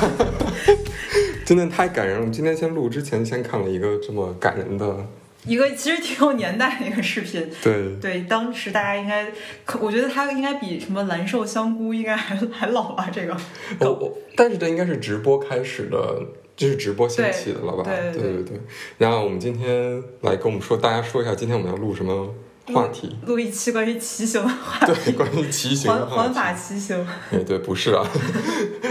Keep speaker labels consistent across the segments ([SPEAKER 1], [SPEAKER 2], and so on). [SPEAKER 1] 真的太感人了。我们哎今天先录之前，先看了一个这么感人
[SPEAKER 2] 哦
[SPEAKER 1] 的，
[SPEAKER 2] 一个其实挺有年代的一个视频。
[SPEAKER 1] 对
[SPEAKER 2] 对，当时大家应该，可我觉得它应该比什么蓝瘦香菇应该还还老吧？这个
[SPEAKER 1] 我我，但是这应该是直播开始的，这是直播兴
[SPEAKER 2] 对
[SPEAKER 1] 起的了吧？
[SPEAKER 2] 对
[SPEAKER 1] 对
[SPEAKER 2] 对
[SPEAKER 1] 对然后我们今天来跟我们说，大家说一下今天我们要录什么话题？
[SPEAKER 2] 录一期关于骑行的话题，
[SPEAKER 1] 对，关于骑行的
[SPEAKER 2] 环
[SPEAKER 1] 话
[SPEAKER 2] 环
[SPEAKER 1] 题。
[SPEAKER 2] 法骑行。
[SPEAKER 1] 哎，对，不是啊，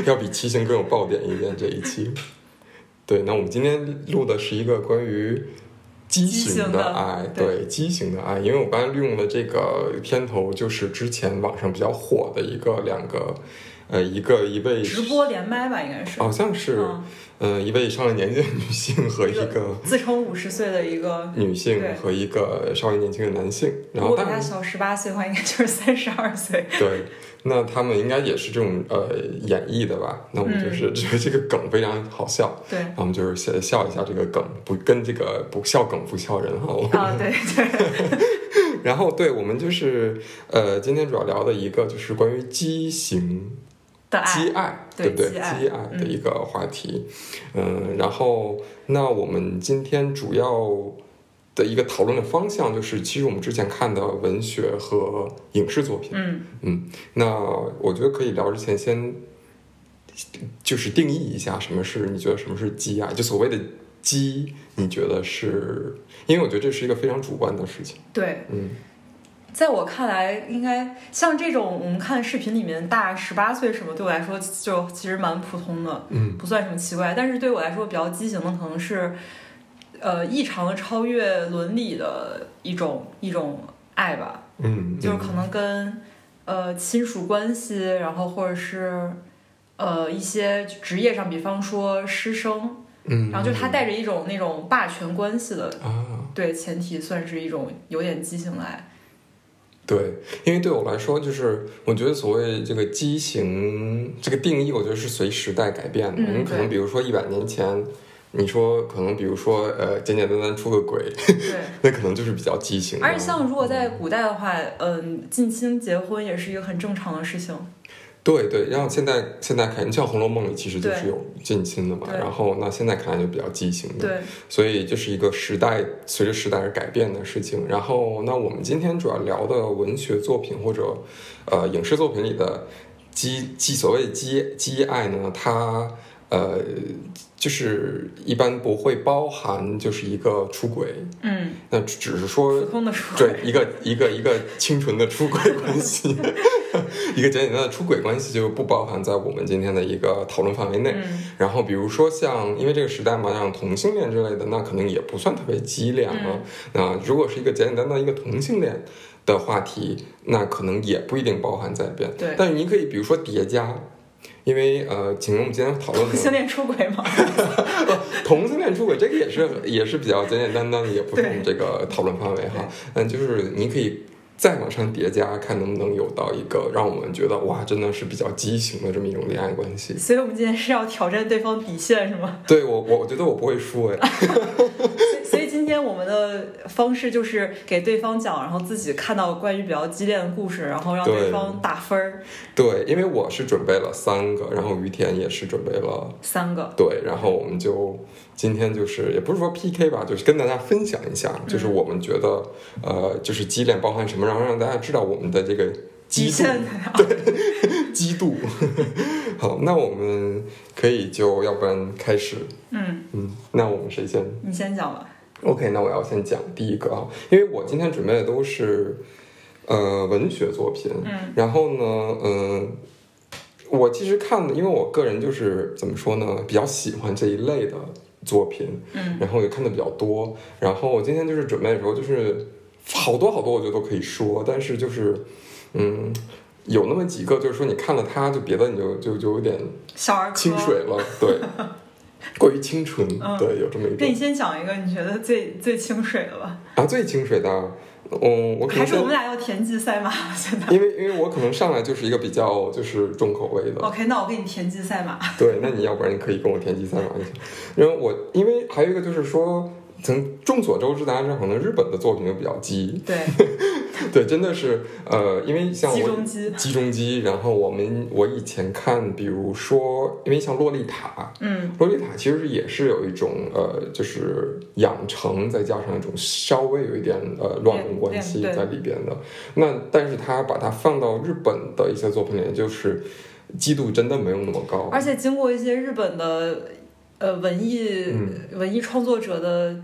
[SPEAKER 1] 要比骑行更有爆点一点这一期。对，那我们今天录的是一个关于畸形的爱，
[SPEAKER 2] 畸形的
[SPEAKER 1] 对畸形的爱，因为我刚才利用了这个片头，就是之前网上比较火的一个两个，呃，一个一位
[SPEAKER 2] 直播连麦吧，应该是。
[SPEAKER 1] 好像是、
[SPEAKER 2] 嗯
[SPEAKER 1] 呃一位上了年纪的女性和一
[SPEAKER 2] 一
[SPEAKER 1] 个
[SPEAKER 2] 自称五十岁的一个，
[SPEAKER 1] 女性
[SPEAKER 2] 对
[SPEAKER 1] 和一个稍微年轻的男性，然后
[SPEAKER 2] 如果比
[SPEAKER 1] 但
[SPEAKER 2] 他
[SPEAKER 1] 是
[SPEAKER 2] 小十八岁的话，应该就是三十二岁。
[SPEAKER 1] 对，那他们应该也是这种呃演绎的吧？那我们
[SPEAKER 2] 嗯
[SPEAKER 1] 就是觉得这个梗非常好笑，
[SPEAKER 2] 对
[SPEAKER 1] 那我们就是笑笑一下这个梗，不跟这个不笑梗不笑人哈。 我
[SPEAKER 2] 啊，对对，
[SPEAKER 1] 然后对我们就是呃，今天主要聊的一个就是关于畸形
[SPEAKER 2] 的爱
[SPEAKER 1] 畸爱，
[SPEAKER 2] 对
[SPEAKER 1] 不对？
[SPEAKER 2] 畸爱
[SPEAKER 1] 畸爱的一个话题，嗯，然后那我们今天主要的一个讨论的方向就是，其实我们之前看的文学和影视作品，
[SPEAKER 2] 嗯，
[SPEAKER 1] 嗯，那我觉得可以聊之前先，就是定义一下什么是你觉得什么是畸爱，就所谓的畸，你觉得是？因为我觉得这是一个非常主观的事情。
[SPEAKER 2] 对，
[SPEAKER 1] 嗯，
[SPEAKER 2] 在我看来，应该像这种我们看视频里面大十八岁什么，对我来说就其实蛮普通的，
[SPEAKER 1] 嗯，
[SPEAKER 2] 不算什么奇怪。但是对我来说比较畸形的可能是，呃，异常的超越伦理的一种一种爱吧，
[SPEAKER 1] 嗯，
[SPEAKER 2] 就是
[SPEAKER 1] 嗯
[SPEAKER 2] 可能跟呃亲属关系，然后或者是呃一些职业上，比方说师生，
[SPEAKER 1] 嗯，
[SPEAKER 2] 然后就他带着一种那种霸权关系的
[SPEAKER 1] 啊，
[SPEAKER 2] 对前提，算是一种有点畸形的爱。
[SPEAKER 1] 对，因为对我来说，就是我觉得所谓这个畸形这个定义，我觉得是随时代改变的。
[SPEAKER 2] 嗯
[SPEAKER 1] 你可能
[SPEAKER 2] 对
[SPEAKER 1] 比如说一百年前，你说可能比如说呃简简单单出个轨，
[SPEAKER 2] 对，
[SPEAKER 1] 那可能就是比较畸形的。
[SPEAKER 2] 而且像如果在古代的话，嗯，近亲结婚也是一个很正常的事情。
[SPEAKER 1] 对对，然后现在现在看，你像《红楼梦》里其实就是
[SPEAKER 2] 对
[SPEAKER 1] 有近亲的嘛，
[SPEAKER 2] 对
[SPEAKER 1] 然后那现在看来就比较畸形的，
[SPEAKER 2] 对，
[SPEAKER 1] 所以这是一个时代随着时代而改变的事情。然后那我们今天主要聊的文学作品或者呃影视作品里的基基所谓基基爱呢，它呃就是一般不会包含就是一个出轨，
[SPEAKER 2] 嗯，
[SPEAKER 1] 那只只是说
[SPEAKER 2] 普通的说，
[SPEAKER 1] 对，一个一个一个清纯的出轨关系， 一个简简单的出轨关系就不包含在我们今天的一个讨论范围内。
[SPEAKER 2] 嗯，
[SPEAKER 1] 然后比如说像，因为这个时代嘛，像同性恋之类的，那可能也不算特别激烈了
[SPEAKER 2] 嗯。
[SPEAKER 1] 那如果是一个简简单单一个同性恋的话题，那可能也不一定包含在里边。
[SPEAKER 2] 对
[SPEAKER 1] 但是你可以比如说叠加。因为呃，请问我们今天讨论
[SPEAKER 2] 同性
[SPEAKER 1] 的
[SPEAKER 2] 恋出轨吗？
[SPEAKER 1] 同性恋出轨，这个也是也是比较简简单单的，也不是我们这个讨论范围哈
[SPEAKER 2] 对。
[SPEAKER 1] 嗯，就是你可以再往上叠加，看能不能有到一个让我们觉得哇，真的是比较畸形的这么一种恋爱关系。
[SPEAKER 2] 所以我们今天是要挑战对方底线，是吗？
[SPEAKER 1] 对我，我我觉得我不会输哎。
[SPEAKER 2] 所以所以今天我们的方式就是给对方讲，然后自己看到关于比较激烈的故事，然后让
[SPEAKER 1] 对
[SPEAKER 2] 对方打分儿
[SPEAKER 1] 对，因为我是准备了三个，然后于田也是准备了。
[SPEAKER 2] 三个。
[SPEAKER 1] 对，然后我们就今天就是也不是说 PK 吧，就是跟大家分享一下，就是我们觉得呃，就是畸恋包含什么，然后让大家知道我们的这个
[SPEAKER 2] 底
[SPEAKER 1] 基度
[SPEAKER 2] 线，啊
[SPEAKER 1] 激度。 好，那我们可以就要不然开始，
[SPEAKER 2] 嗯，
[SPEAKER 1] 嗯，那我们谁先
[SPEAKER 2] 你先讲吧。
[SPEAKER 1] ？OK，那我要先讲第一个啊，因为我今天准备的都是呃文学作品，
[SPEAKER 2] 嗯
[SPEAKER 1] 然后呢，嗯、我其实看的，因为我个人就是怎么说呢，比较喜欢这一类的作品，
[SPEAKER 2] 嗯，
[SPEAKER 1] 然后也看的比较多，然后我今天就是准备的时候，就是好多好多，我觉得都可以说，但是就是，嗯，有那么几个，就是说你看了它，就别的你就就就有点
[SPEAKER 2] 小儿科。
[SPEAKER 1] 清水了，对，过于清纯，
[SPEAKER 2] 嗯
[SPEAKER 1] 对，有这么一
[SPEAKER 2] 那你
[SPEAKER 1] 种。
[SPEAKER 2] 先讲一个你觉得最最清水的吧？
[SPEAKER 1] 啊，最清水的，嗯，我可
[SPEAKER 2] 还
[SPEAKER 1] 能
[SPEAKER 2] 是我
[SPEAKER 1] 先
[SPEAKER 2] 们，俩要田忌赛马 了？现在
[SPEAKER 1] 因为因为我可能上来就是一个比较就是重口味的，
[SPEAKER 2] OK，那我给你田忌赛马。
[SPEAKER 1] 对，那你要不然你可以跟我田忌赛马一下。然后我因为还有一个就是说，从众所周知，大家知道可能日本的作品就比较激，
[SPEAKER 2] 对，
[SPEAKER 1] 对，真的是呃，因为像我
[SPEAKER 2] 鸡中鸡
[SPEAKER 1] 鸡中鸡，然后我们我以前看，比如说，因为像《洛丽塔》，
[SPEAKER 2] 嗯，
[SPEAKER 1] 《洛丽塔》其实也是有一种呃，就是养成，再加上一种稍微有一点呃乱伦关系
[SPEAKER 2] 对对
[SPEAKER 1] 在里边的。那但是他把它放到日本的一些作品里，就是激度真的没有那么高，
[SPEAKER 2] 而且经过一些日本的呃文艺、
[SPEAKER 1] 嗯
[SPEAKER 2] 文艺创作者的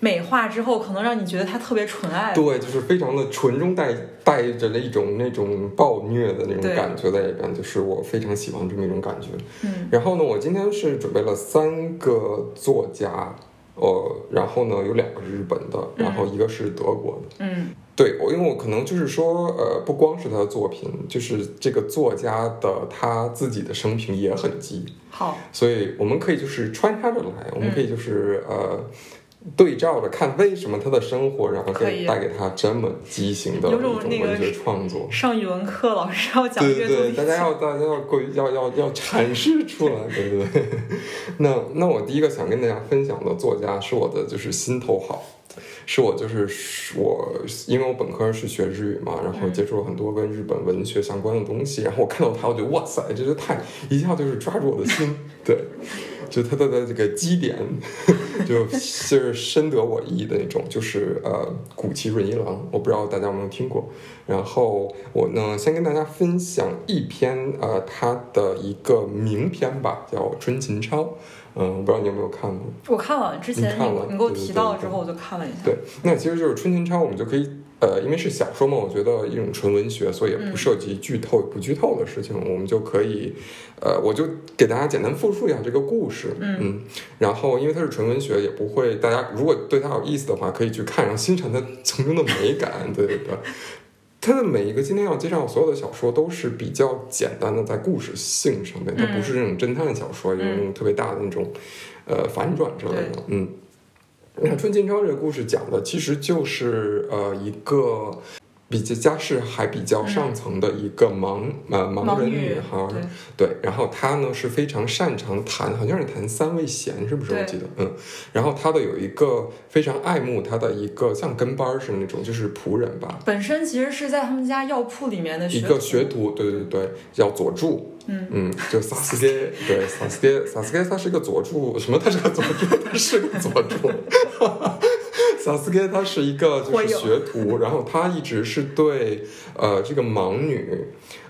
[SPEAKER 2] 美化之后，可能让你觉得它特别纯爱。
[SPEAKER 1] 对，就是非常的纯中带带着那种那种暴虐的那种
[SPEAKER 2] 对
[SPEAKER 1] 感觉在里边，就是我非常喜欢这么一种感觉。
[SPEAKER 2] 嗯
[SPEAKER 1] 然后呢，我今天是准备了三个作家，呃，然后呢有两个是日本的，
[SPEAKER 2] 嗯
[SPEAKER 1] 然后一个是德国的。
[SPEAKER 2] 嗯
[SPEAKER 1] 对我，因为我可能就是说，呃，不光是他的作品，就是这个作家的他自己的生平也很激，
[SPEAKER 2] 好，
[SPEAKER 1] 所以我们可以就是穿插着来，我
[SPEAKER 2] 嗯
[SPEAKER 1] 们可以就是、呃。对照着看，为什么他的生活，然后可
[SPEAKER 2] 可
[SPEAKER 1] 以
[SPEAKER 2] 以
[SPEAKER 1] 带给他这么畸形的一
[SPEAKER 2] 有
[SPEAKER 1] 种
[SPEAKER 2] 种那个
[SPEAKER 1] 文学创作？
[SPEAKER 2] 上语文课老师要讲
[SPEAKER 1] 对
[SPEAKER 2] 阅
[SPEAKER 1] 对
[SPEAKER 2] 读
[SPEAKER 1] 对，
[SPEAKER 2] 理
[SPEAKER 1] 大家
[SPEAKER 2] 解
[SPEAKER 1] 要大家要过于要要要阐释出来，对对对。 那那我第一个想跟大家分享的作家是我的就是心头好，是我就是我，因为我本科是学日语嘛，然后接触了很多跟日本文学相关的东西，然后我看到他，我觉得哇塞，这是太一下就是抓住我的心， 对，就他的的这个基点， 就就是深得我意的那种，就是呃古崎润一郎，我不知道大家有没有听过。然后我呢，先跟大家分享一篇呃他的一个名篇吧，叫《春琴抄》。嗯，我不知道你有没有看过。
[SPEAKER 2] 我看了之前
[SPEAKER 1] 你
[SPEAKER 2] 你
[SPEAKER 1] 看了
[SPEAKER 2] 你给我
[SPEAKER 1] 对对
[SPEAKER 2] 提
[SPEAKER 1] 对
[SPEAKER 2] 到了
[SPEAKER 1] 对
[SPEAKER 2] 之后，我就看了一下。
[SPEAKER 1] 对，那其实就是《春琴抄》，我们就可以，呃，因为是小说嘛，我觉得一种纯文学，所以也不涉及剧透不剧透的事情，我们就可以，呃，我就给大家简单复述一下这个故事，
[SPEAKER 2] 嗯
[SPEAKER 1] 然后因为它是纯文学，也不会大家如果对它有意思的话，可以去看，然后欣赏它 从中的美感，对对对。它的每一个今天要介绍所有的小说都是比较简单的，在故事性上面，它不是那种侦探小说，有那种特别大的那种，呃，反转之类的，嗯。那春金超这个故事讲的其实就是呃一个比较家世还比较上层的一个盲、呃盲人女孩儿，
[SPEAKER 2] 对，
[SPEAKER 1] 对然后她呢是非常擅长弹，好像是弹三味弦，是不是？
[SPEAKER 2] 对
[SPEAKER 1] 我记得，嗯。然后她的有一个非常爱慕她的一个像跟班儿似的那种，就是仆人吧，
[SPEAKER 2] 本身其实是在他们家药铺里面的
[SPEAKER 1] 一
[SPEAKER 2] 学
[SPEAKER 1] 个
[SPEAKER 2] 徒
[SPEAKER 1] 学徒，对对对，叫佐助，
[SPEAKER 2] 嗯
[SPEAKER 1] 就萨斯给，对萨斯给，萨斯给他是个佐助，什么？他是个佐助，他是个佐助。 萨斯给他是一个就
[SPEAKER 2] 火
[SPEAKER 1] 是
[SPEAKER 2] 影
[SPEAKER 1] 学徒，然后他一直是对呃这个盲女，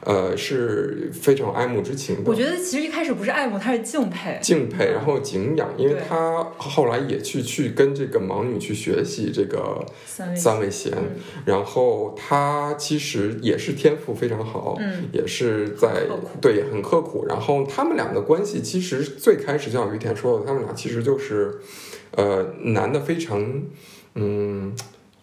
[SPEAKER 1] 呃是非常有爱慕之情
[SPEAKER 2] 我
[SPEAKER 1] 的。
[SPEAKER 2] 觉得其实一开始不是爱慕，他是敬佩。
[SPEAKER 1] 敬佩，然后敬仰，因为
[SPEAKER 2] 嗯对
[SPEAKER 1] 他后来也去去跟这个盲女去学习这个
[SPEAKER 2] 三位，
[SPEAKER 1] 三味弦，
[SPEAKER 2] 嗯
[SPEAKER 1] 然后他其实也是天赋非常好，
[SPEAKER 2] 嗯
[SPEAKER 1] 也是在
[SPEAKER 2] 很刻苦
[SPEAKER 1] 对很刻苦。然后他们俩的关系其实最开始就像于田说的，他们俩其实就是，呃，男的非常嗯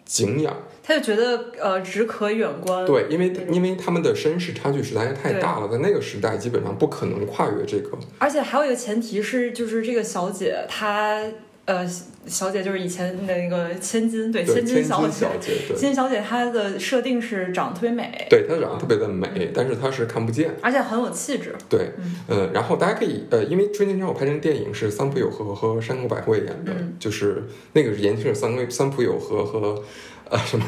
[SPEAKER 1] 敬仰，
[SPEAKER 2] 他就觉得呃只可远观。
[SPEAKER 1] 对，因为
[SPEAKER 2] 嗯
[SPEAKER 1] 因为他们的身世差距实在是太大了，在那个时代基本上不可能跨越这个，
[SPEAKER 2] 而且还有一个前提是，就是这个小姐她呃，小姐就是以前那个哎千金，对
[SPEAKER 1] 对，千
[SPEAKER 2] 金
[SPEAKER 1] 金
[SPEAKER 2] 小
[SPEAKER 1] 小
[SPEAKER 2] 姐，
[SPEAKER 1] 姐，对，
[SPEAKER 2] 千金小姐她的设定是长得特别美，啊
[SPEAKER 1] 对，她长得特别的美，但是她是看不见。
[SPEAKER 2] 而且很有气质。
[SPEAKER 1] 对，
[SPEAKER 2] 嗯
[SPEAKER 1] 呃，然后大家可以，呃，因为《春天之后》拍成电影是三浦友和和山口百惠演的，
[SPEAKER 2] 嗯
[SPEAKER 1] 就是那个是延续了三位三浦友和和呃什么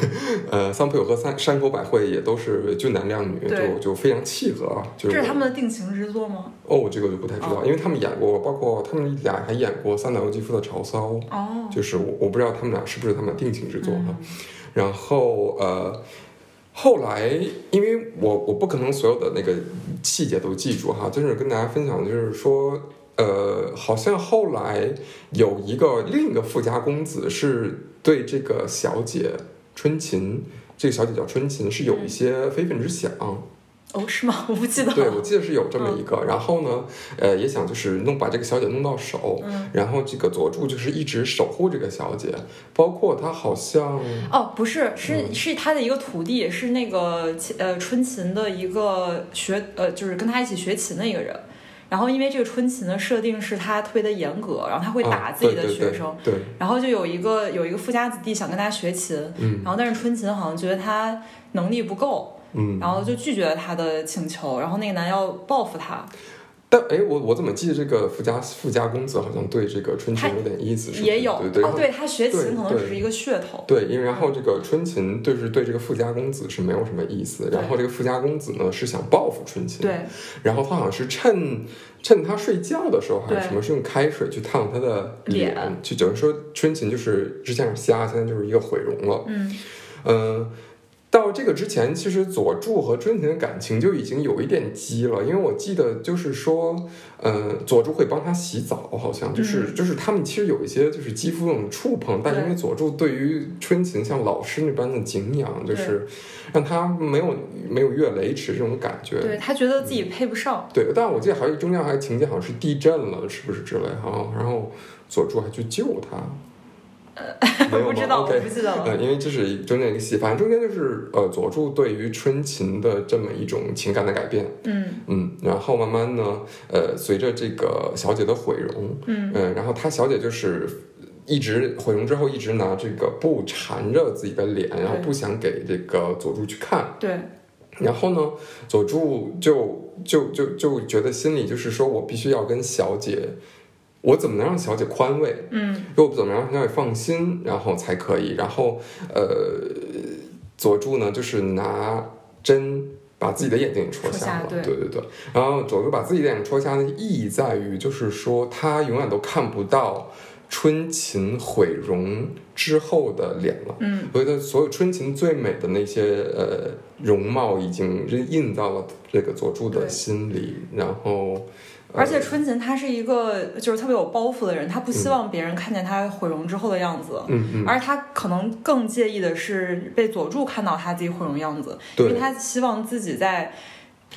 [SPEAKER 1] 呃三浦友和三山口百惠也都是俊男靓女，
[SPEAKER 2] 对
[SPEAKER 1] 就就非常契合啊，就
[SPEAKER 2] 这
[SPEAKER 1] 是我
[SPEAKER 2] 是他们的定情之作吗？
[SPEAKER 1] 哦，这个就不太知道，
[SPEAKER 2] 哦
[SPEAKER 1] 因为他们演过，包括他们俩还演过三岛由纪夫的《潮骚》，
[SPEAKER 2] 哦，
[SPEAKER 1] 就是我我不知道他们俩是不是他们的定情之作哈、
[SPEAKER 2] 嗯
[SPEAKER 1] 然后呃，后来因为我我不可能所有的那个细节都记住哈，就是跟大家分享，就是说呃，好像后来有一个另一个富家公子是对这个小姐春琴。这个小姐叫春琴，是有
[SPEAKER 2] 嗯
[SPEAKER 1] 一些非分之想，
[SPEAKER 2] 哦，是吗？ 我不记得
[SPEAKER 1] 对
[SPEAKER 2] 了。
[SPEAKER 1] 我记得是有这么一
[SPEAKER 2] 嗯
[SPEAKER 1] 个。然后呢，呃，也想就是弄把这个小姐弄到手，
[SPEAKER 2] 嗯，
[SPEAKER 1] 然后这个佐助就是一直守护这个小姐，包括他好像
[SPEAKER 2] 哦，不是，
[SPEAKER 1] 嗯
[SPEAKER 2] 是是他的一个徒弟，是那个琴呃春琴的一个学呃，就是跟他一起学琴的一个人。然后因为这个春琴的设定是他特别的严格，然后他会打
[SPEAKER 1] 啊
[SPEAKER 2] 自己
[SPEAKER 1] 对
[SPEAKER 2] 的
[SPEAKER 1] 对
[SPEAKER 2] 学
[SPEAKER 1] 对
[SPEAKER 2] 生，
[SPEAKER 1] 对
[SPEAKER 2] 然后就有一个有一个富家子弟想跟他学琴，
[SPEAKER 1] 嗯
[SPEAKER 2] 然后但是春琴好像觉得他能力不够，
[SPEAKER 1] 嗯，
[SPEAKER 2] 然后就拒绝了他的请求，然后那个男要报复他，
[SPEAKER 1] 但哎，我我怎么记得这个富家富家公子好像对这个春琴有点意思？是不是
[SPEAKER 2] 也有
[SPEAKER 1] 对对
[SPEAKER 2] 哦，对他学琴可能
[SPEAKER 1] 对
[SPEAKER 2] 只是一个噱头，
[SPEAKER 1] 对，因为然后这个春琴对是对这个富家公子是没有什么意思，然后这个富家公子呢是想报复春琴，，
[SPEAKER 2] 对
[SPEAKER 1] 然后他好像是趁趁他睡觉的时候还
[SPEAKER 2] 对
[SPEAKER 1] 是什么，是用开水去烫他的
[SPEAKER 2] 脸
[SPEAKER 1] 就等于说春琴就是之前是瞎，现在就是一个毁容了，
[SPEAKER 2] 嗯，
[SPEAKER 1] 嗯。到这个之前，其实佐助和春琴的感情就已经有一点激了，因为我记得就是说，呃，佐助会帮他洗澡，好像就是、
[SPEAKER 2] 嗯
[SPEAKER 1] 就是他们其实有一些就是肌肤那种触碰，但是因为佐助对于春琴像老师那般的敬仰，就是让他没有没有越雷池这种感觉，
[SPEAKER 2] 对他觉
[SPEAKER 1] 嗯
[SPEAKER 2] 得自己配不上，
[SPEAKER 1] 对，但我记得还有中间还有情节好像是地震了，是不是之类哈？然后佐助还去救他，没有
[SPEAKER 2] 呃 不
[SPEAKER 1] 吗
[SPEAKER 2] 知道，我
[SPEAKER 1] OK
[SPEAKER 2] 不记得了，
[SPEAKER 1] 呃，因为这是中间一个戏，反正中间就是呃，佐助对于春琴的这么一种情感的改变，
[SPEAKER 2] 嗯
[SPEAKER 1] 嗯，然后慢慢呢，呃，随着这个小姐的毁容，
[SPEAKER 2] 嗯，
[SPEAKER 1] 嗯，然后她小姐就是一直毁容之后，一直拿这个布缠着自己的脸，然后
[SPEAKER 2] 对
[SPEAKER 1] 不想给这个佐助去看，
[SPEAKER 2] 对
[SPEAKER 1] 然后呢，佐助就就就就觉得心里就是说我必须要跟小姐，我怎么能让小姐宽慰？
[SPEAKER 2] 嗯
[SPEAKER 1] 又怎么样让小姐放心，然后才可以。然后呃，佐助呢就是拿针。把自己的眼睛给戳瞎了，
[SPEAKER 2] 戳瞎对
[SPEAKER 1] 对对对。然后佐助把自己的眼睛戳瞎的意义在于，就是说他永远都看不到春琴毁容之后的脸了。
[SPEAKER 2] 嗯
[SPEAKER 1] 我觉得所有春琴最美的那些呃容貌已经印到了这个佐助的
[SPEAKER 2] 对
[SPEAKER 1] 心里，然后，呃
[SPEAKER 2] 而且春琴她是一个就是特别有包袱的人，她不希望别人看见她毁容之后的样子，
[SPEAKER 1] 嗯嗯，
[SPEAKER 2] 而她可能更介意的是被佐助看到她自己毁容样子，因为
[SPEAKER 1] 对
[SPEAKER 2] 她希望自己在，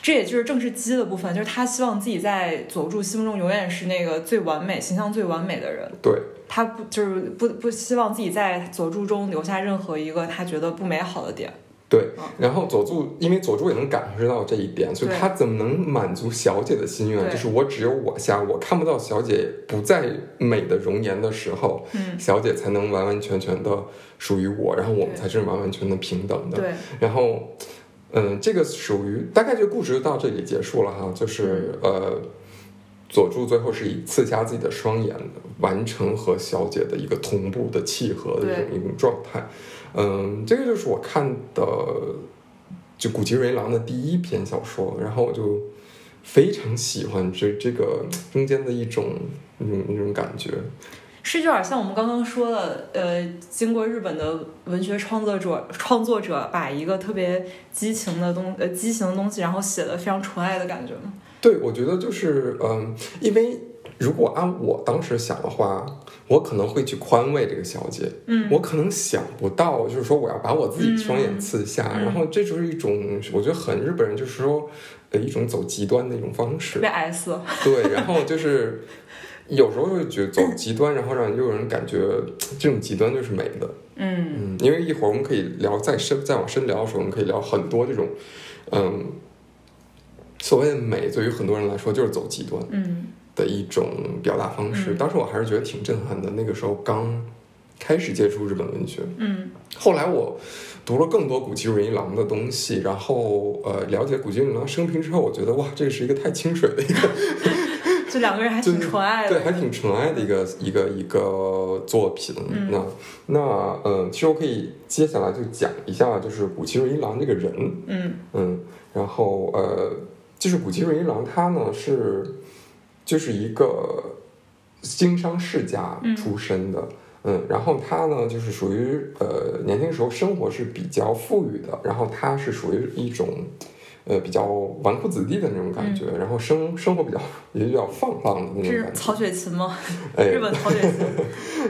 [SPEAKER 2] 这也就是正是鸡的部分，就是她希望自己在佐助心目中永远是那个最完美、形象最完美的人，
[SPEAKER 1] 对
[SPEAKER 2] 她不就是不不希望自己在佐助中留下任何一个她觉得不美好的点，
[SPEAKER 1] 对
[SPEAKER 2] 嗯。
[SPEAKER 1] 然后佐助因为佐助也能感知到这一点，所以
[SPEAKER 2] 对
[SPEAKER 1] 他怎么能满足小姐的心愿？
[SPEAKER 2] 对
[SPEAKER 1] 就是我只有我瞎，我看不到小姐不再美的容颜的时候，
[SPEAKER 2] 嗯，
[SPEAKER 1] 小姐才能完完全全的属于我，然后我们
[SPEAKER 2] 对
[SPEAKER 1] 才是完完全全平等的。
[SPEAKER 2] 对，
[SPEAKER 1] 然后，嗯，这个属于大概这个故事就到这里结束了哈，就是呃，佐助最后是以刺瞎自己的双眼完成和小姐的一个同步的契合的这种一种状态，嗯，这个就是我看的就古籍瑞郎的第一篇小说，然后我就非常喜欢这这个中间的一种那种那种感觉，
[SPEAKER 2] 是就有点像我们刚刚说的，呃，经过日本的文学创作者创作者把一个特别激情的东呃激情的东西，然后写的非常纯爱的感觉嘛。
[SPEAKER 1] 对，我觉得就是，嗯，因为如果按我当时想的话，我可能会去宽慰这个小姐，
[SPEAKER 2] 嗯，
[SPEAKER 1] 我可能想不到，就是说我要把我自己双眼刺瞎，
[SPEAKER 2] 嗯嗯
[SPEAKER 1] 然后这就是一种，我觉得很日本人就是说，呃，一种走极端的一种方
[SPEAKER 2] 特
[SPEAKER 1] 式
[SPEAKER 2] 别，S，
[SPEAKER 1] 对，然后就是。有时候会觉得走极端，然后让又有人感觉这种极端就是美的，
[SPEAKER 2] 嗯，
[SPEAKER 1] 嗯，因为一会儿我们可以聊再深再往深聊的时候，我们可以聊很多这种，嗯，所谓的美，对于很多人来说就是走极端
[SPEAKER 2] 嗯，
[SPEAKER 1] 的一种表达方式。
[SPEAKER 2] 嗯
[SPEAKER 1] 当时我还是觉得挺震撼的，那个时候刚开始接触日本文学，
[SPEAKER 2] 嗯，
[SPEAKER 1] 后来我读了更多古崎润一郎的东西，然后呃了解古崎润一郎生平之后，我觉得哇，这是一个太清水的一个
[SPEAKER 2] 就两个人还挺
[SPEAKER 1] 嗯就是
[SPEAKER 2] 纯爱
[SPEAKER 1] 对，
[SPEAKER 2] 的，
[SPEAKER 1] 还挺纯爱的一个一个一个作品。
[SPEAKER 2] 嗯
[SPEAKER 1] 那那嗯，其实我可以接下来就讲一下，就是古奇润一郎这个人，
[SPEAKER 2] 嗯
[SPEAKER 1] 嗯，然后呃，就是古奇润一郎他呢是就是一个经商世家
[SPEAKER 2] 嗯
[SPEAKER 1] 出身的。嗯然后他呢，就是属于呃年轻时候生活是比较富裕的，然后他是属于一种呃比较纨绔子弟的那种感觉，然后生生活比较也比较放浪的那
[SPEAKER 2] 这
[SPEAKER 1] 种
[SPEAKER 2] 嗯是
[SPEAKER 1] 感觉。
[SPEAKER 2] 曹雪芹吗？
[SPEAKER 1] 哎
[SPEAKER 2] 日，本曹雪 芹，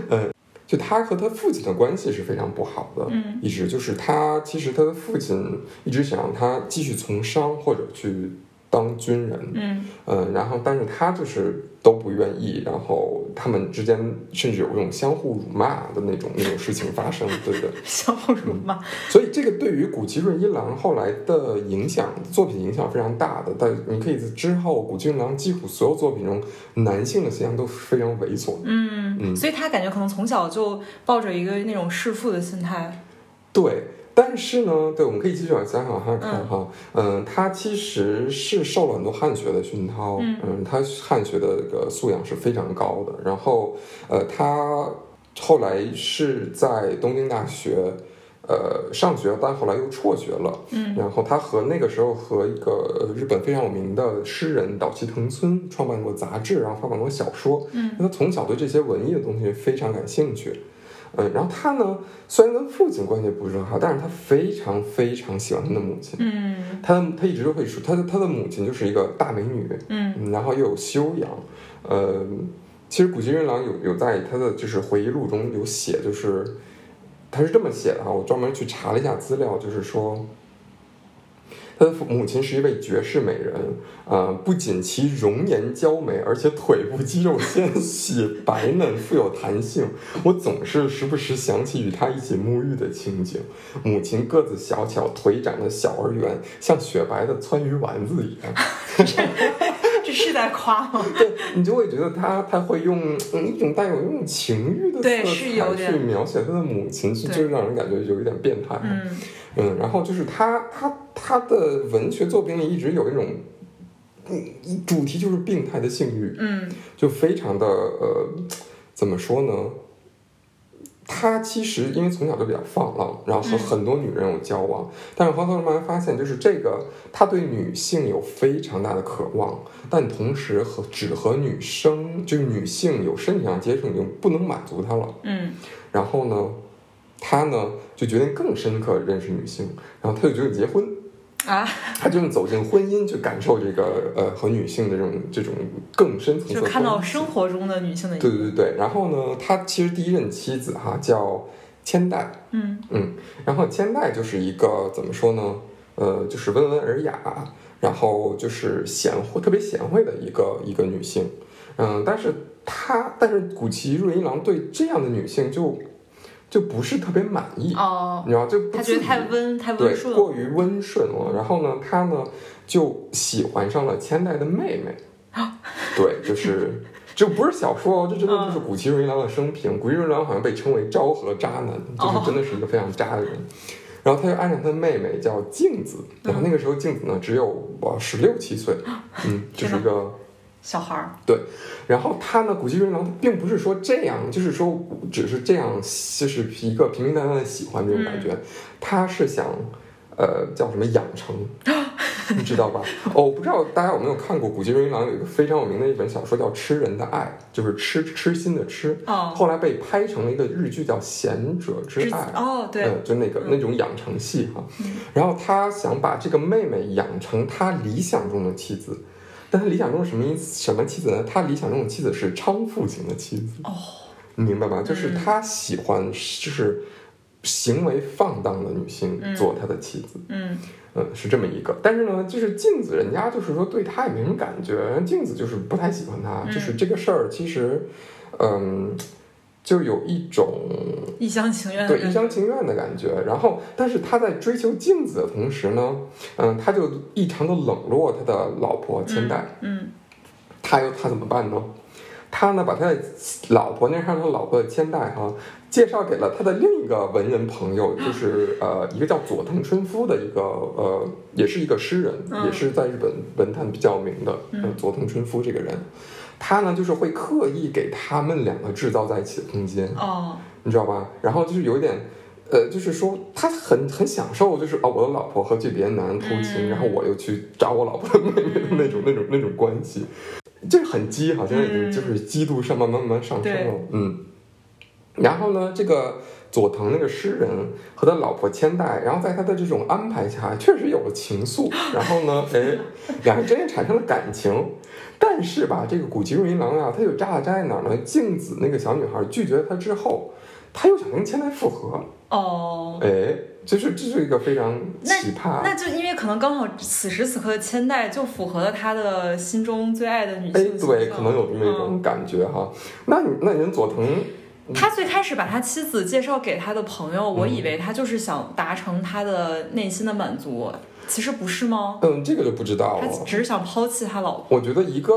[SPEAKER 1] 就他和他父亲的关系是非常不好的，
[SPEAKER 2] 嗯
[SPEAKER 1] 一直就是他其实他的父亲一直想让他继续从商或者去当军人，
[SPEAKER 2] 嗯
[SPEAKER 1] 嗯，然后但是他就是都不愿意，然后他们之间甚至有那种相互辱骂的那种那种事情发生，对不对？
[SPEAKER 2] 相互辱骂，
[SPEAKER 1] 所以这个对于古崎润一郎后来的影响，作品影响非常大的。但你可以在之后古崎润一郎几乎所有作品中，男性的形象都是非常猥琐的。
[SPEAKER 2] 嗯，
[SPEAKER 1] 嗯
[SPEAKER 2] 所以他感觉可能从小就抱着一个那种弑父的心态，
[SPEAKER 1] 对，但是呢，对，我们可以继续往下往下看哈。嗯，他其实是受了很多汉学的熏陶，
[SPEAKER 2] 嗯
[SPEAKER 1] 嗯，他汉学的这个素养是非常高的。然后，呃，他后来是在东京大学，呃，上学，但后来又辍学了。
[SPEAKER 2] 嗯
[SPEAKER 1] 然后他和那个时候和一个呃日本非常有名的诗人岛崎藤村创办过杂志，然后发表过小说。
[SPEAKER 2] 嗯
[SPEAKER 1] 他从小对这些文艺的东西非常感兴趣。嗯，然后他呢，虽然跟父亲关系不是很好，但是他非常非常喜欢他的母亲。
[SPEAKER 2] 嗯
[SPEAKER 1] 他他一直都会说，他的他的母亲就是一个大美女，
[SPEAKER 2] 嗯
[SPEAKER 1] 嗯然后又有修养，呃，其实古崎润郎有有在他的就是回忆录中有写，就是他是这么写的啊，我专门去查了一下资料，就是说。他的父母亲是一位绝世美人，呃，不仅其容颜娇美，而且腿部肌肉纤细、白嫩、富有弹性。我总是时不时想起与她一起沐浴的情景。母亲个子小巧，腿长得小而圆，像雪白的川渝丸子一样。
[SPEAKER 2] 这是在夸吗？
[SPEAKER 1] 对 你就会觉得他他会用嗯一种带有那种情欲的色
[SPEAKER 2] 对是有
[SPEAKER 1] 彩
[SPEAKER 2] 点
[SPEAKER 1] 去描写他的母亲，是
[SPEAKER 2] 对
[SPEAKER 1] 就是让人感觉有一点变态。啊
[SPEAKER 2] 嗯
[SPEAKER 1] 嗯，然后就是他他他的文学作品里一直有一种。嗯，一主题就是病态的性欲，
[SPEAKER 2] 嗯
[SPEAKER 1] 就非常的呃，怎么说呢？他其实因为从小就比较放浪，然后和
[SPEAKER 2] 嗯
[SPEAKER 1] 很多女人有交往，但是黄头慢慢发现，就是这个他对女性有非常大的渴望，但同时和只和女生就是女性有身体上接触已经不能满足他了。
[SPEAKER 2] 嗯
[SPEAKER 1] 然后呢，他呢就决定更深刻地认识女性，然后他就决定结婚。
[SPEAKER 2] 啊，
[SPEAKER 1] 他就走进婚姻，去感受这个呃和女性的这种这种更深层次
[SPEAKER 2] 就
[SPEAKER 1] 的
[SPEAKER 2] 是看到
[SPEAKER 1] 关系
[SPEAKER 2] 生活中的女性的一
[SPEAKER 1] 对对
[SPEAKER 2] 面。
[SPEAKER 1] 对，然后呢，他其实第一任妻子哈、叫千代，
[SPEAKER 2] 嗯
[SPEAKER 1] 然后千代就是一个怎么说呢，呃，就是温文尔雅，然后就是贤惠，特别贤惠的一个一个女性，嗯，但是她，但是古崎润一郎对这样的女性就就不是特别满意，
[SPEAKER 2] 哦，
[SPEAKER 1] 你知道就不
[SPEAKER 2] 他
[SPEAKER 1] 自
[SPEAKER 2] 觉得
[SPEAKER 1] 己
[SPEAKER 2] 太温太温
[SPEAKER 1] 对
[SPEAKER 2] 顺了
[SPEAKER 1] 过于温顺了，然后呢，他呢就喜欢上了千代的妹 妹，对，就是这不是小说哦，这真的就是
[SPEAKER 2] 嗯
[SPEAKER 1] 古崎润一郎的生平。古崎润一郎好像被称为昭和渣男，
[SPEAKER 2] 哦
[SPEAKER 1] 就是真的是一个非常渣的人。然后他就爱上他的妹妹叫镜子，然后那个时候镜子呢只有我十六七岁，嗯，就
[SPEAKER 2] 天
[SPEAKER 1] 是
[SPEAKER 2] 哪
[SPEAKER 1] 一个。
[SPEAKER 2] 小孩儿。
[SPEAKER 1] 然后他呢，古崎润一郎并不是说这样，就是说只是这样，就是一个平平淡淡的喜欢这种感
[SPEAKER 2] 嗯
[SPEAKER 1] 觉，他是想。呃，叫什么养 成，你知道吧？哦，我不知道大家有没有看过古崎润一郎有一个非常有名的一本小说叫《吃人的爱》，就是痴痴心的痴，
[SPEAKER 2] 哦，
[SPEAKER 1] 后来被拍成了一个日剧叫《贤者之
[SPEAKER 2] 之
[SPEAKER 1] 爱》。
[SPEAKER 2] 哦对，
[SPEAKER 1] 嗯，就那个
[SPEAKER 2] 嗯
[SPEAKER 1] 那种养成系哈
[SPEAKER 2] 嗯。
[SPEAKER 1] 然后他想把这个妹妹养成他理想中的妻子，但他理想中是什么意思？什么妻子呢？他理想中的妻子是昌富型的妻子。
[SPEAKER 2] 哦，
[SPEAKER 1] 你明白吧？就是
[SPEAKER 2] 嗯
[SPEAKER 1] 他喜欢就是行为放荡的女性
[SPEAKER 2] 嗯
[SPEAKER 1] 做他的妻子。
[SPEAKER 2] 嗯
[SPEAKER 1] 嗯，是这么一个。但是呢，就是镜子，人家就是说对他也没什么感觉，镜子就是不太喜欢他，
[SPEAKER 2] 嗯
[SPEAKER 1] 就是这个事儿其实，嗯，就有一种
[SPEAKER 2] 一厢情愿的
[SPEAKER 1] 对一
[SPEAKER 2] 感
[SPEAKER 1] 厢
[SPEAKER 2] 觉。
[SPEAKER 1] 情愿的感觉。然后，但是他在追求镜子的同时呢，嗯，他就异常的冷落他的老婆千代。
[SPEAKER 2] 嗯
[SPEAKER 1] 他又他怎么办呢？他呢，把他的老婆，那是他老婆的千代哈、介绍给了他的另一个文人朋友， 就是呃，一个叫佐藤春夫的一个呃，也是一个诗人，
[SPEAKER 2] 嗯
[SPEAKER 1] 也是在日本文坛比较有名的、呃
[SPEAKER 2] 嗯
[SPEAKER 1] 佐藤春夫这个人。他呢，就是会刻意给他们两个制造在一起的空间，
[SPEAKER 2] 哦
[SPEAKER 1] 你知道吧？然后就是有一点，呃，就是说他很很享受，就是哦，我的老婆和这别的男人偷情，
[SPEAKER 2] 嗯
[SPEAKER 1] 然后我又去找我老婆的妹妹的那种、那种那种关系，就是很激，好像已经
[SPEAKER 2] 嗯
[SPEAKER 1] 就是激度上慢慢慢慢上升
[SPEAKER 2] 对
[SPEAKER 1] 了，嗯。然后呢，这个佐藤那个诗人和他老婆千代，然后在他的这种安排下，确实有了情 愫。然后呢，哎，两人之间产生了感情。但是吧，这个古籍润一郎啊，他就渣在哪儿呢？镜子那个小女孩拒绝他之后，他又想跟千代复合，
[SPEAKER 2] 哦，
[SPEAKER 1] 哎，就是这是一个非常
[SPEAKER 2] 那
[SPEAKER 1] 奇葩。
[SPEAKER 2] 那就因为可能刚好此时此刻的千代就符合了他的心中最爱的女
[SPEAKER 1] 哎，
[SPEAKER 2] 性形象。
[SPEAKER 1] 对，可能有这么一种感觉哈。那你那人佐藤
[SPEAKER 2] 他最开始把他妻子介绍给他的朋友，我以
[SPEAKER 1] 嗯
[SPEAKER 2] 为他就是想达成他的内心的满足，其实不是吗？
[SPEAKER 1] 嗯，这个就不知道
[SPEAKER 2] 他
[SPEAKER 1] 了。
[SPEAKER 2] 只是想抛弃他老婆。
[SPEAKER 1] 我觉得一个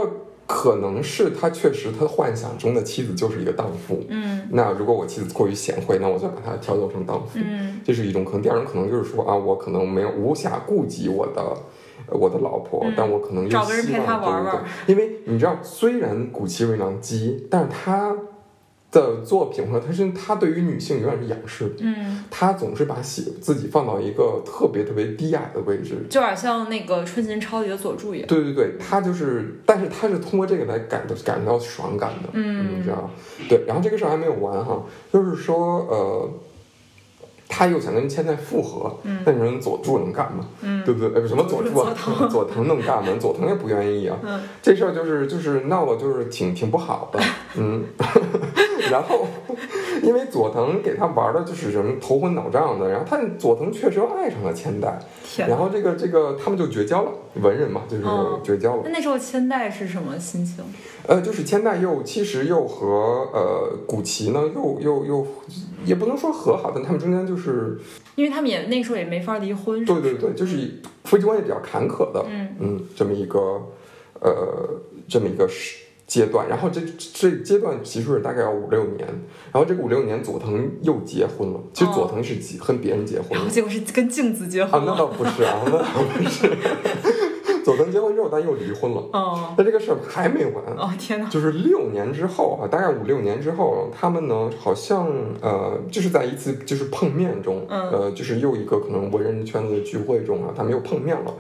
[SPEAKER 1] 可能是他确实他幻想中的妻子就是一个荡妇，
[SPEAKER 2] 嗯
[SPEAKER 1] 那如果我妻子过于贤惠，那我就把她挑逗成荡妇，
[SPEAKER 2] 嗯
[SPEAKER 1] 这是一种可能。第二种可能就是说啊，我可能没有无暇顾及我的呃我的老婆，
[SPEAKER 2] 嗯
[SPEAKER 1] 但我可能又
[SPEAKER 2] 找个人
[SPEAKER 1] 希
[SPEAKER 2] 陪
[SPEAKER 1] 望
[SPEAKER 2] 她
[SPEAKER 1] 对
[SPEAKER 2] 玩
[SPEAKER 1] 对
[SPEAKER 2] 玩
[SPEAKER 1] 对因为你知道，虽然古奇瑞郎基，但是他的作品和他是他对于女性永远是仰视的，
[SPEAKER 2] 嗯，
[SPEAKER 1] 他总是把喜自己放到一个特别特别低矮的位置。
[SPEAKER 2] 就有点像那个春琴抄底的佐助一样。
[SPEAKER 1] 对对对，他就是，但是他是通过这个来感感到爽感的。你知
[SPEAKER 2] 嗯
[SPEAKER 1] 道吗？对，然后这个事儿还没有完哈，就是说呃，他又想跟千代复合，
[SPEAKER 2] 嗯
[SPEAKER 1] 那你说佐助能干吗？
[SPEAKER 2] 嗯
[SPEAKER 1] 对不对？哎，什么佐助啊
[SPEAKER 2] 佐？藤
[SPEAKER 1] 佐藤能干吗？佐藤也不愿意啊。
[SPEAKER 2] 嗯
[SPEAKER 1] 这事儿就是就是闹的，就是挺挺不好的，嗯。然后，因为佐藤给他玩的就是什么头昏脑胀的，然后他佐藤确实又爱上了千代，
[SPEAKER 2] 天
[SPEAKER 1] 然
[SPEAKER 2] 哪。
[SPEAKER 1] 后这个这个他们就绝交了，文人嘛，就是
[SPEAKER 2] 哦
[SPEAKER 1] 绝交了。
[SPEAKER 2] 那那时候千代是什么心情？
[SPEAKER 1] 呃，就是千代又其实又和呃古奇呢，又又又也不能说和好，但他们中间就是
[SPEAKER 2] 因为他们也那时候也没法离婚。是
[SPEAKER 1] 对
[SPEAKER 2] 不
[SPEAKER 1] 对
[SPEAKER 2] 是
[SPEAKER 1] 对，就是夫妻关系比较坎坷的，
[SPEAKER 2] 嗯
[SPEAKER 1] 嗯，这么一个呃这么一个时阶段。然后这这阶段其实是大概要五六年，然后这个五六年佐藤又结婚了。其实佐
[SPEAKER 2] 哦
[SPEAKER 1] 藤是结跟别人结婚
[SPEAKER 2] 然
[SPEAKER 1] 了
[SPEAKER 2] 后，结果是跟镜子结
[SPEAKER 1] 啊
[SPEAKER 2] 婚，
[SPEAKER 1] 那
[SPEAKER 2] 了。
[SPEAKER 1] 倒不是啊，那倒不是。 佐藤结婚之后，但又离婚了。
[SPEAKER 2] 哦
[SPEAKER 1] 那这个事儿还没完，
[SPEAKER 2] 哦天 哪！
[SPEAKER 1] 就是六年之后啊，大概五六年之后，他们呢好像呃，就是在一次就是碰面中，
[SPEAKER 2] 嗯
[SPEAKER 1] 呃，就是又一个可能文人圈子的聚会中啊，他们又碰面了。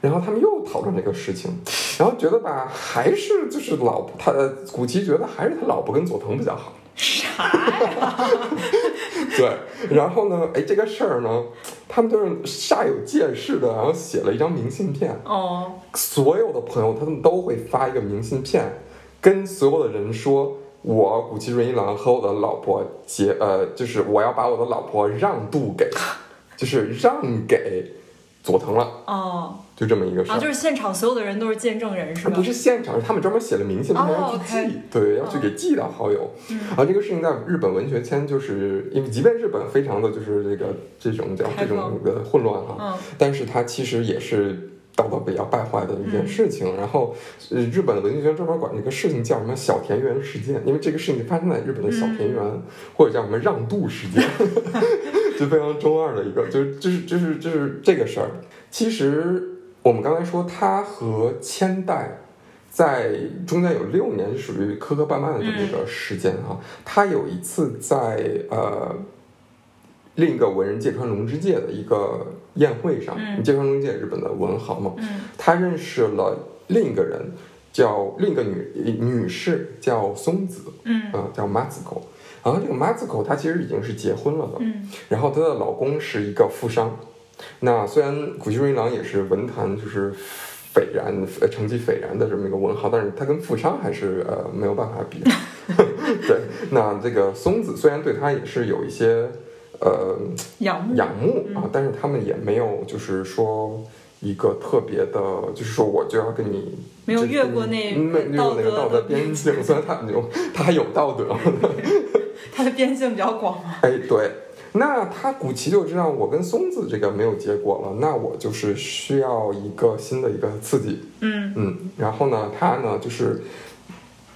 [SPEAKER 1] 然后他们又讨论这个事情，然后觉得吧，还是就是老婆，他呃古奇觉得还是他老婆跟佐藤比较好。
[SPEAKER 2] 啥呀？
[SPEAKER 1] 对， 然后呢，哎，这个事儿呢，他们就是煞有介事的，然后写了一张明信片，
[SPEAKER 2] 哦
[SPEAKER 1] 所有的朋友他们都会发一个明信片，跟所有的人说，我古奇润一郎和我的老婆结呃，就是我要把我的老婆让渡给， 就是让给佐藤了，
[SPEAKER 2] 哦，
[SPEAKER 1] 就这么一个事
[SPEAKER 2] 然
[SPEAKER 1] 儿。
[SPEAKER 2] 后就是现场所有的人都是见证人是吧
[SPEAKER 1] 不？是现场，是他们专门写了明信片
[SPEAKER 2] 哦
[SPEAKER 1] 要去寄
[SPEAKER 2] OK 哦嗯
[SPEAKER 1] 对，要去给寄到好友。然后这个事情在日本文学圈，就是因为即便日本非常的就是这个这种叫
[SPEAKER 2] 开
[SPEAKER 1] 这
[SPEAKER 2] 放
[SPEAKER 1] 种的混乱哈、
[SPEAKER 2] 嗯
[SPEAKER 1] 但是它其实也是道德比较败坏的一件事情。然后，呃，日本的文学圈专门管这个事情叫什么“小田园事件”，因为这个事情发生在日本的小田园，或者叫什么“让渡事件”，就非常中二的一个，就是就是就是就是这个事儿。其实我们刚才说，它和千代。在中间有六年是属于磕磕绊绊的这么一个时间啊，他有一次在呃另一个文人芥川龙之介的一个宴会上，
[SPEAKER 2] 嗯
[SPEAKER 1] 芥川龙之介日本的文豪嘛，
[SPEAKER 2] 嗯
[SPEAKER 1] 他认识了另一个人，叫另一个女女士叫松子，啊、
[SPEAKER 2] 嗯
[SPEAKER 1] 叫马子狗。然后这个马子狗她其实已经是结婚了的，
[SPEAKER 2] 嗯
[SPEAKER 1] 然后她的老公是一个富商。那虽然谷崎润一郎也是文坛就是斐然、呃成绩斐然的这么一个文豪，但是他跟富商还是呃没有办法比。 对，那这个松子虽然对他也是有一些呃
[SPEAKER 2] 仰慕
[SPEAKER 1] 仰慕啊
[SPEAKER 2] 嗯，
[SPEAKER 1] 但是他们也没有就是说一个特别的，就是说我就要跟你
[SPEAKER 2] 没有
[SPEAKER 1] 就是
[SPEAKER 2] 越过那
[SPEAKER 1] 嗯没没有那个
[SPEAKER 2] 道
[SPEAKER 1] 道
[SPEAKER 2] 德的
[SPEAKER 1] 德边境，虽然他有他还有道德，
[SPEAKER 2] 它的边境比较广嘛。
[SPEAKER 1] 哎对。那他古奇就知道我跟松子这个没有结果了，那我就是需要一个新的一个刺激，
[SPEAKER 2] 嗯
[SPEAKER 1] 嗯，然后呢，他呢就是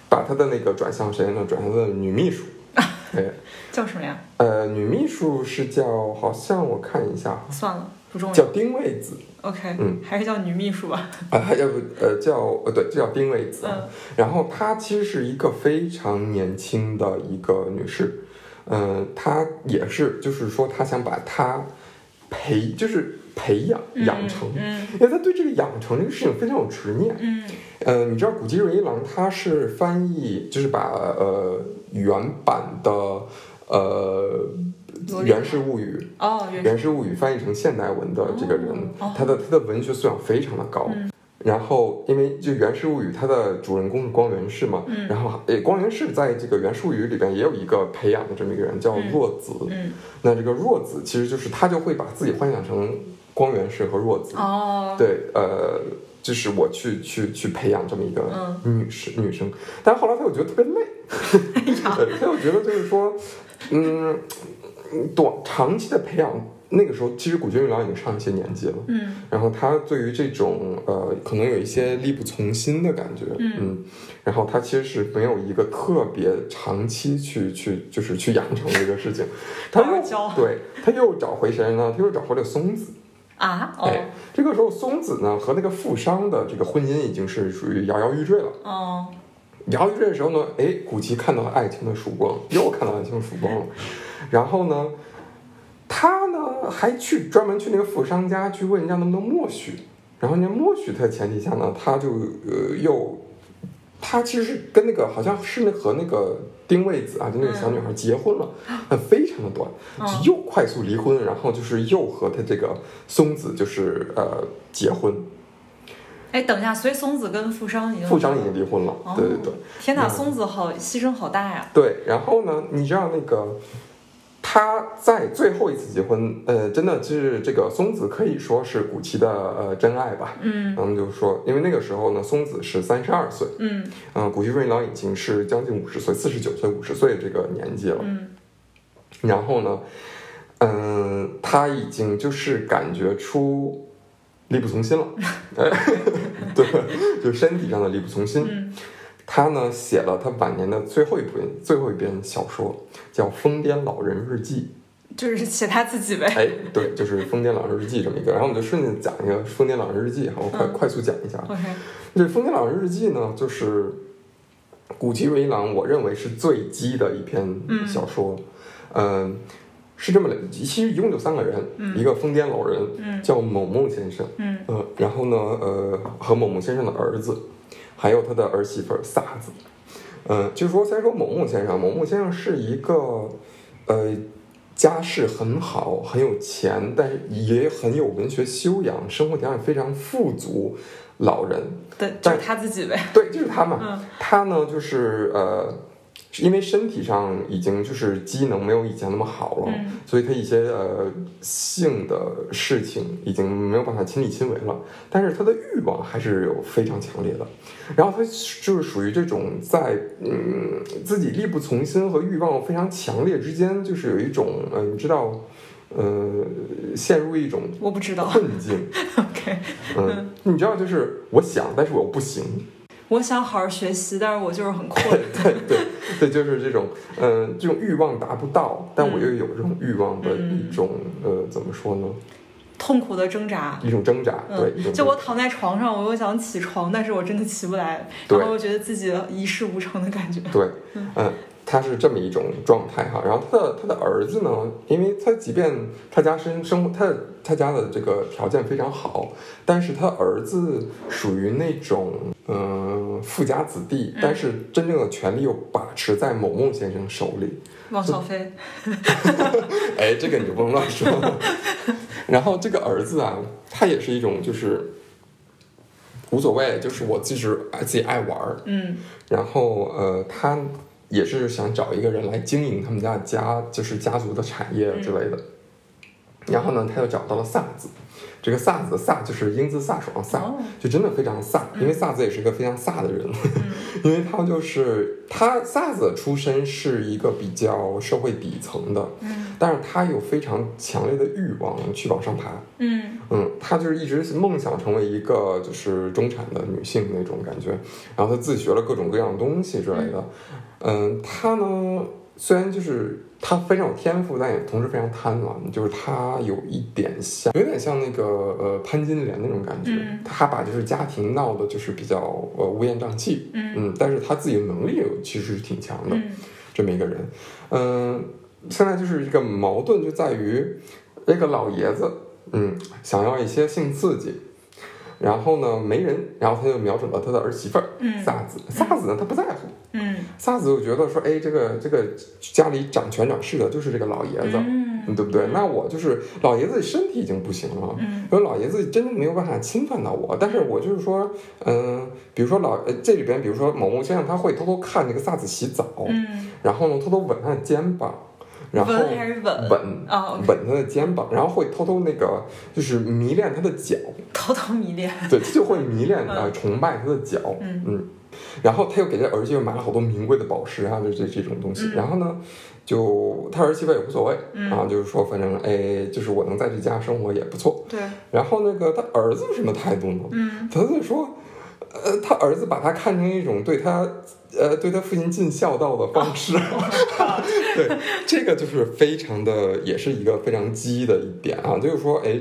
[SPEAKER 1] 把他的那个转向谁呢？转向他的女秘 书，哎，
[SPEAKER 2] 叫什么呀？
[SPEAKER 1] 呃，女秘书是叫，好像我看一下，啊
[SPEAKER 2] 算了，不重
[SPEAKER 1] 叫
[SPEAKER 2] 要。
[SPEAKER 1] 丁卫子，
[SPEAKER 2] OK，
[SPEAKER 1] 嗯
[SPEAKER 2] 还是叫女秘书吧。
[SPEAKER 1] 啊，还叫呃叫呃对，就叫丁卫子。
[SPEAKER 2] 嗯
[SPEAKER 1] 然后她其实是一个非常年轻的一个女士，嗯、她也是就是说她想把她培就是培养
[SPEAKER 2] 嗯
[SPEAKER 1] 养成，
[SPEAKER 2] 嗯
[SPEAKER 1] 因为她对这个养成这个事情非常有执念。
[SPEAKER 2] 嗯
[SPEAKER 1] 呃，你知道古籍润一郎他是翻译，就是把呃原版的呃
[SPEAKER 2] 罗
[SPEAKER 1] 《
[SPEAKER 2] 列
[SPEAKER 1] 源氏物语》
[SPEAKER 2] 哦，
[SPEAKER 1] 《
[SPEAKER 2] 原
[SPEAKER 1] 源氏物语》翻译成现代文的这个人，
[SPEAKER 2] 哦
[SPEAKER 1] 他的他的文学素养非常的高。
[SPEAKER 2] 嗯
[SPEAKER 1] 然后，因为就《源氏物语》，它的主人公是光源氏嘛，
[SPEAKER 2] 嗯
[SPEAKER 1] 然后诶，光源氏在这个《源氏物语》里边也有一个培养的这么一个人叫
[SPEAKER 2] 嗯
[SPEAKER 1] 若子。
[SPEAKER 2] 嗯
[SPEAKER 1] 那这个若子其实就是他就会把自己幻想成光源氏和若子。
[SPEAKER 2] 哦，
[SPEAKER 1] 对，呃，就是我去去去培养这么一个
[SPEAKER 2] 嗯哎
[SPEAKER 1] 女生、女生，但是后来他又觉得特别累， 对，他又觉得就是说，嗯，短长期的培养那个时候，其实古君玉郎已经上一些年纪了，
[SPEAKER 2] 嗯，
[SPEAKER 1] 然后他对于这种呃，可能有一些力不从心的感觉，
[SPEAKER 2] 嗯
[SPEAKER 1] 然后他其实是没有一个特别长期去去就是去养成这个事情，他
[SPEAKER 2] 搞
[SPEAKER 1] 又
[SPEAKER 2] 交
[SPEAKER 1] 对他又找回谁呢？他又找回了松子，
[SPEAKER 2] 啊，
[SPEAKER 1] 哎
[SPEAKER 2] 哦，
[SPEAKER 1] 这个时候松子呢和那个富商的这个婚姻已经是属于摇摇欲坠了。
[SPEAKER 2] 哦，
[SPEAKER 1] 摇摇欲坠的时候呢，哎，古奇看到了爱情的曙光，又看到爱情的曙光了，然后呢，他呢还去专门去那个富商家去问人家能不能默许，然后人家默许他的前提下呢，他就呃又，他其实是跟那个好像是那和那个丁卫子啊，就那个小女孩结婚了，但非常的短，就又快速离婚，然后就是又和他这个松子就是呃结婚，
[SPEAKER 2] 哎，等一下，所以松子跟富商已经
[SPEAKER 1] 富商已经离婚了，
[SPEAKER 2] 哦
[SPEAKER 1] 对对对。
[SPEAKER 2] 天哪，
[SPEAKER 1] 嗯
[SPEAKER 2] 松子好牺牲好大呀！
[SPEAKER 1] 对，然后呢，你知道那个他在最后一次结婚，呃，真的就是这个松子可以说是古奇的呃真爱吧。
[SPEAKER 2] 嗯
[SPEAKER 1] 咱们就说，因为那个时候呢，松子是三十二岁，
[SPEAKER 2] 嗯
[SPEAKER 1] 嗯、古奇瑞郎已经是将近五十岁，四十九岁、五十岁这个年纪了。
[SPEAKER 2] 嗯
[SPEAKER 1] 然后呢，嗯、他已经就是感觉出力不从心了，哎 对，就身体上的力不从心。
[SPEAKER 2] 嗯，
[SPEAKER 1] 他呢写了他晚年的最后一本最后一篇小说，叫《疯癫老人日记
[SPEAKER 2] 就是写他自己》。呗。
[SPEAKER 1] 哎，对，就是《疯癫老人日记》这么一个。然后我们就顺便讲一个《疯癫老人日记》哈，我快、
[SPEAKER 2] 嗯
[SPEAKER 1] 快速讲一下。啊
[SPEAKER 2] OK，
[SPEAKER 1] 这《疯癫老人日记》呢，就是古籍维郎我认为是最激的一篇
[SPEAKER 2] 嗯
[SPEAKER 1] 小说。嗯、是这么的，其实一共就三个人，
[SPEAKER 2] 嗯
[SPEAKER 1] 一个疯癫老人
[SPEAKER 2] 嗯
[SPEAKER 1] 叫某某先生，
[SPEAKER 2] 嗯
[SPEAKER 1] 呃，然后呢，呃，和某某先生的儿子，还有他的儿媳妇儿萨子。呃，据说先说某某先生，某某先生是一个，呃，家世很好，很有钱，但是也很有文学修养，生活条件非常富足，老人。
[SPEAKER 2] 对，就是他自己呗。
[SPEAKER 1] 对，就是他嘛。
[SPEAKER 2] 嗯
[SPEAKER 1] 他呢，就是呃，是因为身体上已经就是机能没有以前那么好了，
[SPEAKER 2] 嗯
[SPEAKER 1] 所以他一些呃性的事情已经没有办法亲力亲为了，但是他的欲望还是有非常强烈的。然后他就是属于这种在嗯自己力不从心和欲望非常强烈之间，就是有一种呃，你知道，呃，陷入一种
[SPEAKER 2] 我不知道。
[SPEAKER 1] 困境。
[SPEAKER 2] OK，
[SPEAKER 1] 嗯，你知道，就是我想，但是我不行。
[SPEAKER 2] 我想好好学习，但是我就是很困。
[SPEAKER 1] 对 对对，就是这种，嗯、这种欲望达不到，但我
[SPEAKER 2] 嗯
[SPEAKER 1] 又有这种欲望的一种，呃，怎么说呢？
[SPEAKER 2] 痛苦的挣扎。
[SPEAKER 1] 一种挣扎，对，一种
[SPEAKER 2] 嗯，就我躺在床上，我又想起床，但是我真的起不来，
[SPEAKER 1] 对
[SPEAKER 2] 然后我觉得自己一事无成的感觉。
[SPEAKER 1] 对，嗯、他是这么一种状态哈。然后他的他的儿子呢，因为他即便他家生生活，他的他家的这个条件非常好，但是他儿子属于那种，嗯、富家子弟，
[SPEAKER 2] 嗯
[SPEAKER 1] 但是真正的权利又把持在某某先生手里，
[SPEAKER 2] 汪小菲，
[SPEAKER 1] 哎，这个你就不能乱说。然后这个儿子啊，他也是一种就是无所谓，就是我自己爱自己爱玩儿。
[SPEAKER 2] 嗯
[SPEAKER 1] 然后呃，他也是想找一个人来经营他们家的家，就是家族的产业之类的。
[SPEAKER 2] 嗯
[SPEAKER 1] 然后呢，他又找到了萨子，这个萨子萨就是英姿飒爽飒，
[SPEAKER 2] 哦嗯
[SPEAKER 1] 就真的非常飒，因为萨子也是一个非常飒的人， 因为他就是他萨子的出身是一个比较社会底层的，
[SPEAKER 2] 嗯
[SPEAKER 1] 但是他有非常强烈的欲望去往上爬，
[SPEAKER 2] 嗯
[SPEAKER 1] 嗯，她就是一直梦想成为一个就是中产的女性那种感觉，然后她自学了各种各样的东西之类的。嗯，她呢虽然就是她非常有天赋，但也同时非常贪婪，就是她有一点像，有点像那个呃潘金莲那种感觉
[SPEAKER 2] 嗯。
[SPEAKER 1] 她把就是家庭闹得就是比较呃乌烟瘴气，
[SPEAKER 2] 嗯
[SPEAKER 1] 嗯，但是她自己的能力有其实是挺强的。
[SPEAKER 2] 嗯
[SPEAKER 1] 这么一个人。嗯，现在就是一个矛盾，就在于这个老爷子，嗯，想要一些性刺激，然后呢没人，然后他就瞄准了他的儿媳妇儿
[SPEAKER 2] 嗯
[SPEAKER 1] 萨子。萨子呢，他不在乎，
[SPEAKER 2] 嗯
[SPEAKER 1] 萨子就觉得说，哎，这个这个家里掌权掌势的就是这个老爷子，
[SPEAKER 2] 嗯
[SPEAKER 1] 对不对？那我就是老爷子身体已经不行了，
[SPEAKER 2] 嗯
[SPEAKER 1] 因为老爷子真的没有办法侵犯到我，但是我就是说，嗯、比如说老呃这里边，比如说某某先生他会偷偷看那个萨子洗澡，
[SPEAKER 2] 嗯，
[SPEAKER 1] 然后呢，偷偷吻他的肩膀，然后
[SPEAKER 2] 文还是吻
[SPEAKER 1] 吻
[SPEAKER 2] 啊，OK，
[SPEAKER 1] 吻他的肩膀，然后会偷偷那个就是迷恋他的脚，
[SPEAKER 2] 偷偷迷恋，
[SPEAKER 1] 对，就会迷恋
[SPEAKER 2] 嗯
[SPEAKER 1] 呃崇拜他的脚，
[SPEAKER 2] 嗯
[SPEAKER 1] 嗯，然后他又给这儿媳妇买了好多名贵的宝石啊，就这这种
[SPEAKER 2] 嗯
[SPEAKER 1] 东西。然后呢，就他儿媳妇也无所谓、啊，就是说反正哎，就是我能在这家生活也不错。
[SPEAKER 2] 对，
[SPEAKER 1] 然后那个他儿子是什么态度呢？
[SPEAKER 2] 嗯，
[SPEAKER 1] 他就说，呃，他儿子把他看成一种对他，呃，对他父亲尽孝道的方 式。对，这个就是非常的，也是一个非常鸡的一点啊，就是说，哎，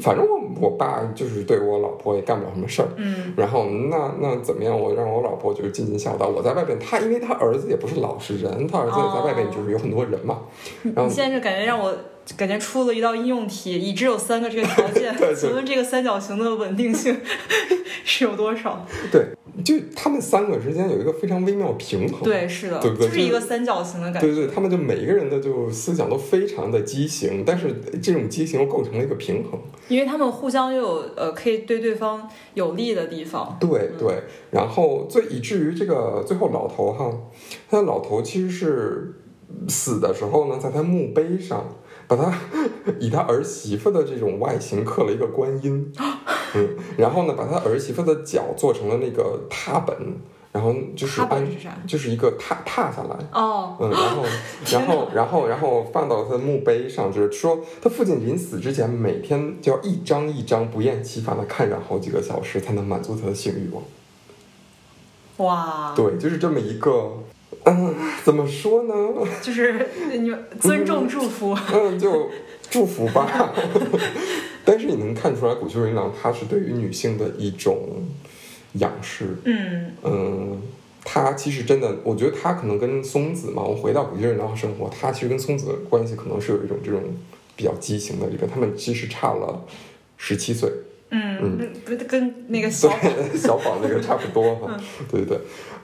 [SPEAKER 1] 反正我我爸就是对我老婆也干不了什么事儿。
[SPEAKER 2] 嗯，
[SPEAKER 1] 然后那那怎么样？我让我老婆就是尽尽孝道。我在外边，他因为他儿子也不是老实人，他儿子也在外边就是有很多人嘛。然
[SPEAKER 2] 你
[SPEAKER 1] 后
[SPEAKER 2] 现在就感觉让我感觉出了一道应用题，已知有三个这个条件
[SPEAKER 1] 对对，
[SPEAKER 2] 请问这个三角形的稳定性是有多少？
[SPEAKER 1] 对，就他们三个之间有一个非常微妙平衡。
[SPEAKER 2] 对，是的，
[SPEAKER 1] 对对
[SPEAKER 2] 就是一个三角形的感觉。
[SPEAKER 1] 对对，他们就每一个人的就思想都非常的畸形，但是这种畸形又构成了一个平衡。
[SPEAKER 2] 因为他们互相又有呃可以对对方有利的地方，
[SPEAKER 1] 对对，然后最以至于这个最后老头哈，他的老头其实是死的时候呢，在他墓碑上把他以他儿媳妇的这种外形刻了一个观 音，嗯，然后呢，把他儿媳妇的脚做成了那个踏本，然后就是
[SPEAKER 2] 踏本
[SPEAKER 1] 按
[SPEAKER 2] 是啥
[SPEAKER 1] 就是一个踏踏下来，
[SPEAKER 2] 哦，
[SPEAKER 1] 嗯，然后，然后，然后，然后放到他的墓碑上，就是说他父亲临死之前，每天就要一张一张不厌其烦的看上好几个小时，才能满足他的性欲望。
[SPEAKER 2] 哇，
[SPEAKER 1] 对，就是这么一个，嗯，怎么说呢？
[SPEAKER 2] 就是你们尊重祝福，
[SPEAKER 1] 嗯，就祝福吧。 但是你能看出来，古秀云郎他是对于女性的一种仰视，
[SPEAKER 2] 嗯
[SPEAKER 1] 嗯，他其实真的，我觉得他可能跟松子嘛，我回到古巨基人的生活，他其实跟松子的关系可能是有一种这种比较畸形的这个，他们其实差了十七岁，
[SPEAKER 2] 嗯，不不跟那个小
[SPEAKER 1] 对，小宝那个差不多哈，对对对，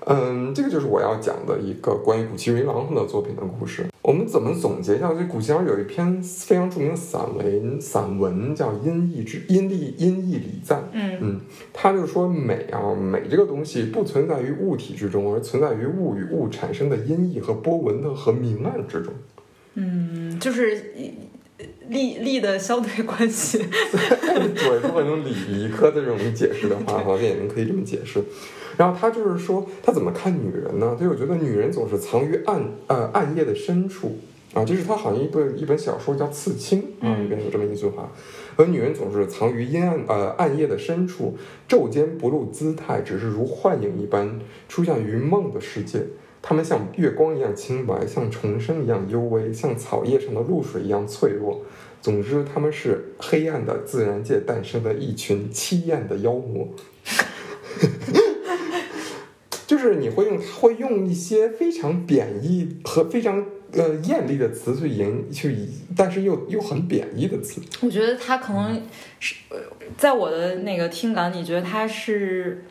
[SPEAKER 1] 嗯，这个就是我要讲的一个关于古奇云郎的作品的故事。我们怎么总结一下？就古奇云郎有一篇非常著名的散文，散文叫《音译之音译音译礼赞》，
[SPEAKER 2] 嗯
[SPEAKER 1] 嗯，他就说美啊，美这个东西不存在于物体之中，而存在于物与物产生的音译和波纹的和明暗之中。
[SPEAKER 2] 嗯，就是利利的相对关 系，
[SPEAKER 1] 对，如果用理理科的这种解释的话，好像也能可以这么解释。然后他就是说，他怎么看女人呢？他就觉得女人总是藏于暗呃暗夜的深处啊，这是他好像一本一本小说叫《刺青》啊，里边有这么一句话，而女人总是藏于阴暗呃暗夜的深处，昼间不露姿态，只是如幻影一般出现于梦的世界。她们像月光一样清白，像重生一样幽微，像草叶上的露水一样脆弱。总之，他们是黑暗的自然界诞生的一群凄艳的妖魔。 就是你会用会用一些非常贬义和非常呃艳丽的词去引去引，但是又又很贬义的词。
[SPEAKER 2] 我觉得他可能是呃在我的那个听感里，觉得他是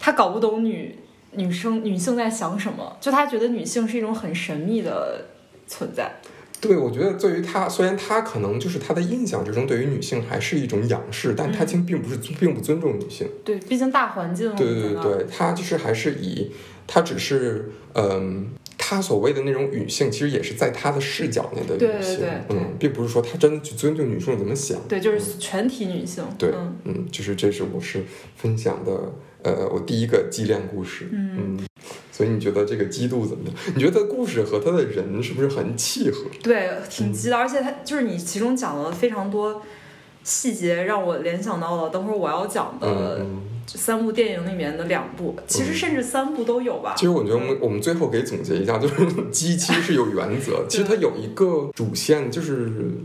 [SPEAKER 2] 他搞不懂女女生女性在想什么，就他觉得女性是一种很神秘的存在，
[SPEAKER 1] 对，我觉得对于他，虽然他可能就是他的印象之中对于女性还是一种仰视，但他其实并不是并不尊重女性。
[SPEAKER 2] 对，毕竟大环境
[SPEAKER 1] 对
[SPEAKER 2] 在
[SPEAKER 1] 对
[SPEAKER 2] 那儿
[SPEAKER 1] 对，对，他就是还是以他只是嗯，他所谓的那种女性，其实也是在他的视角内的
[SPEAKER 2] 对
[SPEAKER 1] 女
[SPEAKER 2] 对
[SPEAKER 1] 性，
[SPEAKER 2] 对对
[SPEAKER 1] 嗯，并不是说他真的去尊重女性怎么想，
[SPEAKER 2] 对，就是全体女性，
[SPEAKER 1] 嗯对
[SPEAKER 2] 嗯，
[SPEAKER 1] 嗯，就是这是我是分享的呃我第一个畸恋故事，嗯。所以你觉得这个激度怎么样？你觉得故事和他的人是不是很契合？
[SPEAKER 2] 对，
[SPEAKER 1] 嗯
[SPEAKER 2] 挺急的，而且它就是你其中讲了非常多细节，让我联想到了等会儿我要讲
[SPEAKER 1] 嗯，
[SPEAKER 2] 的
[SPEAKER 1] 嗯
[SPEAKER 2] 三部电影里面的两部，其实甚至三部都有吧
[SPEAKER 1] 其。实我觉得我们我们最后可以总结一下，就是 鸡其实是有原则，其实它有一个主线，就是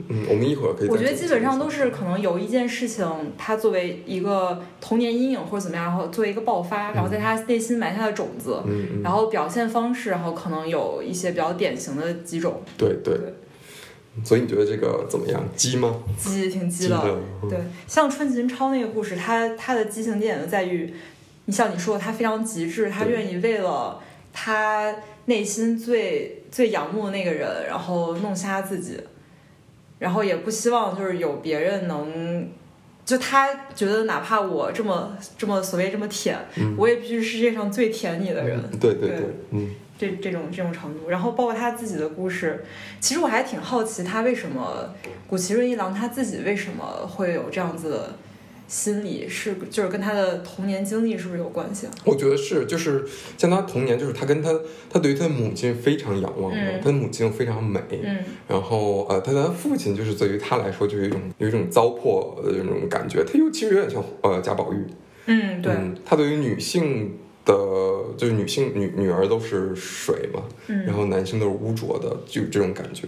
[SPEAKER 1] 嗯，我们一会儿可以再
[SPEAKER 2] 我觉得
[SPEAKER 1] 总
[SPEAKER 2] 基
[SPEAKER 1] 结
[SPEAKER 2] 本
[SPEAKER 1] 一
[SPEAKER 2] 上
[SPEAKER 1] 下嗯
[SPEAKER 2] 都是可能有一件事情，它作为一个童年阴影或者怎么样，然后作为一个爆发，然后在他内心埋下的种子，
[SPEAKER 1] 嗯嗯。
[SPEAKER 2] 然后表现方式，然后可能有一些比较典型的几种，
[SPEAKER 1] 对对
[SPEAKER 2] 对，
[SPEAKER 1] 所以你觉得这个怎么样？鸡吗？
[SPEAKER 2] 鸡挺鸡
[SPEAKER 1] 鸡
[SPEAKER 2] 的。
[SPEAKER 1] 的，嗯
[SPEAKER 2] 对，像春琴超那个故事，它它的畸形点就在于，你像你说的，他非常极致，他
[SPEAKER 1] 对
[SPEAKER 2] 愿意为了他内心最最仰慕的那个人，然后弄瞎自己，然后也不希望就是有别人能。就他觉得，哪怕我这么这么所谓这么舔，
[SPEAKER 1] 嗯
[SPEAKER 2] 我也必须是世界上最舔你的人。
[SPEAKER 1] 对对
[SPEAKER 2] 对
[SPEAKER 1] 对，嗯
[SPEAKER 2] 这这种这种程度，然后包括他自己的故事，其实我还挺好奇他为什么古奇润一郎他自己为什么会有这样子的心理是就是跟他的童年经历是不是有关系啊？
[SPEAKER 1] 我觉得是，就是像他童年，就是他跟他，他对于他的母亲非常仰望，
[SPEAKER 2] 嗯
[SPEAKER 1] 他的母亲非常美，
[SPEAKER 2] 嗯
[SPEAKER 1] 然后呃，他的父亲就是对于他来说，就有一种有一种糟粕的那种感觉，他又其实有点像呃贾宝玉，
[SPEAKER 2] 嗯，对，
[SPEAKER 1] 嗯，他对于女性的，就是女性女女儿都是水嘛，
[SPEAKER 2] 嗯
[SPEAKER 1] 然后男生都是污浊的，就有这种感觉。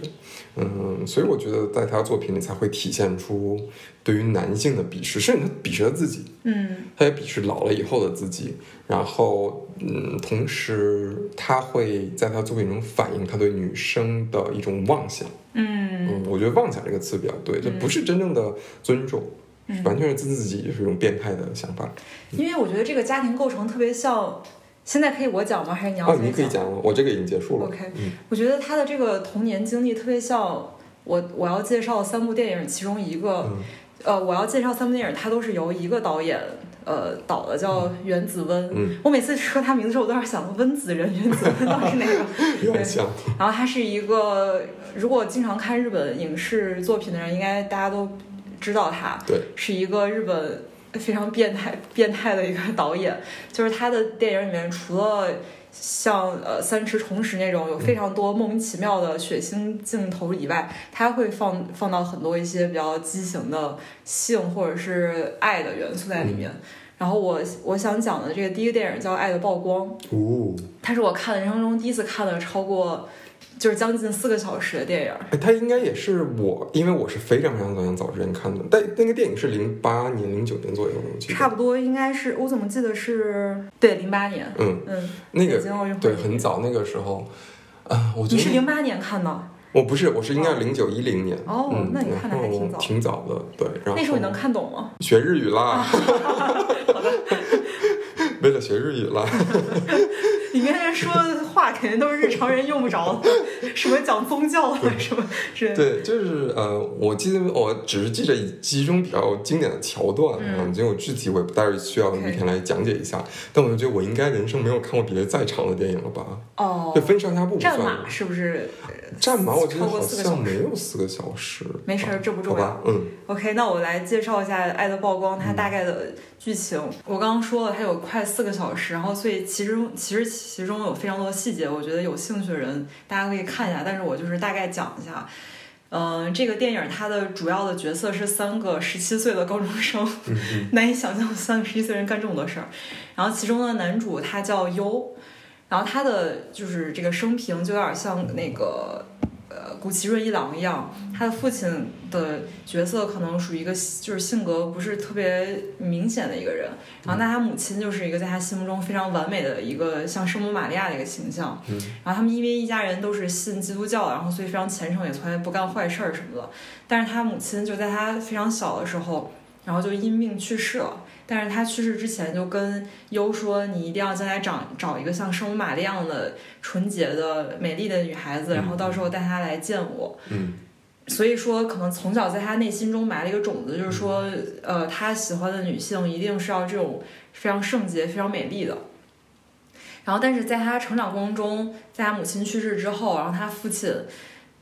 [SPEAKER 1] 嗯，所以我觉得在他作品里才会体现出对于男性的鄙视，甚至他鄙视他自己，
[SPEAKER 2] 嗯
[SPEAKER 1] 他也鄙视老了以后的自己。然后，嗯，同时他会在他作品中反映他对女生的一种妄想。
[SPEAKER 2] 嗯
[SPEAKER 1] 嗯，我觉得“妄想”这个词比较对，这不是真正的尊重，
[SPEAKER 2] 嗯，
[SPEAKER 1] 完全是自自己就是一种变态的想法。
[SPEAKER 2] 因为我觉得这个家庭构成特别像，现在可以我讲吗？还是你要
[SPEAKER 1] 啊，
[SPEAKER 2] 自己
[SPEAKER 1] 你可以
[SPEAKER 2] 讲
[SPEAKER 1] 讲了，我这个已经结束了。
[SPEAKER 2] ？OK，
[SPEAKER 1] 嗯
[SPEAKER 2] 我觉得他的这个童年经历特别像我我要介绍三部电影其中一个，
[SPEAKER 1] 嗯
[SPEAKER 2] 呃，我要介绍三部电影，它都是由一个导演呃导的，叫原子温。
[SPEAKER 1] 嗯
[SPEAKER 2] 我每次说他名字的时候，我都要想到温子仁、原子温到底是哪个？
[SPEAKER 1] 有点像，
[SPEAKER 2] 然后他是一个，如果经常看日本影视作品的人，应该大家都知道他。
[SPEAKER 1] 对，
[SPEAKER 2] 是一个日本非常变态、变态的一个导演。就是他的电影里面，除了像呃三池崇史那种有非常多莫名其妙的血腥镜头以外，他会放放到很多一些比较畸形的性或者是爱的元素在里面。然后我我想讲的这个第一个电影叫《爱的曝光》，
[SPEAKER 1] 哦，
[SPEAKER 2] 它是我看的人生中第一次看了超过就是将近四个小时的电影儿。
[SPEAKER 1] 哎，他应该也是我，因为我是非常非常早早之前看的，但那个电影是零八年、零九年左右，我记
[SPEAKER 2] 差
[SPEAKER 1] 得。
[SPEAKER 2] 不多应该是，我怎么记得是对零八年，
[SPEAKER 1] 嗯，
[SPEAKER 2] 嗯，
[SPEAKER 1] 那
[SPEAKER 2] 北
[SPEAKER 1] 个
[SPEAKER 2] 京奥运会
[SPEAKER 1] 对，很早那个时候，啊，我觉
[SPEAKER 2] 你是
[SPEAKER 1] 得
[SPEAKER 2] 零八年看的，
[SPEAKER 1] 我不是，我是应该
[SPEAKER 2] 哦
[SPEAKER 1] 是零九一零年。
[SPEAKER 2] 哦
[SPEAKER 1] 嗯
[SPEAKER 2] 那你看得还
[SPEAKER 1] 然后
[SPEAKER 2] 挺早
[SPEAKER 1] 挺早的，对。然后
[SPEAKER 2] 那时候你能看懂吗？
[SPEAKER 1] 学日语 啦， 为了学日语啦，
[SPEAKER 2] 里面说的话肯定都是日常人用不着的，什么讲宗教的，什么是，
[SPEAKER 1] 对，就是呃，我记得我只是记着其中比较经典的桥段，
[SPEAKER 2] 嗯
[SPEAKER 1] 嗯，结果具体我也不太需要
[SPEAKER 2] OK
[SPEAKER 1] 于田来讲解一下。但我就觉得我应该人生没有看过比这在长的电影了吧？
[SPEAKER 2] 哦
[SPEAKER 1] 对，，分上下部不
[SPEAKER 2] 战
[SPEAKER 1] 算。
[SPEAKER 2] 马是不是？
[SPEAKER 1] 战马我记得
[SPEAKER 2] 超过
[SPEAKER 1] 好
[SPEAKER 2] 四个小
[SPEAKER 1] 像
[SPEAKER 2] 时
[SPEAKER 1] 没有四个小时。
[SPEAKER 2] 没事儿，这不
[SPEAKER 1] 好
[SPEAKER 2] 重要。
[SPEAKER 1] 吧，嗯
[SPEAKER 2] OK，那我来介绍一下《爱的曝光》它
[SPEAKER 1] 嗯
[SPEAKER 2] 大概的剧情。我刚刚说了，它有快四个小时，然后所以其中其实其中有非常多的细节，我觉得有兴趣的人大家可以看一下。但是我就是大概讲一下。嗯、这个电影它的主要的角色是三个十七岁的高中生，
[SPEAKER 1] 嗯嗯
[SPEAKER 2] 难以想象三个十一岁人干这么多事儿。然后其中的男主他叫优，然后他的就是这个生平就有点像那个呃谷崎润一郎一样，他的父亲的角色可能属于一个就是性格不是特别明显的一个人，然
[SPEAKER 1] 嗯
[SPEAKER 2] 后那他母亲就是一个在他心目中非常完美的一个像圣母玛利亚的一个形象。
[SPEAKER 1] 嗯，
[SPEAKER 2] 然后他们因为一家人都是信基督教，然后所以非常虔诚，也从来不干坏事儿什么的。但是他母亲就在他非常小的时候，然后就因病去世了。但是他去世之前就跟优说：“你一定要将来找找一个像圣母玛利亚的纯洁的美丽的女孩
[SPEAKER 1] 嗯
[SPEAKER 2] 子，然后到时候带她来见我。”
[SPEAKER 1] 嗯
[SPEAKER 2] 所以说，可能从小在他内心中埋了一个种子，就是说，呃，他喜欢的女性一定是要这种非常圣洁、非常美丽的。然后，但是在他成长过程中，在他母亲去世之后，然后他父亲，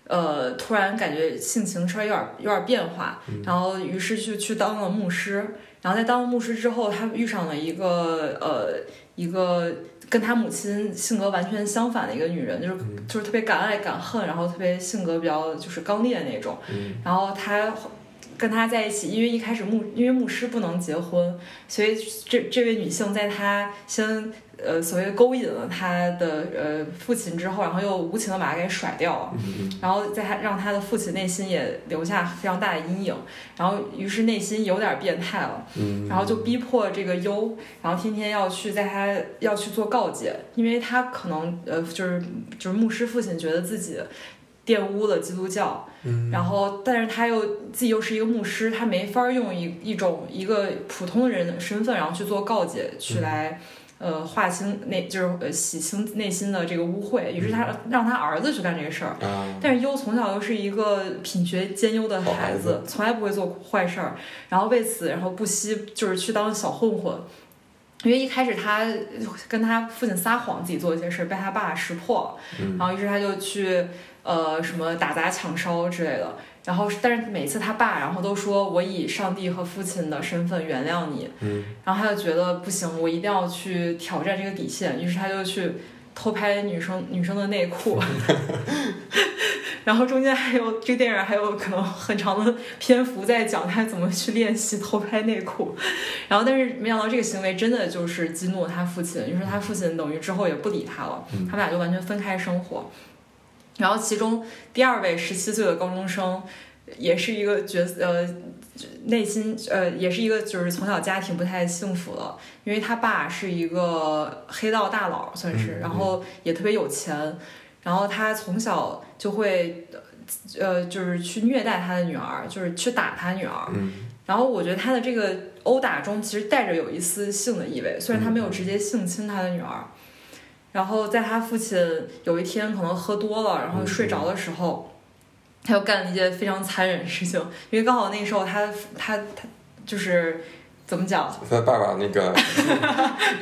[SPEAKER 2] 呃，突然感觉性情稍微有点有点变化，然后于是就去当了牧师。然后在当了牧师之后，他遇上了一个呃一个跟他母亲性格完全相反的一个女人，就是就是特别敢爱敢恨，然后特别性格比较就是刚烈那种。
[SPEAKER 1] 嗯
[SPEAKER 2] 然后他跟他在一起，因为一开始牧因为牧师不能结婚，所以这这位女性在她先呃所谓勾引了她的呃父亲之后，然后又无情的把他给甩掉了。
[SPEAKER 1] 嗯
[SPEAKER 2] 然后在他让他的父亲内心也留下非常大的阴影，然后于是内心有点变态了，
[SPEAKER 1] 嗯，
[SPEAKER 2] 然后就逼迫这个优，然后天天要去在他要去做告诫，因为他可能呃就是就是牧师父亲觉得自己玷污了基督教，
[SPEAKER 1] 嗯
[SPEAKER 2] 然后但是他又自己又是一个牧师，他没法用一一种一个普通人的身份，然后去做告诫，去来。呃，划清内就是呃洗清内心的这个污秽，于是他让他儿子去干这个事儿，
[SPEAKER 1] 啊，
[SPEAKER 2] 但是优从小又是一个品学兼优的
[SPEAKER 1] 好
[SPEAKER 2] 孩
[SPEAKER 1] 孩
[SPEAKER 2] 子
[SPEAKER 1] 子，
[SPEAKER 2] 从来不会做坏事儿，然后为此然后不惜就是去当小混混。因为一开始他跟他父亲撒谎，自己做一些事儿被他爸识破了，
[SPEAKER 1] 嗯
[SPEAKER 2] 然后于是他就去呃什么打砸抢烧之类的，然后，但是每次他爸，然后都说我以上帝和父亲的身份原谅你，
[SPEAKER 1] 嗯，
[SPEAKER 2] 然后他就觉得不行，我一定要去挑战这个底线，于是他就去偷拍女生女生的内裤，然后中间还有这个电影还有可能很长的篇幅在讲他怎么去练习偷拍内裤，然后但是没想到这个行为真的就是激怒了他父亲，于是他父亲等于之后也不理他了，
[SPEAKER 1] 嗯
[SPEAKER 2] 他们俩就完全分开生活。然后其中第二位十七岁的高中生，也是一个角色呃，内心呃也是一个就是从小家庭不太幸福了，因为他爸是一个黑道大佬算是，
[SPEAKER 1] 嗯
[SPEAKER 2] 然后也特别有钱，然后他从小就会呃就是去虐待他的女儿，就是去打他女儿，
[SPEAKER 1] 嗯
[SPEAKER 2] 然后我觉得他的这个殴打中其实带着有一丝性的意味，虽然他没有直接性侵他的女儿。然后在他父亲有一天可能喝多了，然后睡着的时候，他又干了一件非常残忍的事情，因为刚好那时候他他他就是怎么讲，
[SPEAKER 1] 他爸爸那个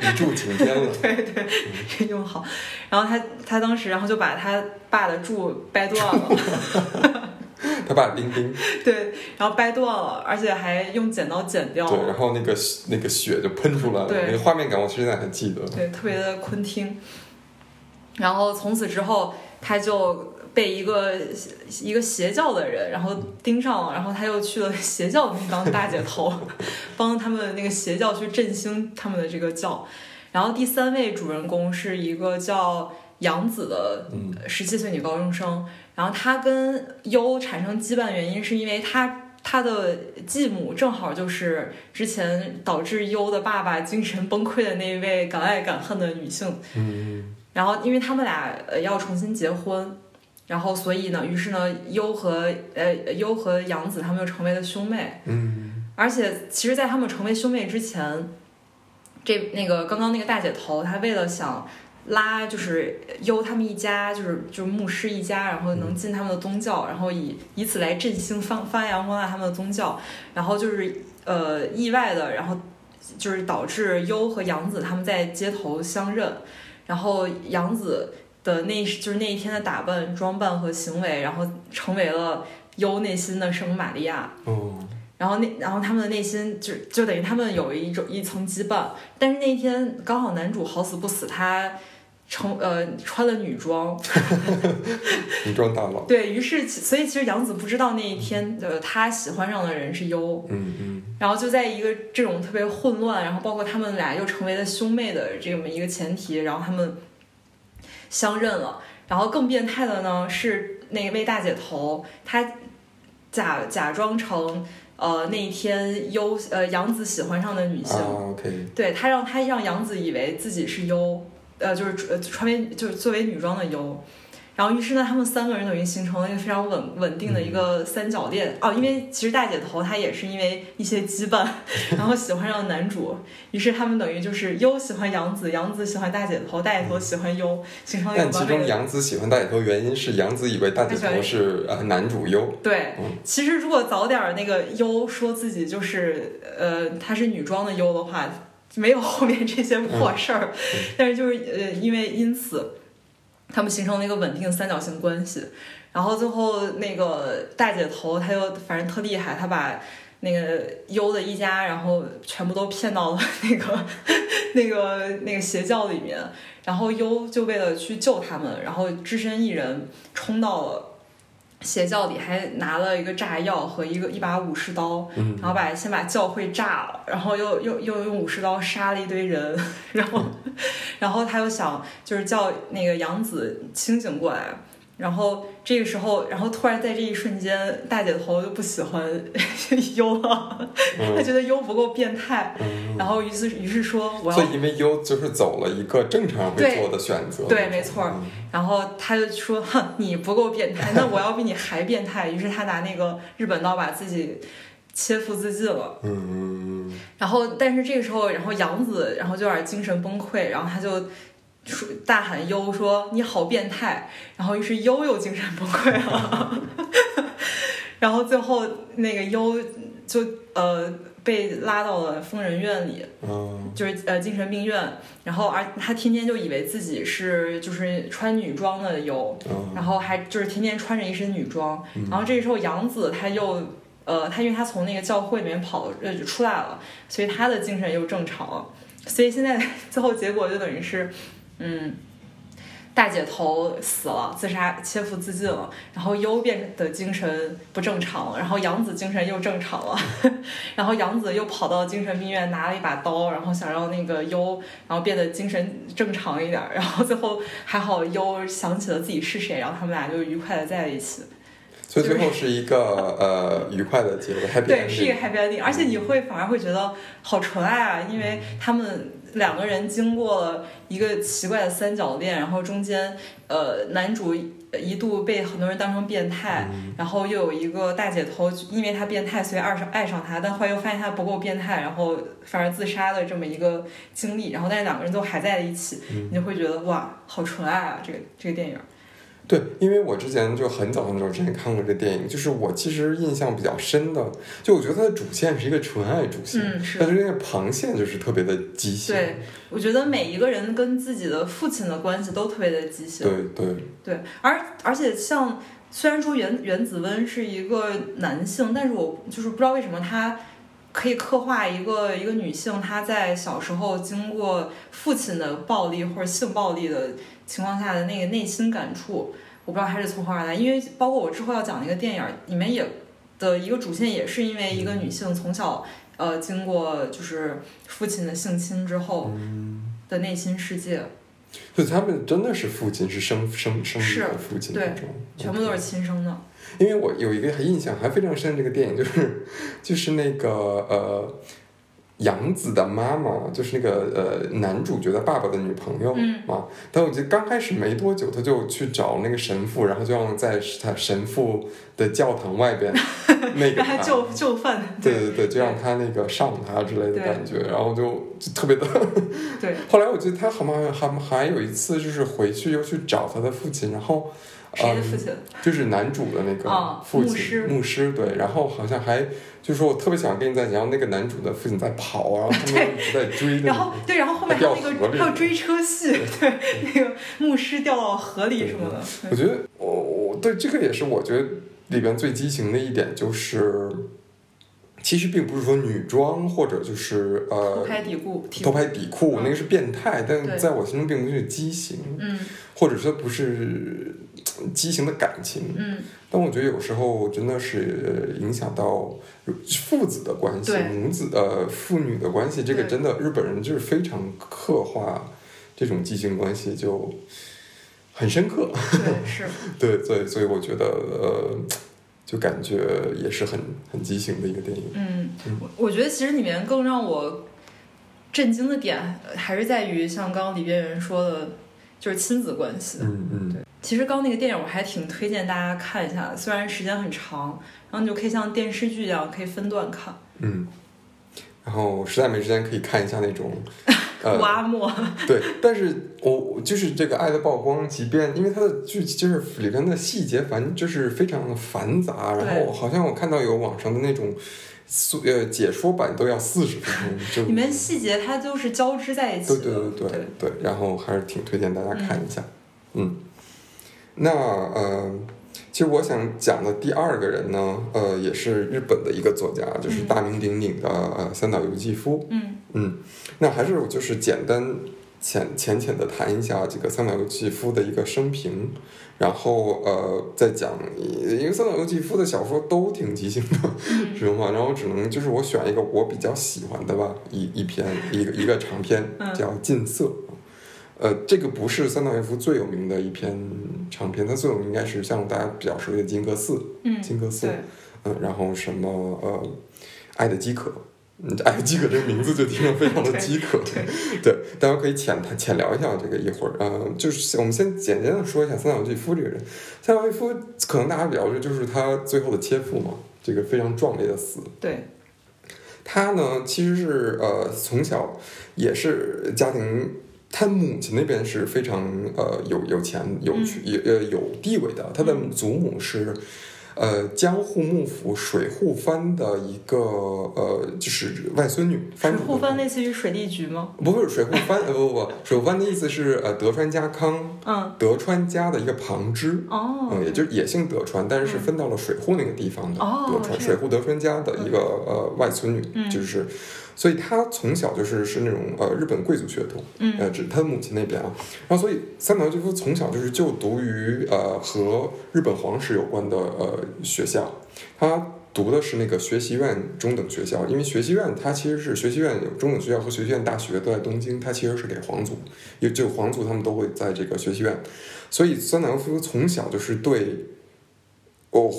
[SPEAKER 1] 一柱擎天了，
[SPEAKER 2] 对对，这用好。然后他他当时然后就把他爸的柱掰断了，
[SPEAKER 1] 他爸丁丁，
[SPEAKER 2] 对，然后掰断了，而且还用剪刀剪掉了
[SPEAKER 1] 对，。然后那个那个血就喷出来了，
[SPEAKER 2] 哦对
[SPEAKER 1] 那个画面感我现在还记得，
[SPEAKER 2] 对，特别的昆汀。然后从此之后，他就被一个一个邪教的人，然后盯上了，然后他又去了邪教那帮大姐头， 帮他们那个邪教去振兴他们的这个教。然后第三位主人公是一个叫杨子的
[SPEAKER 1] 嗯
[SPEAKER 2] 十七岁女高中生，然后她跟优产生羁绊原因是因为她。她的继母正好就是之前导致优的爸爸精神崩溃的那一位敢爱敢恨的女性，
[SPEAKER 1] 嗯
[SPEAKER 2] 然后因为他们俩呃要重新结婚，然后所以呢，于是呢，优和呃优和杨子他们就成为了兄妹，
[SPEAKER 1] 嗯
[SPEAKER 2] 而且，其实，在他们成为兄妹之前，这那个刚刚那个大姐头，她为了想拉就是优他们一家，就是就是牧师一家，然后能进他们的宗教，然后以以此来振兴发发扬光大他们的宗教，然后就是呃意外的，然后就是导致优和杨子他们在街头相认，然后杨子的那就是那一天的打扮、装扮和行为，然后成为了优内心的圣母玛利亚。
[SPEAKER 1] 哦，
[SPEAKER 2] 然后那，然后他们的内心就就等于他们有一种一层羁绊，但是那一天刚好男主好死不死，他成呃穿了女装，
[SPEAKER 1] 你装大佬，
[SPEAKER 2] 对于是其，所以其实杨子不知道那一天呃他喜欢上的人是优，
[SPEAKER 1] 嗯嗯
[SPEAKER 2] 然后就在一个这种特别混乱，然后包括他们俩又成为了兄妹的这么一个前提，然后他们相认了。然后更变态的呢是那位大姐头，她假假装成呃那一天优呃杨子喜欢上的女性，
[SPEAKER 1] 啊，OK，
[SPEAKER 2] 对她让她让杨子以为自己是优，呃就是呃穿为就是作为女装的优。然后，于是呢，他们三个人等于形成了一个非常稳稳定的一个
[SPEAKER 1] 嗯
[SPEAKER 2] 三角恋、哦。因为其实大姐头她也是因为一些羁绊， 然后喜欢上了男主，于是他们等于就是优喜欢杨子，杨子喜欢大姐头，大姐头喜欢优，形成了一
[SPEAKER 1] 但
[SPEAKER 2] 个
[SPEAKER 1] 其
[SPEAKER 2] 完美
[SPEAKER 1] 中
[SPEAKER 2] 的。
[SPEAKER 1] 杨子喜欢大姐头原因是杨子以为大姐头是呃男主优，
[SPEAKER 2] 对
[SPEAKER 1] 嗯，
[SPEAKER 2] 其实如果早点儿那个优说自己就是呃她是女装的优的话，没有后面这些破事儿。但是就是呃，因为因此，他们形成了一个稳定三角形关系。然后最后那个大姐头，她又反正特厉害，她把那个优的一家，然后全部都骗到了那个 那个那个邪教里面。然后优就为了去救他们，然后只身一人冲到了。邪教里还拿了一个炸药和一个一把武士刀，
[SPEAKER 1] 嗯
[SPEAKER 2] 然后把先把教会炸了，然后又又又用武士刀杀了一堆人，然后
[SPEAKER 1] 嗯
[SPEAKER 2] 然后他又想就是叫那个杨子清醒过来，然后这个时候，然后突然在这一瞬间，大姐头就不喜欢 优了， 她觉得优不够变态，
[SPEAKER 1] 嗯，
[SPEAKER 2] 然后于是于是说我要
[SPEAKER 1] 所以因为优就是走了一个正常人会做的选择，
[SPEAKER 2] 对没错
[SPEAKER 1] 嗯，
[SPEAKER 2] 然后他就说：“哼，你不够变态，那我要比你还变态。”于是他拿那个日本刀把自己切腹自尽了。
[SPEAKER 1] 嗯嗯
[SPEAKER 2] 然后，但是这个时候，然后杨子，然后就有点精神崩溃，然后他就说大喊优说：“你好变态！”然后于是优又精神崩溃了。然后最后那个优就呃被拉到了疯人院里，
[SPEAKER 1] 嗯，
[SPEAKER 2] 就是呃精神病院，然后而他天天就以为自己是就是穿女装的有，
[SPEAKER 1] 嗯
[SPEAKER 2] 然后还就是天天穿着一身女装，然后这时候杨子他又呃他因为他从那个教会里面跑呃就出来了，所以他的精神又正常了，所以现在最后结果就等于是嗯。大姐头死了，自杀切腹自尽了，然后优变的精神不正常了，然后杨子精神又正常了， 然后杨子又跑到精神病院拿了一把刀，然后想让那个优，然后变得精神正常一点儿，然后最后还好优想起了自己是谁，然后他们俩就愉快的在了一起。
[SPEAKER 1] 所以最后是一个呃愉快的结尾，happy
[SPEAKER 2] 对，是一个
[SPEAKER 1] ending。
[SPEAKER 2] happy ending，而且你会反而会觉得好纯爱啊，因为他们两个人经过了一个奇怪的三角恋，然后中间呃男主一度被很多人当成变态，然后又有一个大姐头因为他变态，所以爱上爱上他，但后来又发现他不够变态，然后反而自杀的这么一个经历，然后但是两个人都还在一起，你就会觉得哇，好纯爱啊，这个这个电影。
[SPEAKER 1] 对，因为我之前就很早很早之前看过这电影，就是我其实印象比较深的，就我觉得它的主线是一个纯爱主线，
[SPEAKER 2] 嗯是
[SPEAKER 1] 但是那个旁线就是特别的畸形。
[SPEAKER 2] 对，我觉得每一个人跟自己的父亲的关系都特别的畸形。
[SPEAKER 1] 对对
[SPEAKER 2] 对，而而且像虽然说原原子温是一个男性，但是我就是不知道为什么他可以刻画一个一个女性，她在小时候经过父亲的暴力或者性暴力的情况下的那个内心感触，我不知道他是从何而来，因为包括我之后要讲的一个电影儿里面也的一个主线也是因为一个女性从小呃经过就是父亲的性侵之后
[SPEAKER 1] 嗯
[SPEAKER 2] 的内心世界，
[SPEAKER 1] 就他们真的是父亲，是生生生理
[SPEAKER 2] 是
[SPEAKER 1] 的父亲
[SPEAKER 2] 对
[SPEAKER 1] 那种，
[SPEAKER 2] 全部都是亲生的。
[SPEAKER 1] 因为我有一个印象还非常深，这个电影就是就是那个呃，杨子的妈妈，就是那个呃男主角的爸爸的女朋友、
[SPEAKER 2] 嗯
[SPEAKER 1] 啊。但我记得刚开始没多久，他就去找那个神父，然后就让在他神父的教堂外 边那个啊
[SPEAKER 2] 让他就就 范，
[SPEAKER 1] 对对对，就让他那个上他之类的
[SPEAKER 2] 对
[SPEAKER 1] 感觉，然后就就特别的。
[SPEAKER 2] 对，
[SPEAKER 1] 后来我记得他好像还还有一次就是回去又去找他的父亲，然后啊嗯
[SPEAKER 2] 谁的父亲？
[SPEAKER 1] 就是男主的那个
[SPEAKER 2] 哦
[SPEAKER 1] 父亲、
[SPEAKER 2] 牧师
[SPEAKER 1] 对，然后好像还就说我特别想跟你在一起，然后那个男主的父亲在跑 啊，然后他们一直在追的
[SPEAKER 2] 然
[SPEAKER 1] 那种
[SPEAKER 2] 后，对，然后后面还有那
[SPEAKER 1] 掉河
[SPEAKER 2] 个
[SPEAKER 1] 里
[SPEAKER 2] 还有追车戏，对，那个牧师掉到河里什么的，嗯
[SPEAKER 1] 我觉得我我对这个也是，我觉得里边最畸形的一点就是，其实并不是说女装或者就是
[SPEAKER 2] 偷
[SPEAKER 1] 呃
[SPEAKER 2] 拍底裤，底
[SPEAKER 1] 偷
[SPEAKER 2] 裤，
[SPEAKER 1] 拍底裤、
[SPEAKER 2] 嗯
[SPEAKER 1] 那个是变态，但
[SPEAKER 2] 对
[SPEAKER 1] 在我心中并不是畸形，
[SPEAKER 2] 嗯
[SPEAKER 1] 或者说不是呃畸形的感情。
[SPEAKER 2] 嗯，
[SPEAKER 1] 但我觉得有时候真的是呃影响到父子的关系、
[SPEAKER 2] 对
[SPEAKER 1] 母子呃父女的关系，这个
[SPEAKER 2] 对
[SPEAKER 1] 真的日本人就是非常刻画这种畸形关系，就很深刻。
[SPEAKER 2] 对，是，
[SPEAKER 1] 对，所以所以我觉得呃，就感觉也是很很畸形的一个电影。
[SPEAKER 2] 嗯
[SPEAKER 1] 嗯，
[SPEAKER 2] 我我觉得其实里面更让我震惊的点呃还是在于像刚刚李边缘说的，就是亲子关系，
[SPEAKER 1] 嗯嗯
[SPEAKER 2] 对，其实刚那个电影我还挺推荐大家看一下的，虽然时间很长，然后你就可以像电视剧一样可以分段看，
[SPEAKER 1] 嗯。然后实在没时间可以看一下那种，呃，
[SPEAKER 2] 挖漠，
[SPEAKER 1] 对，但是我我就是这个《爱的曝光》，即便因为它的剧就是里边的细节繁，就是非常的繁杂，然后
[SPEAKER 2] 对
[SPEAKER 1] 好像我看到有网上的那种速呃解说版都要四十分钟，就
[SPEAKER 2] 里面细节它都是交织在一起
[SPEAKER 1] 对
[SPEAKER 2] 的，
[SPEAKER 1] 对对对对，然后还是挺推荐大家看一下，嗯，那呃。其实我想讲的第二个人呢，呃，也是日本的一个作家，就是
[SPEAKER 2] 嗯
[SPEAKER 1] 大名鼎鼎的、呃、三岛由纪夫。
[SPEAKER 2] 嗯
[SPEAKER 1] 嗯，那还是就是简单浅浅浅的谈一下这个三岛由纪夫的一个生平，然后呃再讲，因为三岛由纪夫的小说都挺即兴的，
[SPEAKER 2] 嗯
[SPEAKER 1] 知道吗？然后只能就是我选一个我比较喜欢的吧，一一篇一个一个长篇
[SPEAKER 2] 嗯
[SPEAKER 1] 叫《近色》。呃，这个不是三岛由纪夫最有名的一篇长篇，他最有名应该是像大家比较熟悉的《金阁寺》，
[SPEAKER 2] 嗯，
[SPEAKER 1] 金阁寺
[SPEAKER 2] 对，
[SPEAKER 1] 嗯，然后什么呃，爱的饥渴，嗯，爱的饥渴这个名字就听着非常的饥渴，对大家可以浅谈浅聊一下这个一会儿，呃，就是我们先简单的说一下三岛由纪夫这个人，三岛由纪夫可能大家比较知，就是他最后的切腹嘛，这个非常壮烈的死，
[SPEAKER 2] 对，
[SPEAKER 1] 他呢其实是呃从小也是家庭。他母亲那边是非常呃有有钱有
[SPEAKER 2] 嗯
[SPEAKER 1] 去有呃有地位的，他的
[SPEAKER 2] 嗯
[SPEAKER 1] 祖母是呃江户幕府水户藩的一个呃就是外孙女，
[SPEAKER 2] 水
[SPEAKER 1] 藩主
[SPEAKER 2] 户
[SPEAKER 1] 的
[SPEAKER 2] 藩类似于水利局吗？
[SPEAKER 1] 不是水户藩，呃不不不，水户藩的意思是呃德川家康，
[SPEAKER 2] 嗯，
[SPEAKER 1] 德川家的一个旁支，
[SPEAKER 2] 哦，嗯
[SPEAKER 1] 嗯，也就是也姓德川，但是是分到了水户那个地方的
[SPEAKER 2] 哦
[SPEAKER 1] 德川，
[SPEAKER 2] 是
[SPEAKER 1] 水户德川家的一个呃外孙女，
[SPEAKER 2] 嗯
[SPEAKER 1] 就是，所以她从小就是是那种呃日本贵族血统，
[SPEAKER 2] 嗯
[SPEAKER 1] 呃，指她母亲那边啊，然后所以三岛由纪夫从小就是就读于呃和日本皇室有关的呃学校，他读的是那个学习院中等学校，因为学习院它其实是学习院有中等学校和学习院大学都在东京，它其实是给皇族，也就皇族他们都会在这个学习院，所以三岛由纪夫从小就是对哦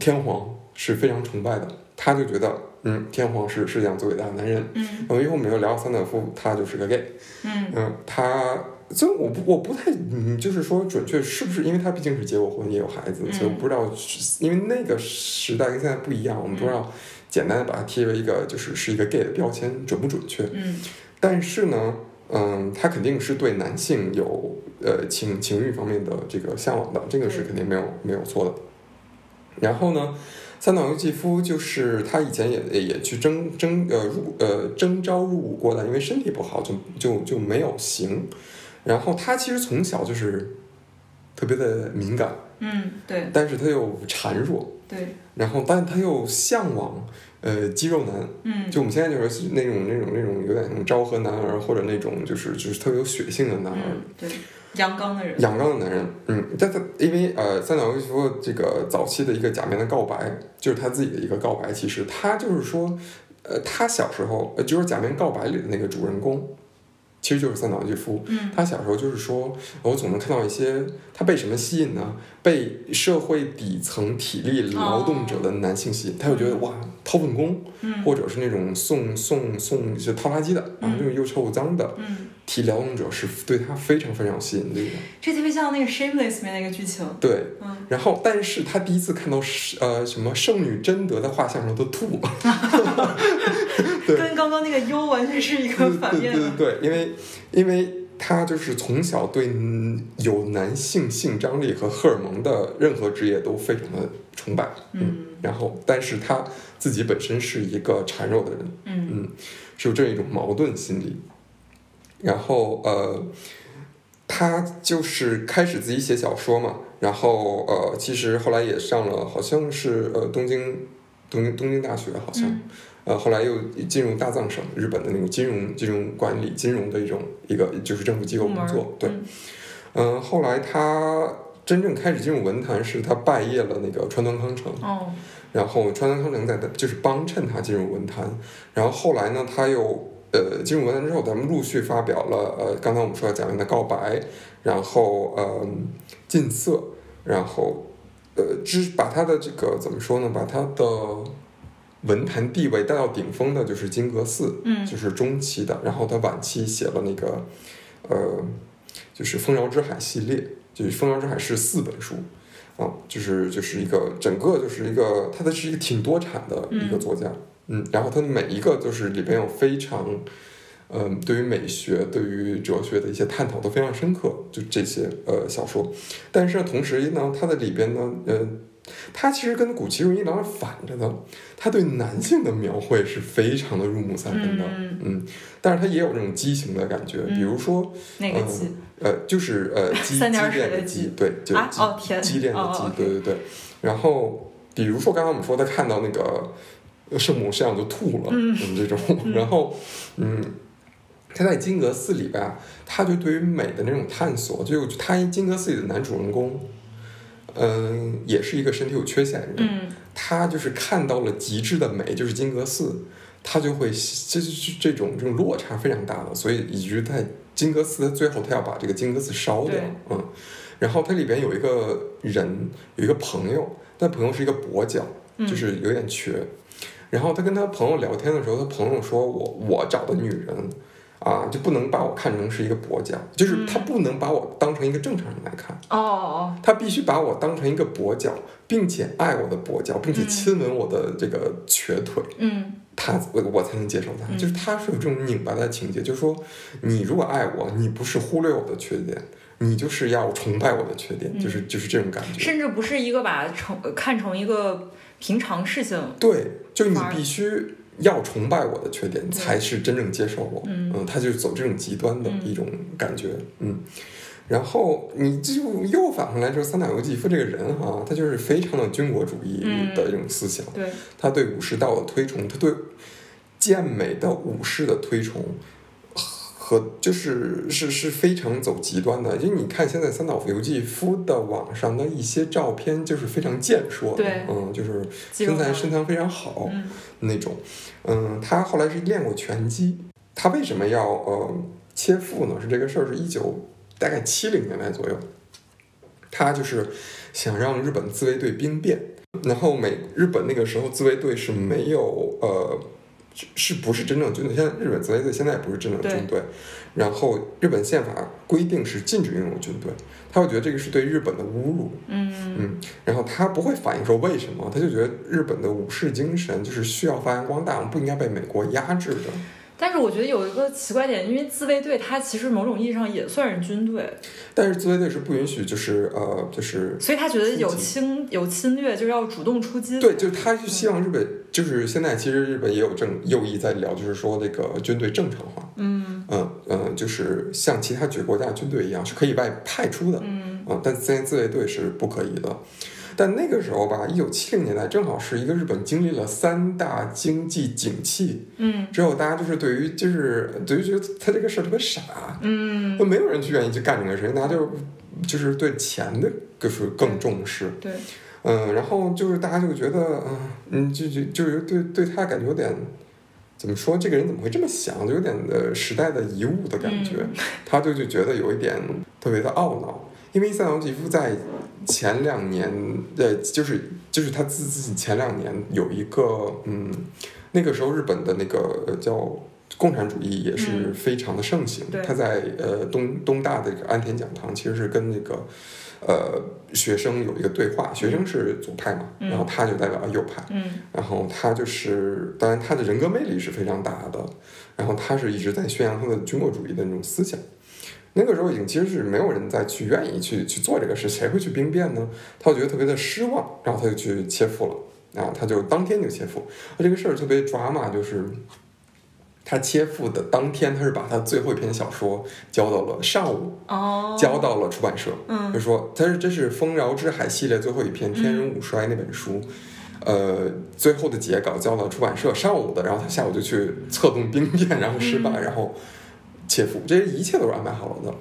[SPEAKER 1] 天皇是非常崇拜的，他就觉得嗯天皇是世界上最伟大的男人。
[SPEAKER 2] 嗯
[SPEAKER 1] 嗯，因为我们有聊三岛由纪夫，他就是个 gay。
[SPEAKER 2] 嗯
[SPEAKER 1] 嗯，他这我不我不太嗯，就是说准确是不是？因为他毕竟是结过婚也有孩子，
[SPEAKER 2] 嗯
[SPEAKER 1] 所以我不知道是，因为那个时代跟现在不一样，我们不知
[SPEAKER 2] 嗯
[SPEAKER 1] 道简单的把它贴为一个就是是一个 gay 的标签准不准确。
[SPEAKER 2] 嗯
[SPEAKER 1] 但是呢，嗯，他肯定是对男性有呃情情欲方面的这个向往的，这个是
[SPEAKER 2] 对
[SPEAKER 1] 肯定没有没有错的。然后呢，三岛由纪夫就是他以前也也也去征征呃入呃征召入伍过的，因为身体不好就就就没有行。然后他其实从小就是特别的敏感，
[SPEAKER 2] 嗯，对
[SPEAKER 1] 但是他又孱弱，
[SPEAKER 2] 对，
[SPEAKER 1] 然后但他又向往呃肌肉男，
[SPEAKER 2] 嗯
[SPEAKER 1] 就我们现在就是那种那种那种有点那种昭和男儿，或者那种就是就是特别有血性的男儿，
[SPEAKER 2] 嗯对，阳刚的人，
[SPEAKER 1] 阳刚的男人。嗯，但他因为呃，三岛由纪夫这个早期的一个假面的告白，就是他自己的一个告白，其实他就是说，呃，他小时候，呃，就是假面告白里的那个主人公，其实就是三岛由纪夫。
[SPEAKER 2] 嗯
[SPEAKER 1] 他小时候就是说，呃我总能看到一些他被什么吸引呢？被社会底层体力劳动者的男性吸引，他就觉得哇，掏粪工，
[SPEAKER 2] 嗯
[SPEAKER 1] 或者是那种送送送就掏垃圾的，然后
[SPEAKER 2] 嗯
[SPEAKER 1] 那种又臭又脏的
[SPEAKER 2] 嗯，
[SPEAKER 1] 体力劳动者是对他非常非常有吸引力的。
[SPEAKER 2] 这特别像那个 Shameless 里面那个剧情，
[SPEAKER 1] 对，
[SPEAKER 2] 嗯
[SPEAKER 1] 然后但是他第一次看到是呃什么圣女贞德的画像的时候，他吐了。对
[SPEAKER 2] 跟刚刚那个 U 完全是一个反
[SPEAKER 1] 对
[SPEAKER 2] 面
[SPEAKER 1] 对对，
[SPEAKER 2] 的，
[SPEAKER 1] 因为因为他就是从小对嗯有男性性张力和荷尔蒙的任何职业都非常的崇拜，
[SPEAKER 2] 嗯
[SPEAKER 1] 然后但是他自己本身是一个孱弱的人，
[SPEAKER 2] 嗯
[SPEAKER 1] 是有这样一种矛盾心理。然后呃，他就是开始自己写小说嘛，然后呃，其实后来也上了，好像是呃东京东京东京大学，好像、
[SPEAKER 2] 嗯
[SPEAKER 1] 呃后来又进入大藏省日本的那种金融金融管理金融的一种一个就是政府机构
[SPEAKER 2] 部门
[SPEAKER 1] 工
[SPEAKER 2] 儿
[SPEAKER 1] 作，对，
[SPEAKER 2] 嗯
[SPEAKER 1] 嗯、后来他。真正开始进入文坛是他拜谒了那个川端康成，
[SPEAKER 2] 哦
[SPEAKER 1] 然后川端康成在就是帮衬他进入文坛，然后后来呢，他又呃进入文坛之后，咱们陆续发表了呃刚才我们说的贾玲的《告白》，然后呃《近色》，然后呃之把他的这个怎么说呢，把他的文坛地位带到顶峰的就是金阁寺，
[SPEAKER 2] 嗯
[SPEAKER 1] 就是中期的，然后他晚期写了那个呃就是《丰饶之海》系列，就是《丰饶之海》是四本书。啊，就是就是一个整个就是一个，他的是一个挺多产的一个
[SPEAKER 2] 嗯
[SPEAKER 1] 作家，嗯，然后他每一个就是里边有非常，嗯，对于美学、对于哲学的一些探讨都非常深刻，就这些呃小说。但是呢，同时呢，它的里边呢，呃，它其实跟古奇润一郎是反着的，他对男性的描绘是非常的入木三分的，
[SPEAKER 2] 嗯
[SPEAKER 1] 嗯但是他也有那种激情的感觉，比如说，
[SPEAKER 2] 那个鸡
[SPEAKER 1] 呃，就是呃，激激
[SPEAKER 2] 三点水
[SPEAKER 1] 烈
[SPEAKER 2] 的
[SPEAKER 1] 的
[SPEAKER 2] 激
[SPEAKER 1] 激，对，就是
[SPEAKER 2] 啊
[SPEAKER 1] 激
[SPEAKER 2] 哦甜
[SPEAKER 1] 激烈的
[SPEAKER 2] 哦
[SPEAKER 1] 激，
[SPEAKER 2] 哦
[SPEAKER 1] 对对对。然后比如说刚刚我们说他看到那个圣母像就吐了，
[SPEAKER 2] 嗯
[SPEAKER 1] 嗯，这种，然后嗯。他在金阁寺里边啊，他就对于美的那种探索，就他金阁寺里的男主人公，嗯、也是一个身体有缺陷的人，
[SPEAKER 2] 嗯
[SPEAKER 1] 他就是看到了极致的美，就是金阁寺，他就会这这这种这种落差非常大的，所以以至于在金阁寺，他最后他要把这个金阁寺烧掉
[SPEAKER 2] 对，
[SPEAKER 1] 嗯，然后它里边有一个人，有一个朋友，那朋友是一个跛脚，
[SPEAKER 2] 嗯
[SPEAKER 1] 就是有点瘸，然后他跟他朋友聊天的时候，他朋友说我我找的女人。啊，就不能把我看成是一个跛脚，就是
[SPEAKER 2] 嗯
[SPEAKER 1] 他不能把我当成一个正常人来看，
[SPEAKER 2] 哦哦
[SPEAKER 1] 他必须把我当成一个跛脚，并且爱我的跛脚，并且亲吻我的这个瘸腿，
[SPEAKER 2] 嗯
[SPEAKER 1] 他我我才能接受他。
[SPEAKER 2] 嗯
[SPEAKER 1] 就是他是有这种拧巴的情节，就是说，你如果爱我，你不是忽略我的缺点，你就是要崇拜我的缺点，就是就是这种感觉。
[SPEAKER 2] 甚至不是一个把成呃看成一个平常事情，
[SPEAKER 1] 对，就是你
[SPEAKER 2] 反而
[SPEAKER 1] 必须要崇拜我的缺点，才是真正接受我。嗯他就是走这种极端的一种感觉，嗯。然后你就又反过来说，三岛由纪夫这个人哈、他就是非常的军国主义
[SPEAKER 2] 嗯
[SPEAKER 1] 的一种思想，
[SPEAKER 2] 对，
[SPEAKER 1] 他对武士道的推崇，他对健美的武士的推崇。和就是是是非常走极端的，因为你看现在三岛由纪夫的网上的一些照片，就是非常健硕的，
[SPEAKER 2] 对
[SPEAKER 1] 嗯，就是
[SPEAKER 2] 肌肉
[SPEAKER 1] 身材
[SPEAKER 2] 男
[SPEAKER 1] 身材非常好
[SPEAKER 2] 嗯
[SPEAKER 1] 那种。嗯，他后来是练过拳击，他为什么要呃切腹呢？是这个事儿是一九大概七零年代左右，他就是想让日本自卫队兵变，然后美日本那个时候自卫队是没有呃。是是不是真正军队？现在日本自卫队现在也不是真正的军队，然后日本宪法规定是禁止拥有军队，他会觉得这个是对日本的侮辱，
[SPEAKER 2] 嗯
[SPEAKER 1] 嗯，然后他不会反映说为什么，他就觉得日本的武士精神就是需要发扬光大，不应该被美国压制的。
[SPEAKER 2] 但是我觉得有一个奇怪点，因为自卫队它其实某种意义上也算是军队，
[SPEAKER 1] 但是自卫队是不允许，就是呃，就是
[SPEAKER 2] 所以他觉得有
[SPEAKER 1] 出击
[SPEAKER 2] 侵有侵略就要主动出击。
[SPEAKER 1] 对，就是他是希望日本，就是现在其实日本也有正右翼在聊，就是说这个军队正常化，
[SPEAKER 2] 嗯
[SPEAKER 1] 嗯嗯、呃就是像其他几个国家军队一样是可以外派出的，
[SPEAKER 2] 嗯
[SPEAKER 1] 啊、但现在自卫队是不可以的。但那个时候吧，一九七零年代正好是一个日本经历了三大经济景气，
[SPEAKER 2] 嗯
[SPEAKER 1] 之后大家就是对于就是对于觉得他这个事儿特别傻，
[SPEAKER 2] 嗯，
[SPEAKER 1] 就没有人去愿意去干这个事情，大家就就是对钱的就是更重视，
[SPEAKER 2] 对，
[SPEAKER 1] 嗯，然后就是大家就觉得，嗯嗯，就就就是对对他感觉有点。怎么说？这个人怎么会这么想？就有点呃时代的遗物的感觉，他就就觉得有一点特别的懊恼，因为三岛由纪夫在前两年，呃，就是就是他自自己前两年有一个嗯，那个时候日本的那个呃叫共产主义也是
[SPEAKER 2] 嗯
[SPEAKER 1] 非常的盛行，
[SPEAKER 2] 对
[SPEAKER 1] 他在呃东东大的一个安田讲堂其实是跟那个呃学生有一个对话，学生是左派嘛，
[SPEAKER 2] 嗯
[SPEAKER 1] 然后他就代表了右派，
[SPEAKER 2] 嗯
[SPEAKER 1] 然后他就是当然他的人格魅力是非常大的，然后他是一直在宣扬他的军国主义的那种思想。那个时候已经其实是没有人再去愿意去去做这个事，谁会去兵变呢？他就觉得特别的失望，然后他就去切腹了。啊，他就当天就切腹。那这个事儿特别抓马，就是他切腹的当天，他是把他最后一篇小说交到了上午
[SPEAKER 2] 哦，
[SPEAKER 1] 交到了出版社，
[SPEAKER 2] 嗯
[SPEAKER 1] 就说他是这是《丰饶之海》系列最后一篇《天人五衰》那本书，呃，最后的截稿交到出版社上午的，然后他下午就去策动兵变，然后失
[SPEAKER 2] 嗯
[SPEAKER 1] 败，然后切腹，这一切都是安排好了的。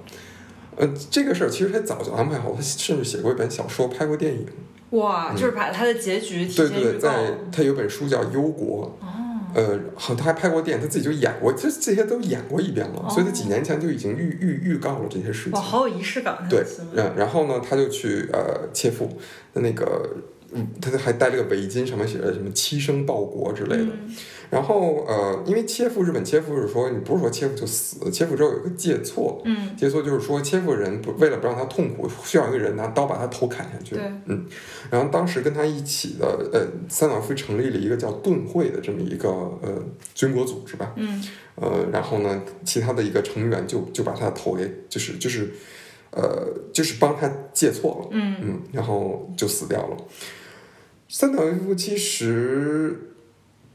[SPEAKER 1] 呃，这个事儿其实他早就安排好了，他甚至写过一本小说，拍过电影。
[SPEAKER 2] 哇，就是把他的结局提
[SPEAKER 1] 对
[SPEAKER 2] 前
[SPEAKER 1] 对对，
[SPEAKER 2] 预告。
[SPEAKER 1] 在他有本书叫《忧国》，
[SPEAKER 2] 哦，
[SPEAKER 1] 呃，好，他还拍过电影，他自己就演过，这这些都演过一遍了，所以他几年前就已经预预预告了这些事情。
[SPEAKER 2] 哦哇，好有仪式感。
[SPEAKER 1] 对
[SPEAKER 2] 啊他的新，闻
[SPEAKER 1] 然然后呢，他就去呃切腹，那个嗯，他还戴了个围巾，上面写着什么“七生报国”之类的。
[SPEAKER 2] 嗯
[SPEAKER 1] 然后呃，因为切腹，日本切腹是说你不是说切腹就死，切腹之后有一个戒错，
[SPEAKER 2] 嗯，
[SPEAKER 1] 戒错就是说切腹人不为了不让他痛苦，需要一个人拿刀把他头砍下去
[SPEAKER 2] 对。，
[SPEAKER 1] 嗯，然后当时跟他一起的呃，三岛由纪夫成立了一个叫盾会的这么一个呃军国组织吧，
[SPEAKER 2] 嗯
[SPEAKER 1] 呃，然后呢，其他的一个成员就就把他的头给就是就是，呃，就是帮他借错了，
[SPEAKER 2] 嗯
[SPEAKER 1] 嗯，然后就死掉了。三岛由纪夫其实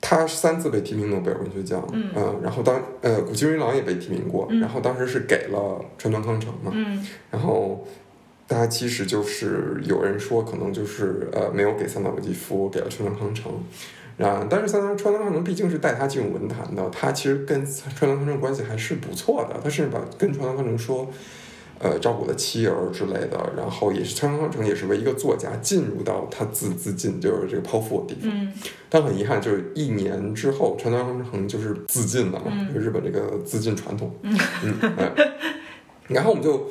[SPEAKER 1] 他三次被提名诺贝尔文学奖，
[SPEAKER 2] 嗯
[SPEAKER 1] 呃然后当呃谷崎润一郎也被提名过，
[SPEAKER 2] 嗯
[SPEAKER 1] 然后当时是给了川端康成嘛，
[SPEAKER 2] 嗯
[SPEAKER 1] 然后他其实就是有人说可能就是呃没有给三岛由纪夫，给了川端康成。啊，但是三岛川端康成毕竟是带他进入文坛的，他其实跟川端康成关系还是不错的。他甚至把跟川端康成说，呃，照顾了妻儿之类的，然后也是川端康成也是为一个作家进入到他自自尽，就是这个剖腹的地方。
[SPEAKER 2] 嗯
[SPEAKER 1] 但很遗憾，就是一年之后，川端康成就是自尽了嘛，
[SPEAKER 2] 嗯
[SPEAKER 1] 就是日本这个自尽传统。嗯，哎然后我们就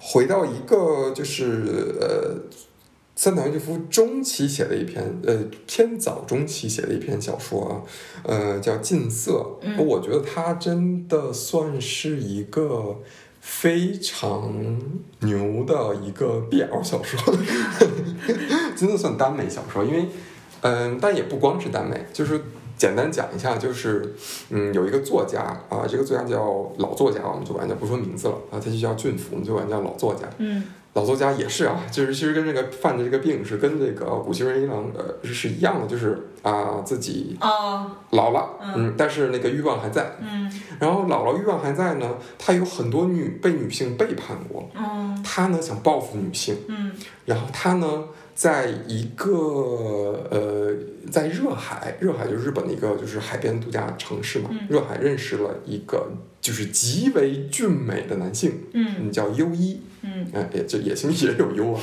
[SPEAKER 1] 回到一个就是呃，三岛由纪夫中期写的一篇呃偏早中期写的一篇小说啊，呃叫《近色》，
[SPEAKER 2] 嗯
[SPEAKER 1] 我觉得他真的算是一个。非常牛的一个 BL 小说， 真的算耽美小说，因为嗯，但也不光是耽美，就是简单讲一下，就是嗯，有一个作家啊、这个作家叫老作家，我们就管他不说名字了啊，他就叫俊甫，我们就管他叫老作家。
[SPEAKER 2] 嗯
[SPEAKER 1] 老作家也是啊，就是其实跟这个犯的这个病是跟这个谷崎润一郎呃是是一样的，就是啊、自己
[SPEAKER 2] 哦
[SPEAKER 1] 老了，
[SPEAKER 2] 嗯
[SPEAKER 1] 嗯，但是那个欲望还在。
[SPEAKER 2] 嗯
[SPEAKER 1] 然后老了欲望还在呢，他有很多女被女性背叛过，
[SPEAKER 2] 嗯
[SPEAKER 1] 他呢想报复女性，
[SPEAKER 2] 嗯
[SPEAKER 1] 然后他呢在一个呃在热海，热海就是日本的一个就是海边度假城市嘛，
[SPEAKER 2] 嗯
[SPEAKER 1] 热海认识了一个就是极为俊美的男性，
[SPEAKER 2] 嗯
[SPEAKER 1] 嗯，叫优一，
[SPEAKER 2] 嗯
[SPEAKER 1] 哎，也这野性也有优啊，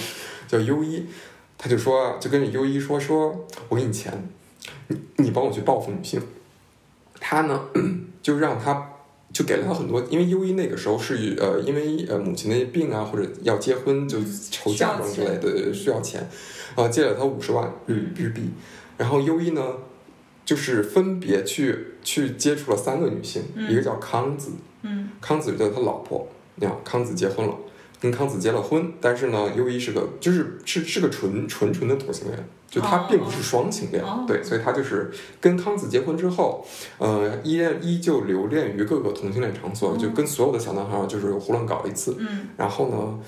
[SPEAKER 1] 叫优一，他就说就跟着优一说说，我给你钱，你你帮我去报复女性。他呢，就让他就给了他很多，因为优一那个时候是呃，因为呃母亲的病啊，或者要结婚就
[SPEAKER 2] 嗯
[SPEAKER 1] 筹嫁妆之类的需要钱，呃，借了他五十万日
[SPEAKER 2] 嗯
[SPEAKER 1] 日币，然后优一呢。就是分别去去接触了三个女性，
[SPEAKER 2] 嗯
[SPEAKER 1] 一个叫康子，
[SPEAKER 2] 嗯
[SPEAKER 1] 康子就是他老婆，那样康子结婚了，跟康子结了婚，但是呢，优一是个就是是是个纯纯纯的同性恋，就他
[SPEAKER 2] 哦
[SPEAKER 1] 并不是双性恋，
[SPEAKER 2] 哦
[SPEAKER 1] 对，所以他就是跟康子结婚之后，呃，依恋依旧留恋于各个同性恋场所，
[SPEAKER 2] 嗯
[SPEAKER 1] 就跟所有的小男孩儿就是胡乱搞一次，
[SPEAKER 2] 嗯
[SPEAKER 1] 然后呢，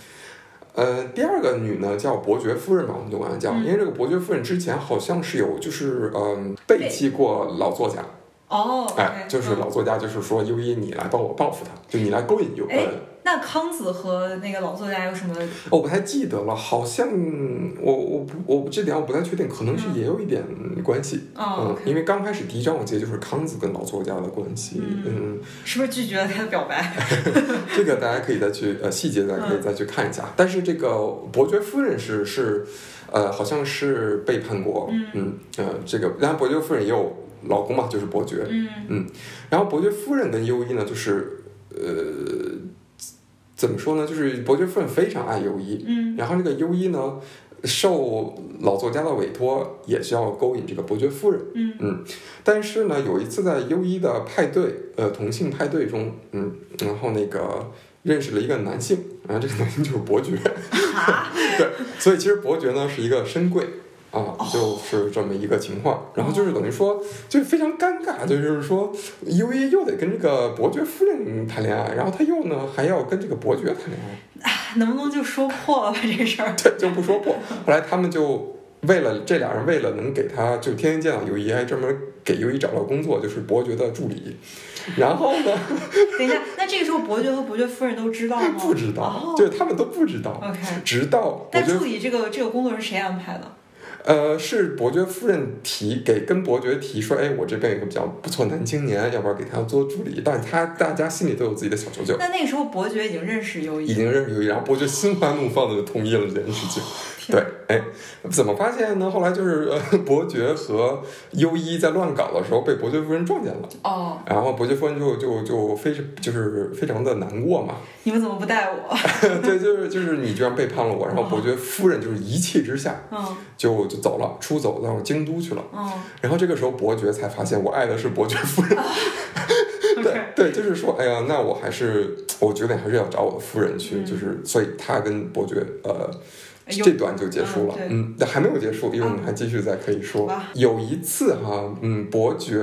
[SPEAKER 1] 呃，第二个女呢叫伯爵夫人嘛，我们就管她叫，
[SPEAKER 2] 嗯
[SPEAKER 1] 因为这个伯爵夫人之前好像是有就是嗯、背弃过老作家，
[SPEAKER 2] 哦，
[SPEAKER 1] 哎，
[SPEAKER 2] OK，
[SPEAKER 1] 就是
[SPEAKER 2] 嗯
[SPEAKER 1] 老作家就是说优一你来帮我报复他，就你来勾引优
[SPEAKER 2] 哎
[SPEAKER 1] 呃。
[SPEAKER 2] 那康子和那个老作家有什么？
[SPEAKER 1] 哦，我不太记得了，好像我我不我这点我不太确定，可能是
[SPEAKER 2] 嗯
[SPEAKER 1] 也有一点关系。
[SPEAKER 2] 哦
[SPEAKER 1] 嗯，
[SPEAKER 2] ，OK，
[SPEAKER 1] 因为刚开始第一章我记得就是康子跟老作家的关系，嗯
[SPEAKER 2] 嗯，是不是拒绝了他的表白？
[SPEAKER 1] 这个大家可以再去呃细节再可以
[SPEAKER 2] 嗯
[SPEAKER 1] 再去看一下。但是这个伯爵夫人是是呃好像是背叛过，
[SPEAKER 2] 嗯
[SPEAKER 1] 嗯呃这个，然后伯爵夫人也有老公嘛，就是伯爵，
[SPEAKER 2] 嗯
[SPEAKER 1] 然后伯爵夫人跟优一呢，就是呃，怎么说呢？就是伯爵夫人非常爱优一，
[SPEAKER 2] 嗯
[SPEAKER 1] 然后这个优一呢，受老作家的委托，也是要勾引这个伯爵夫人。
[SPEAKER 2] 嗯
[SPEAKER 1] 但是呢，有一次在优一的派对，呃，同性派对中，嗯，然后那个认识了一个男性，然后这个男性就是伯爵，
[SPEAKER 2] 啊，
[SPEAKER 1] 对，所以其实伯爵呢是一个深贵。啊，
[SPEAKER 2] 哦
[SPEAKER 1] 就是这么一个情况，然后就是等于说，就是非常尴尬，就是说，优一又得跟这个伯爵夫人谈恋爱，然后他又呢还要跟这个伯爵谈恋爱，
[SPEAKER 2] 能不能就说破了吧这事 儿？
[SPEAKER 1] 对，就不说破。后来他们就为了这俩人，为了能给他就天天见到优一，还专门给优一找到工作，就是伯爵的助理。然后呢，
[SPEAKER 2] 等一下，那这个时候伯爵和伯爵夫人都知道吗？
[SPEAKER 1] 不知道
[SPEAKER 2] 哦，
[SPEAKER 1] 对他们都不知道，
[SPEAKER 2] OK，
[SPEAKER 1] 直到伯
[SPEAKER 2] 但
[SPEAKER 1] 爵
[SPEAKER 2] 助理这个这个工作是谁安排的？
[SPEAKER 1] 呃是伯爵夫人提给跟伯爵提说，哎，我这边有一个比较不错男青年，要不要给他做助理？但是他大家心里都有自己的小九九。
[SPEAKER 2] 那那个时候伯爵已经认识优
[SPEAKER 1] 已
[SPEAKER 2] 一，
[SPEAKER 1] 经认识优一，然后伯爵心花怒放的就同意了这件事情。
[SPEAKER 2] 天
[SPEAKER 1] 对，哎，怎么发现呢？后来就是呃，伯爵和优一在乱搞的时候被伯爵夫人撞见了，
[SPEAKER 2] 哦，
[SPEAKER 1] 然后伯爵夫人就就就非就是非常的难过嘛，
[SPEAKER 2] 你们怎么不带我？
[SPEAKER 1] 对，就是就是你居然背叛了我，然后伯爵夫人就是一气之下
[SPEAKER 2] 嗯
[SPEAKER 1] 就就走了，出走到京都去了。
[SPEAKER 2] 嗯
[SPEAKER 1] 然后这个时候伯爵才发现我爱的是伯爵夫人， 对
[SPEAKER 2] 哦，OK，
[SPEAKER 1] 对，就是说，哎呀，那我还是我决定还是要找我的夫人去，
[SPEAKER 2] 嗯
[SPEAKER 1] 就是所以他跟伯爵呃
[SPEAKER 2] 哎
[SPEAKER 1] 这
[SPEAKER 2] 呦，
[SPEAKER 1] 段就结束了
[SPEAKER 2] 嗯，对啊
[SPEAKER 1] 嗯，但还没有结束，因为我们还继续再可以说。
[SPEAKER 2] 好吧
[SPEAKER 1] 有一次哈，嗯，伯爵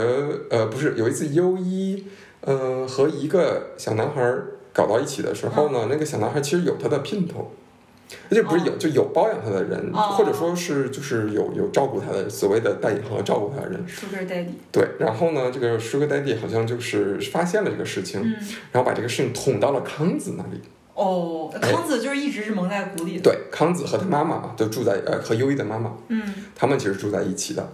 [SPEAKER 1] 呃不是有一次优一呃和一个小男孩儿搞到一起的时候
[SPEAKER 2] 嗯
[SPEAKER 1] 呢，那个小男孩其实有他的姘头。就不是有、就有包养他的人，
[SPEAKER 2] 哦
[SPEAKER 1] 或者说是就是有有照顾他的所谓的带引号的照顾他的人，
[SPEAKER 2] Sugar Daddy，
[SPEAKER 1] 对。然后呢，这个 Sugar Daddy 好像就是发现了这个事情，
[SPEAKER 2] 嗯，
[SPEAKER 1] 然后把这个事情捅到了康子那里。
[SPEAKER 2] 哦，康子就是一直是蒙在鼓里的，
[SPEAKER 1] 对，康子和他妈妈嘛，就住在呃和优一的妈妈，
[SPEAKER 2] 嗯
[SPEAKER 1] 他们其实住在一起的。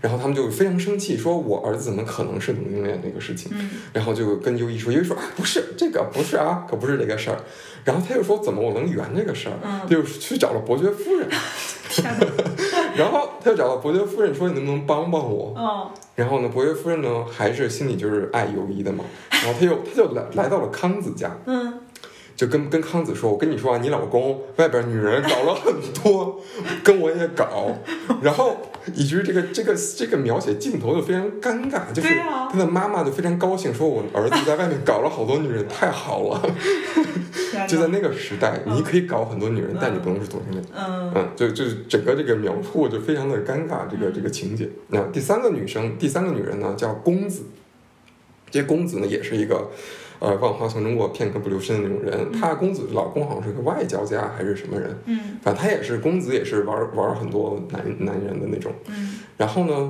[SPEAKER 1] 然后他们就非常生气，说我儿子怎么可能是同性恋这个事情？
[SPEAKER 2] 嗯
[SPEAKER 1] 然后就跟优一说，优一说啊不是这个不是啊，可不是这个事儿。然后他又说怎么我能圆这个事儿？
[SPEAKER 2] 嗯，
[SPEAKER 1] 就去找了伯爵夫人，
[SPEAKER 2] 天哪，
[SPEAKER 1] 然后他就找到伯爵夫人说你能不能帮帮我？
[SPEAKER 2] 哦，
[SPEAKER 1] 然后呢，伯爵夫人呢还是心里就是爱优一的嘛，然后他又他就来来到了康子家，
[SPEAKER 2] 嗯
[SPEAKER 1] 就跟跟康子说，我跟你说啊，你老公外边女人搞了很多，跟我也搞，然后以至于这个这个这个描写镜头就非常尴尬，就是
[SPEAKER 2] 对啊
[SPEAKER 1] 他的妈妈就非常高兴，说我儿子在外面搞了好多女人，太好了。
[SPEAKER 2] 天哪
[SPEAKER 1] 就在那个时代，你可以搞很多女人，但你不能是同性恋。
[SPEAKER 2] 嗯
[SPEAKER 1] 嗯，就就是整个这个描述就非常的尴尬，这个这个情节。那第三个女生，第三个女人呢叫公子，这公子呢也是一个，呃，万花丛中过，片刻不留身的那种人。她的公子老公好像是个外交家还是什么人，
[SPEAKER 2] 嗯
[SPEAKER 1] 反正他也是公子，也是玩玩很多男男人的那种。
[SPEAKER 2] 嗯
[SPEAKER 1] 然后呢，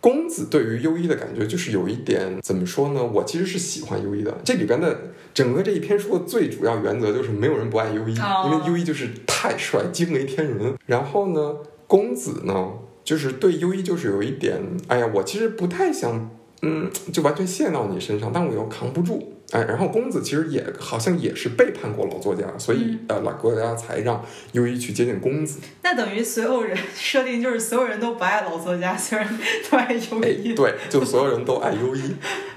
[SPEAKER 1] 公子对于优一的感觉就是有一点怎么说呢？我其实是喜欢优一的。这里边的整个这一篇书的最主要原则就是没有人不爱优一，因
[SPEAKER 2] 哦
[SPEAKER 1] 为优一就是太帅，惊为天人。然后呢，公子呢，就是对优一就是有一点，哎呀，我其实不太想，嗯，就完全陷到你身上，但我又扛不住。哎，然后公子其实也好像也是背叛过老作家，所以、呃，老作家才让优一去接近公子。
[SPEAKER 2] 那等于所有人设定就是所有人都不爱老作家，虽然都爱优
[SPEAKER 1] 哎
[SPEAKER 2] 一。，
[SPEAKER 1] 对，就所有人都爱优一。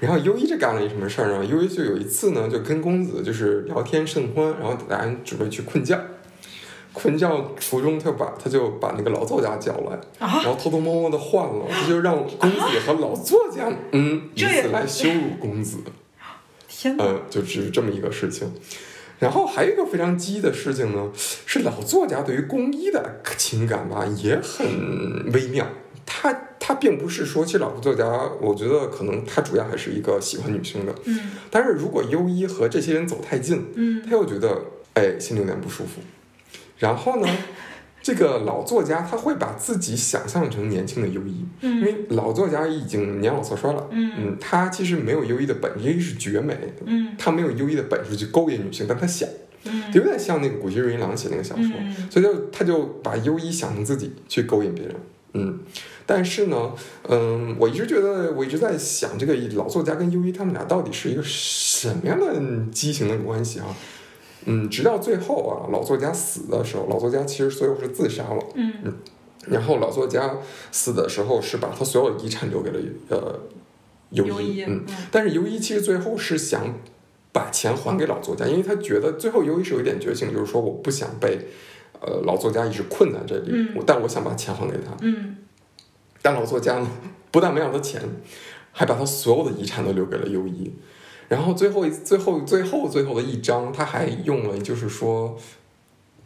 [SPEAKER 1] 然后优一这干了一什么事儿呢？优一就有一次呢，就跟公子就是聊天甚欢，然后俩人准备去困觉。困觉途中，他把他就把那个老作家叫来，
[SPEAKER 2] 啊
[SPEAKER 1] 然后偷偷摸摸的换了，这就让公子和老作家，嗯，以
[SPEAKER 2] 这也
[SPEAKER 1] 此来羞辱公子。
[SPEAKER 2] 天哪！
[SPEAKER 1] 嗯，就只是这么一个事情。然后还有一个非常鸡的事情呢，是老作家对于宫一的情感吧也很微妙。他他并不是说，其实老作家，我觉得可能他主要还是一个喜欢女性的。
[SPEAKER 2] 嗯
[SPEAKER 1] 但是如果优一和这些人走太近，
[SPEAKER 2] 嗯
[SPEAKER 1] 他又觉得哎心里有点不舒服。然后呢，这个老作家他会把自己想象成年轻的优一，因
[SPEAKER 2] 嗯
[SPEAKER 1] 为老作家已经年老色衰了，
[SPEAKER 2] 嗯
[SPEAKER 1] 嗯，他其实没有优一的本事，优一是绝美，
[SPEAKER 2] 嗯
[SPEAKER 1] 他没有优一的本事去勾引女性，但他想，
[SPEAKER 2] 嗯
[SPEAKER 1] 有点像那个古希瑞一郎写那个小说，
[SPEAKER 2] 嗯
[SPEAKER 1] 所以就他就把优一想成自己去勾引别人，嗯，但是呢，嗯，我一直觉得，我一直在想这个老作家跟优一他们俩到底是一个什么样的畸形的关系啊？嗯，直到最后啊，老作家死的时候，老作家其实最后是自杀了。
[SPEAKER 2] 嗯
[SPEAKER 1] 然后老作家死的时候是把他所有遗产留给了呃优
[SPEAKER 2] 优一
[SPEAKER 1] 嗯，但是尤一其实最后是想把钱还给老作家，因为他觉得最后尤一是有一点觉醒，就是说我不想被呃老作家一直困在这里，
[SPEAKER 2] 嗯
[SPEAKER 1] 我但我想把钱还给他。
[SPEAKER 2] 嗯
[SPEAKER 1] 但老作家呢，不但没要他钱，还把他所有的遗产都留给了尤一。然后最后一最后最后最后的一章，他还用了就是说，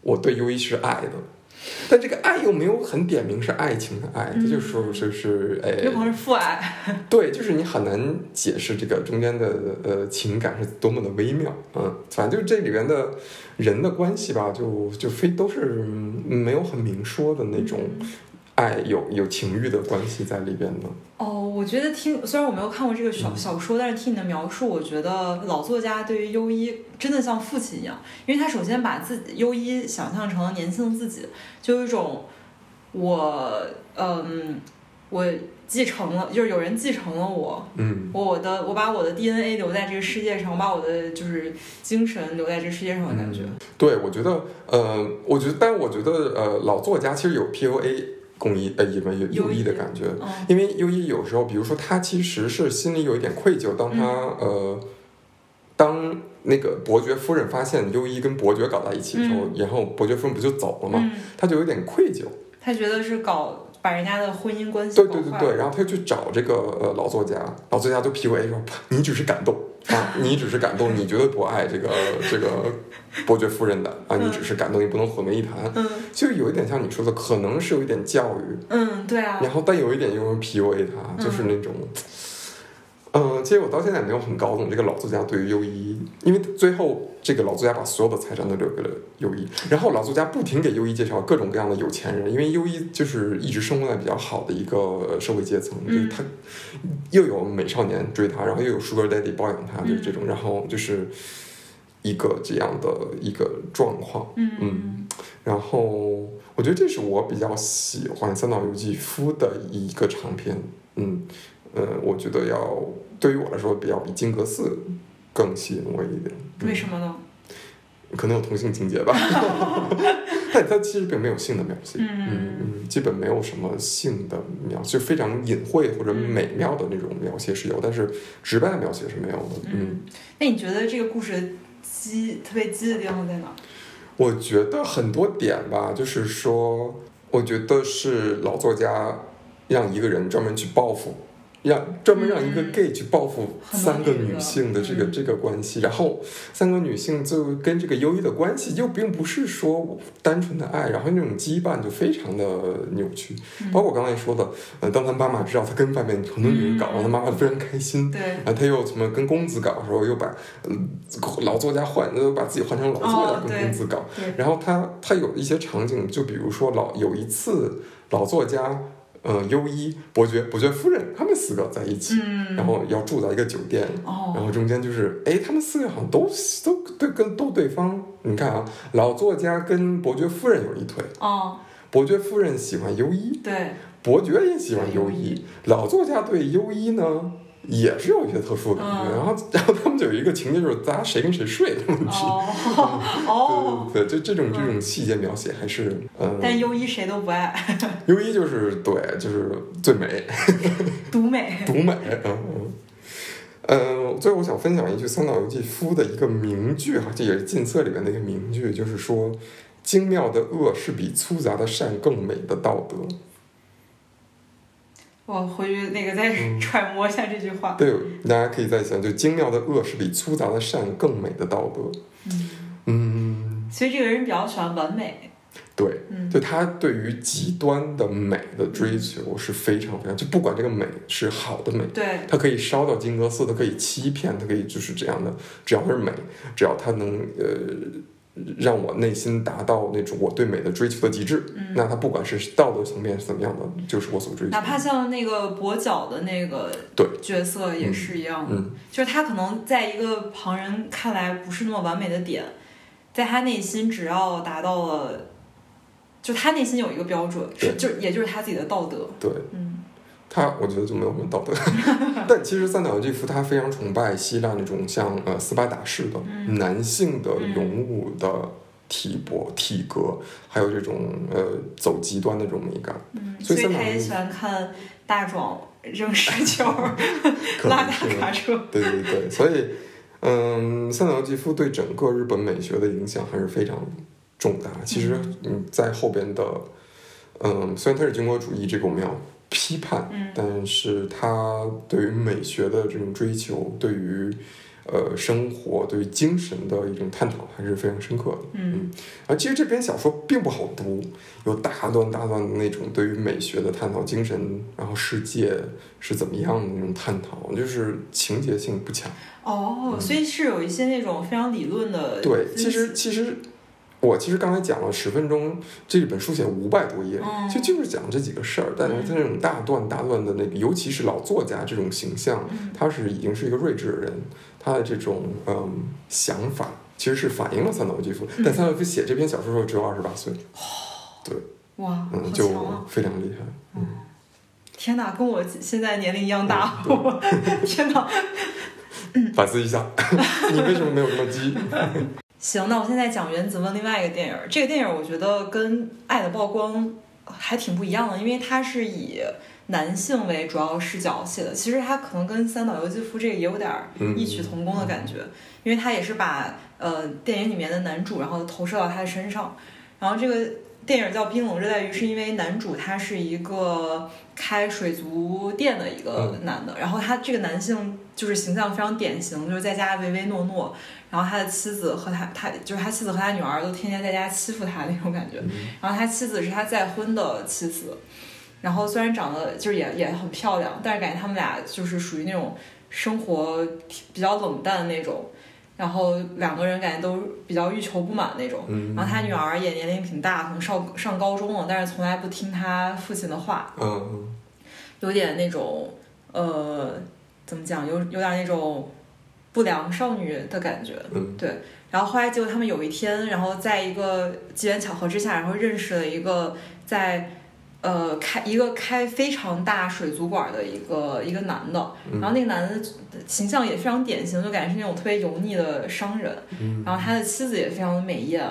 [SPEAKER 1] 我对尤一是爱的。但这个爱又没有很点明是爱情的爱，这就是说是是哎，
[SPEAKER 2] 有可能是父爱。
[SPEAKER 1] 对，就是你很难解释这个中间的呃情感是多么的微妙，嗯，反正就是这里边的人的关系吧，就就非都是嗯没有很明说的那种爱有有情欲的关系在里边的，
[SPEAKER 2] 哦，我觉得听虽然我没有看过这个
[SPEAKER 1] 嗯
[SPEAKER 2] 小小说，但是听你的描述，我觉得老作家对于优一真的像父亲一样，因为他首先把自己优一想象成了年轻的自己，就有一种我嗯我继承了，就是有人继承了我，
[SPEAKER 1] 嗯
[SPEAKER 2] 我的我把我的 DNA 留在这个世界上，我把我的就是精神留在这个世界上的感觉。
[SPEAKER 1] 对，我觉得呃，我觉得，但我觉得呃，老作家其实有 PUA 公益呃，也没有
[SPEAKER 2] 优
[SPEAKER 1] 有益的
[SPEAKER 2] 异
[SPEAKER 1] 感觉，
[SPEAKER 2] 嗯
[SPEAKER 1] 因为优一有时候，比如说他其实是心里有一点愧疚，当他、
[SPEAKER 2] 嗯
[SPEAKER 1] 呃，当那个伯爵夫人发现优一跟伯爵搞在一起的时候，然后伯爵夫人不就走了吗？
[SPEAKER 2] 嗯，
[SPEAKER 1] 他就有点愧疚，
[SPEAKER 2] 他觉得是搞把人家的婚姻关系
[SPEAKER 1] 对
[SPEAKER 2] 搞
[SPEAKER 1] 对对
[SPEAKER 2] 坏
[SPEAKER 1] 对，
[SPEAKER 2] 了
[SPEAKER 1] 然后他就去找这个呃老作家，老作家就 PUA 说，你只是感动 啊，你只是感动，你绝对不爱这个这个伯爵夫人的啊，你只是感动，你不能混为一谈，
[SPEAKER 2] 嗯
[SPEAKER 1] 就有一点像你说的，可能是有一点教育，
[SPEAKER 2] 嗯，对啊，
[SPEAKER 1] 然后但有一点又是 PUA 他，啊就是那种，嗯、其实我到现在也没有很搞懂这个老作家对于优一，因为最后这个老作家把所有的财产都留给了优一，然后老作家不停给优一介绍各种各样的有钱人，因为优一就是一直生活在比较好的一个社会阶层，就是
[SPEAKER 2] 嗯
[SPEAKER 1] 他又有美少年追他，然后又有 Sugar Daddy 包养他，就是这种，然后就是一个这样的一个状况。
[SPEAKER 2] 嗯
[SPEAKER 1] 嗯然后我觉得这是我比较喜欢三岛由纪夫的一个长篇，嗯，呃，我觉得要对于我来说比较比金阁寺更吸引我一点，嗯
[SPEAKER 2] 为什么呢？
[SPEAKER 1] 可能有同性情节 吧，但它其实并没有性的描写，嗯
[SPEAKER 2] 嗯
[SPEAKER 1] 嗯，基本没有什么性的描写，就非常隐晦或者美妙的那种描写是有，但是直白的描写是没有的，嗯，
[SPEAKER 2] 嗯，那你觉得这个故事激特别激的地方在哪？
[SPEAKER 1] 我觉得很多点吧，就是说，我觉得是老作家让一个人专门去报复，让专门让一个
[SPEAKER 2] 嗯
[SPEAKER 1] gay 去报复
[SPEAKER 2] 很多
[SPEAKER 1] 三个
[SPEAKER 2] 女
[SPEAKER 1] 女
[SPEAKER 2] 的
[SPEAKER 1] 性的这个
[SPEAKER 2] 嗯
[SPEAKER 1] 这个关系，然后三个女性就跟这个优一的关系又并不是说单纯的爱，然后那种羁绊就非常的扭曲。
[SPEAKER 2] 嗯
[SPEAKER 1] 包括我刚才说的，呃，当他妈妈知道他跟外面很多女人搞，
[SPEAKER 2] 嗯
[SPEAKER 1] 然后他妈妈非常开心，
[SPEAKER 2] 对，
[SPEAKER 1] 然后他又怎么跟公子搞的时候，又把嗯老作家换，又把自己换成老作家
[SPEAKER 2] 哦
[SPEAKER 1] 跟
[SPEAKER 2] 对
[SPEAKER 1] 公子搞。
[SPEAKER 2] 对
[SPEAKER 1] 然后他他有一些场景，就比如说老有一次老作家，呃，优一、伯爵、伯爵夫人他们四个在一起，
[SPEAKER 2] 嗯，
[SPEAKER 1] 然后要住在一个酒店。然
[SPEAKER 2] 哦，
[SPEAKER 1] 后中间就是，哎，他们四个好像都都对跟都对方，你看啊，老作家跟伯爵夫人有一腿，
[SPEAKER 2] 哦，
[SPEAKER 1] 伯爵夫人喜欢优一，
[SPEAKER 2] 对，
[SPEAKER 1] 伯爵也喜欢优
[SPEAKER 2] 嗯
[SPEAKER 1] 一，老作家对优一呢也是有一些特殊的感觉。
[SPEAKER 2] 嗯
[SPEAKER 1] 然后， 然后他们就有一个情节，就是大家谁跟谁睡的问题。
[SPEAKER 2] 哦， 哦，
[SPEAKER 1] 对对对，这这种这种细节描写还是，嗯，
[SPEAKER 2] 但优一谁都不爱，
[SPEAKER 1] 优一就是对，就是最美，
[SPEAKER 2] 独美，
[SPEAKER 1] 独美，嗯。嗯呃，最后我想分享一句三岛由纪夫的一个名句哈，这也是《近色》里面的一个名句，就是说，精妙的恶是比粗杂的善更美的道德。
[SPEAKER 2] 我回去那个再
[SPEAKER 1] 嗯
[SPEAKER 2] 揣摩一下这句话。
[SPEAKER 1] 对，大家可以再想，就精妙的恶是比粗杂的善更美的道德。
[SPEAKER 2] 嗯，
[SPEAKER 1] 嗯，
[SPEAKER 2] 所以这个人比较喜欢完美，
[SPEAKER 1] 对，
[SPEAKER 2] 嗯，
[SPEAKER 1] 就他对于极端的美的追求是非常非常，就不管这个美是好的美，
[SPEAKER 2] 对，
[SPEAKER 1] 它可以烧到金格寺，它可以欺骗，它可以就是这样的，只要是美，只要它能呃让我内心达到那种我对美的追求的极致，
[SPEAKER 2] 嗯，
[SPEAKER 1] 那它不管是道德层面是怎么样的，就是我所追求
[SPEAKER 2] 哪。怕像那个跛脚的那个
[SPEAKER 1] 对
[SPEAKER 2] 角色也是一样的，
[SPEAKER 1] 嗯，
[SPEAKER 2] 就是他可能在一个旁人看来不是那么完美的点，在他内心只要达到了，就他内心有一个标准，
[SPEAKER 1] 对
[SPEAKER 2] 是就也就是他自己的道德，
[SPEAKER 1] 对。
[SPEAKER 2] 嗯
[SPEAKER 1] 他我觉得就没有什么道 德，但其实三岛由纪夫他非常崇拜希腊那种像呃斯巴达式的
[SPEAKER 2] 嗯
[SPEAKER 1] 男性的
[SPEAKER 2] 嗯
[SPEAKER 1] 勇武的体魄、体格，还有这种呃走极端的这种美感。
[SPEAKER 2] 嗯，
[SPEAKER 1] 所
[SPEAKER 2] 所
[SPEAKER 1] 以
[SPEAKER 2] 以
[SPEAKER 1] 三
[SPEAKER 2] 他
[SPEAKER 1] 岛
[SPEAKER 2] 也
[SPEAKER 1] 由
[SPEAKER 2] 喜
[SPEAKER 1] 纪
[SPEAKER 2] 欢看大壮扔石球、
[SPEAKER 1] 可
[SPEAKER 2] 拉
[SPEAKER 1] 能
[SPEAKER 2] 大
[SPEAKER 1] 是
[SPEAKER 2] 卡车，
[SPEAKER 1] 对对对，所以嗯，三岛由纪夫对整个日本美学的影响还是非常重大。其实嗯，在后边的嗯，虽然他是军国主义，这个我们要批判，
[SPEAKER 2] 嗯
[SPEAKER 1] 但是他对于美学的这种追求，对于呃生活、对于精神的一种探讨还是非常深刻的。
[SPEAKER 2] 嗯
[SPEAKER 1] 而其实这篇小说并不好读，有大段大段的那种对于美学的探讨、精神，然后世界是怎么样的那种探讨，就是情节性不强。
[SPEAKER 2] 哦，
[SPEAKER 1] 嗯
[SPEAKER 2] 所以是有一些那种非常理论的
[SPEAKER 1] 对，
[SPEAKER 2] 分
[SPEAKER 1] 其实
[SPEAKER 2] 析
[SPEAKER 1] 其实我其实刚才讲了十分钟，这本书写五百多页，
[SPEAKER 2] 嗯
[SPEAKER 1] 其实就是讲这几个事儿，但是它那种大段大段的那个，尤其是老作家这种形象，
[SPEAKER 2] 嗯
[SPEAKER 1] 他是已经是一个睿智的人，他的这种嗯想法其实是反映了三岛由纪夫，但
[SPEAKER 2] 嗯
[SPEAKER 1] 三岛由纪夫写这篇小说的时候只有二十八岁，
[SPEAKER 2] 哇，好
[SPEAKER 1] 嗯，就
[SPEAKER 2] 强啊！
[SPEAKER 1] 非常厉害。
[SPEAKER 2] 天哪，跟我现在年龄一样大， 我
[SPEAKER 1] 嗯
[SPEAKER 2] 天哪！
[SPEAKER 1] 反思一 下，你为什么没有这么激？
[SPEAKER 2] 行，那我现在讲原子问另外一个电影儿，这个电影儿我觉得跟《爱的曝光》还挺不一样的，因为它是以男性为主要视角写的，其实它可能跟三岛由纪夫这个也有点儿
[SPEAKER 1] 嗯
[SPEAKER 2] 异曲同工的感觉，因为它也是把呃电影里面的男主然后投射到他的身上，然后这个电影叫《冰冷热带鱼》，是因为男主他是一个开水族店的一个男的，然后他这个男性就是形象非常典型，就是在家唯唯诺诺，然后他的妻子和他他就是他妻子和他女儿都天天在家欺负他那种感觉，然后他妻子是他再婚的妻子，然后虽然长得就是也也很漂亮，但是感觉他们俩就是属于那种生活比较冷淡的那种，然后两个人感觉都比较欲求不满那种。
[SPEAKER 1] 嗯
[SPEAKER 2] 然后他女儿也年龄挺大，可能上上高中了，但是从来不听他父亲的话，
[SPEAKER 1] 嗯
[SPEAKER 2] 有点那种呃，怎么讲，有有点那种不良少女的感觉。
[SPEAKER 1] 嗯
[SPEAKER 2] 然后后来结果他们有一天，然后在一个机缘巧合之下，然后认识了一个在呃开一个开非常大水族馆的一个一个男的，
[SPEAKER 1] 嗯
[SPEAKER 2] 然后那个男的形象也非常典型，就感觉是那种特别油腻的商人。
[SPEAKER 1] 嗯
[SPEAKER 2] 然后他的妻子也非常的美艳，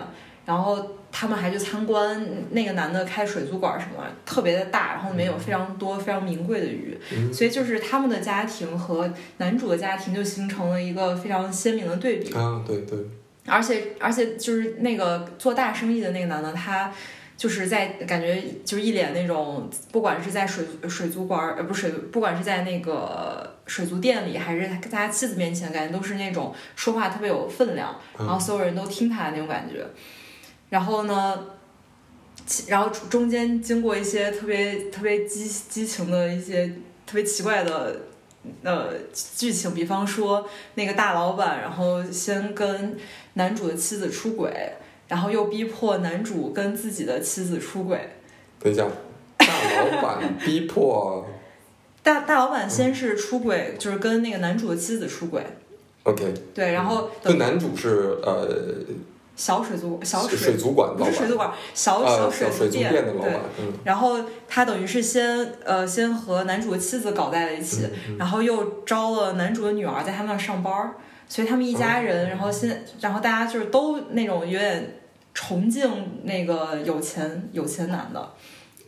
[SPEAKER 2] 然后他们还去参观那个男的开水族馆什么，特别的大，然后里面有非常多非常名贵的鱼，
[SPEAKER 1] 嗯
[SPEAKER 2] 所以就是他们的家庭和男主的家庭就形成了一个非常鲜明的对比。
[SPEAKER 1] 嗯啊，对对，
[SPEAKER 2] 而且而且就是那个做大生意的那个男的，他就是在感觉就是一脸那种，不管是在水水族馆儿，呃，不是水，不管是在那个水族店里，还是他他妻子面前，感觉都是那种说话特别有分量，然后所有人都听他的那种感觉。然后呢，其然后中间经过一些特别特别激激情的一些特别奇怪的呃剧情，比方说那个大老板，然后先跟男主的妻子出轨，然后又逼迫男主跟自己的妻子出轨。
[SPEAKER 1] 等一下，大老板逼迫啊
[SPEAKER 2] 大大老板先是出轨，就是跟那个男主的妻子出轨，
[SPEAKER 1] ，OK，
[SPEAKER 2] 对，然后
[SPEAKER 1] 这男主是呃
[SPEAKER 2] 小水族小
[SPEAKER 1] 水
[SPEAKER 2] 水
[SPEAKER 1] 族馆
[SPEAKER 2] 不
[SPEAKER 1] 老
[SPEAKER 2] 是水
[SPEAKER 1] 板，
[SPEAKER 2] 族馆，小
[SPEAKER 1] 呃
[SPEAKER 2] 水
[SPEAKER 1] 水
[SPEAKER 2] 族
[SPEAKER 1] 族
[SPEAKER 2] 店，
[SPEAKER 1] 店的老
[SPEAKER 2] 对
[SPEAKER 1] 板，，嗯
[SPEAKER 2] 然后他等于是先呃先和男主的妻子搞在了一起，
[SPEAKER 1] 嗯
[SPEAKER 2] 然后又招了男主的女儿在他们那儿上班儿，所以他们一家
[SPEAKER 1] 嗯
[SPEAKER 2] 人，然后现然后大家就是都那种有点崇敬那个有钱有钱男的，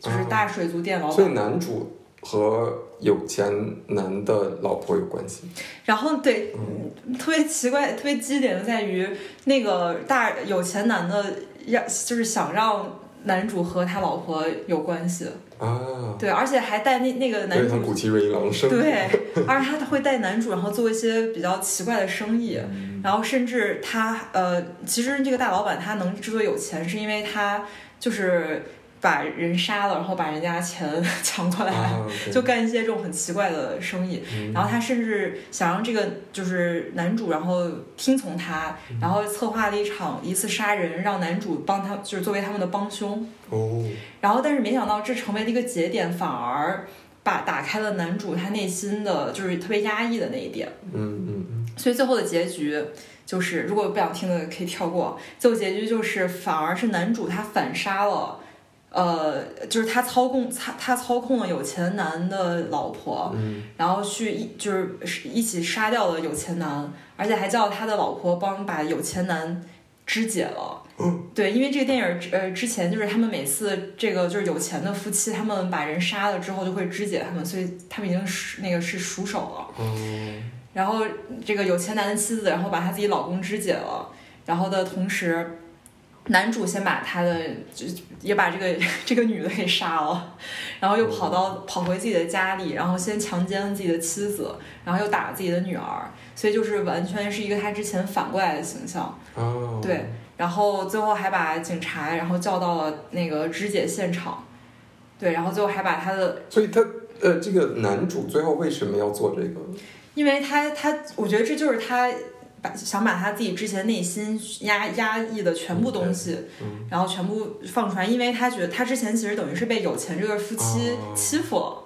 [SPEAKER 2] 就是大水族店老
[SPEAKER 1] 嗯所以
[SPEAKER 2] 板。
[SPEAKER 1] 男主和有钱男的老婆有关系。嗯
[SPEAKER 2] 然后对，特别奇怪、特别基点的在于那个大有钱男的让就是想让男主和他老婆有关系，
[SPEAKER 1] 啊，
[SPEAKER 2] 对，而且还带那那个
[SPEAKER 1] 因
[SPEAKER 2] 嗯男
[SPEAKER 1] 为他
[SPEAKER 2] 主
[SPEAKER 1] 古奇瑞郎生，
[SPEAKER 2] 对，而且他会带男主，然后做一些比较奇怪的生意，然后甚至他呃，其实这个大老板他能之所以有钱，是因为他就是把人杀了，然后把人家钱 抢过来，
[SPEAKER 1] 啊，OK，嗯
[SPEAKER 2] 就干一些这种很奇怪的生意。 然后他甚至想让这个就是男主，然后听从他，然后策划了一场一次杀人，让男主帮他，就是作为他们的帮凶。
[SPEAKER 1] 哦，
[SPEAKER 2] 然后，但是没想到这成为了一个节点，反而把打开了男主他内心的就是特别压抑的那一点。
[SPEAKER 1] 嗯嗯嗯，
[SPEAKER 2] 所以最后的结局就是，如果不想听的可以跳过。最后结局就是，反而是男主他反杀了。呃，就是他操控他他操控了有钱男的老婆，然后去一就是一起杀掉了有钱男，而且还叫他的老婆帮把有钱男肢解了。对，因为这个电影呃之前就是他们每次这个就是有钱的夫妻，他们把人杀了之后就会肢解他们，所以他们已经是那个是熟手了。
[SPEAKER 1] 哦，
[SPEAKER 2] 然后这个有钱男的妻子，然后把她自己老公肢解了，然后的同时，男主先把他的就也把这个 这个女的给杀了，然后又跑到跑回自己的家里，然后先强奸了自己的妻子，然后又打了自己的女儿，所以就是完全是一个他之前反过来的形象，
[SPEAKER 1] 哦，
[SPEAKER 2] 对，然后最后还把警察然后叫到了那个肢解现场，对，然后最后还把他的
[SPEAKER 1] 所以他呃，这个男主最后为什么要做这个？
[SPEAKER 2] 因为他他，我觉得这就是他把想把他自己之前内心压压抑的全部东西，
[SPEAKER 1] 嗯
[SPEAKER 2] 然后全部放出来，因为他觉得他之前其实等于是被有钱这对夫妻
[SPEAKER 1] 哦
[SPEAKER 2] 欺负了，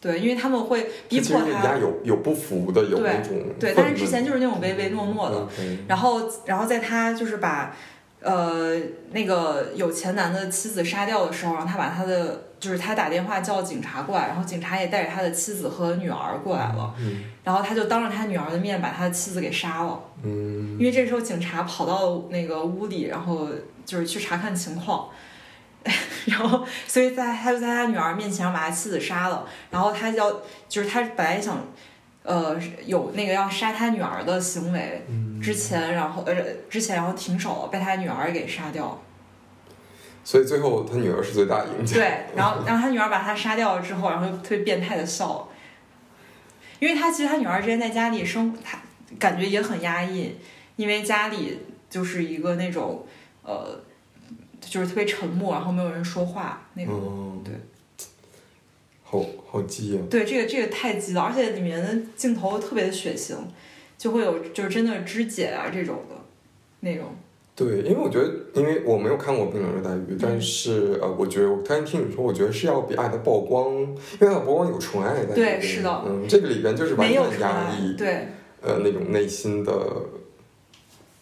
[SPEAKER 2] 对，因为他们会逼
[SPEAKER 1] 他其实
[SPEAKER 2] 迫
[SPEAKER 1] 人
[SPEAKER 2] 他
[SPEAKER 1] 家，有有不服的，有那种嗯
[SPEAKER 2] 对，但是之前就是那种唯唯诺诺的，
[SPEAKER 1] OK，
[SPEAKER 2] 然后然后在他就是把呃那个有钱男的妻子杀掉的时候，然后他把他的就是他打电话叫警察过来，然后警察也带着他的妻子和女儿过来了。
[SPEAKER 1] 嗯
[SPEAKER 2] 然后他就当着他女儿的面把他的妻子给杀了，
[SPEAKER 1] 嗯
[SPEAKER 2] 因为这时候警察跑到那个屋里，然后就是去查看情况， 然后所以在他就在他女儿面前把他妻子杀了，然后他要就是他本来想，呃，有那个要杀他女儿的行为
[SPEAKER 1] 嗯，
[SPEAKER 2] 之前，然后呃之前然后停手了，被他女儿给杀掉了，
[SPEAKER 1] 所以最后他女儿是最大赢 家。
[SPEAKER 2] 对，然后然后他女儿把他杀掉了之后，然后就特别变态的笑了，因为他其实他女儿之前在家里生，他感觉也很压抑，因为家里就是一个那种呃，就是特别沉默，然后没有人说话那种。
[SPEAKER 1] 嗯，
[SPEAKER 2] 对，
[SPEAKER 1] 好好激啊！
[SPEAKER 2] 对，这个这个太激了，而且里面的镜头特别的血腥，就会有就是真的肢解啊这种的那种。
[SPEAKER 1] 对，因为我觉得，因为我没有看过《冰冷热带
[SPEAKER 2] 嗯
[SPEAKER 1] 鱼》，但是呃，我觉得我刚才听你说，我觉得是要比《爱的曝光》，因为《爱的曝光》有纯爱在里面。
[SPEAKER 2] 对是的
[SPEAKER 1] 嗯，这个里边就是完
[SPEAKER 2] 没有
[SPEAKER 1] 全
[SPEAKER 2] 出来
[SPEAKER 1] 压抑，
[SPEAKER 2] 对
[SPEAKER 1] 呃，那种内心的，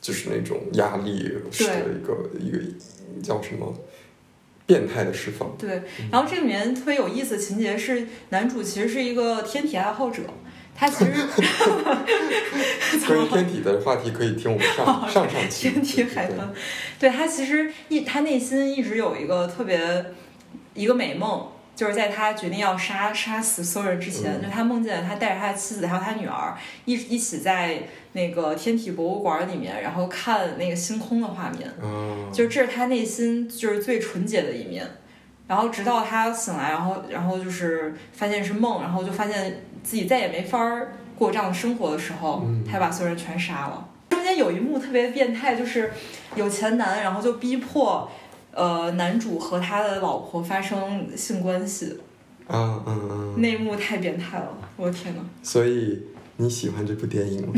[SPEAKER 1] 就是那种压力是一个一个叫什么变态的释 放。
[SPEAKER 2] 对，然后这里面特别有意思的情节是，男主其实是一个天体爱好者，他其实
[SPEAKER 1] 关于天体的话题，可以听我们上上上期
[SPEAKER 2] 哦天体海
[SPEAKER 1] 对
[SPEAKER 2] 豚，对他其实一他内心一直有一个特别一个美梦，就是在他决定要杀杀死所有人之前，就他梦见他带着他的妻子还有他女儿一一起在那个天体博物馆里面，然后看那个星空的画面，
[SPEAKER 1] 嗯，
[SPEAKER 2] 就是这是他内心就是最纯洁的一面。然后直到他醒来，然后然后就是发现是梦，然后就发现自己再也没法儿过这样的生活的时候，他把所有人全杀了。中间有一幕特别变态，就是有钱男，然后就逼迫呃男主和他的老婆发生性关系，
[SPEAKER 1] 啊嗯嗯，
[SPEAKER 2] 那一幕太变态了，我的天呐，
[SPEAKER 1] 所以你喜欢这部电影 吗？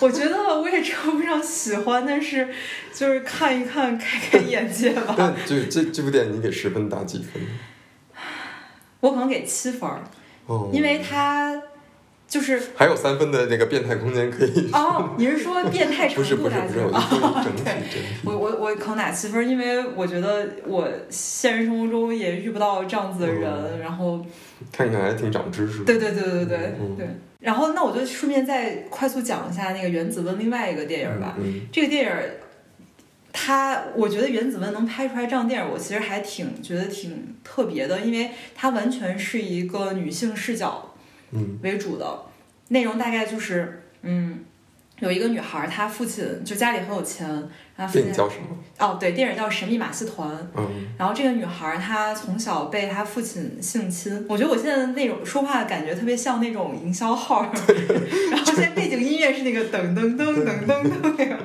[SPEAKER 2] 我觉得我也称不上喜欢，但是就是看一看，开开眼界吧。
[SPEAKER 1] 但就这这部电影，你给十分打几分？
[SPEAKER 2] 我可能给七分儿，
[SPEAKER 1] 哦，
[SPEAKER 2] 因为他就是
[SPEAKER 1] 还有三分的那个变态空间可 以，
[SPEAKER 2] 哦，你是说变态
[SPEAKER 1] 嗯不
[SPEAKER 2] 程
[SPEAKER 1] 是
[SPEAKER 2] 度
[SPEAKER 1] 不是
[SPEAKER 2] 来
[SPEAKER 1] 不是，
[SPEAKER 2] 讲
[SPEAKER 1] 我就
[SPEAKER 2] 啊？
[SPEAKER 1] 说整体
[SPEAKER 2] 对
[SPEAKER 1] 整体。
[SPEAKER 2] 我我我可能打七分，因为我觉得我现实生活中也遇不到这样子的人，
[SPEAKER 1] 嗯
[SPEAKER 2] 然后
[SPEAKER 1] 看看还挺长知识。
[SPEAKER 2] 对对对对对
[SPEAKER 1] 嗯
[SPEAKER 2] 对。然后那我就顺便再快速讲一下那个原子温另外一个电影吧。
[SPEAKER 1] 嗯，
[SPEAKER 2] 这个电影，它我觉得原子温能拍出来这样的电影，我其实还挺觉得挺特别的，因为它完全是一个女性视角
[SPEAKER 1] 嗯
[SPEAKER 2] 为主的，内容大概就是，嗯，有一个女孩儿，她父亲就家里很有钱，然后她
[SPEAKER 1] 嗯，
[SPEAKER 2] 父
[SPEAKER 1] 电影
[SPEAKER 2] 亲
[SPEAKER 1] 叫什么？
[SPEAKER 2] 哦，对，电影叫《神秘马戏团》，
[SPEAKER 1] 嗯
[SPEAKER 2] 然后这个女孩儿她从小被她父亲性侵，我觉得我现在那种说话的感觉特别像那种营销号儿，然后现在背景音乐是那个噔噔噔噔噔噔那个。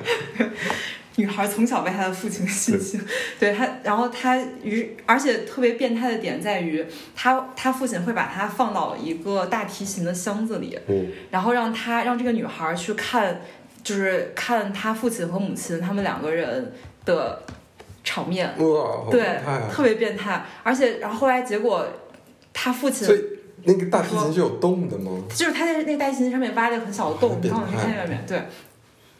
[SPEAKER 2] 女孩儿从小被她的父亲性侵，对她，然后她于，而且特别变态的点在于，她她父亲会把她放到一个大提琴的箱子里，
[SPEAKER 1] 嗯
[SPEAKER 2] 然后让她让这个女孩儿去看，就是看她父亲和母亲他们两个人的场面，
[SPEAKER 1] 哇，好
[SPEAKER 2] 对
[SPEAKER 1] 变态，啊！
[SPEAKER 2] 特别变态。而且，然后后来结果，他父亲
[SPEAKER 1] 所以那个大提琴是有洞的吗？
[SPEAKER 2] 就是他在那个大提琴上面挖了一个很小的洞，你
[SPEAKER 1] 变
[SPEAKER 2] 看
[SPEAKER 1] 态
[SPEAKER 2] 我去看外面，对。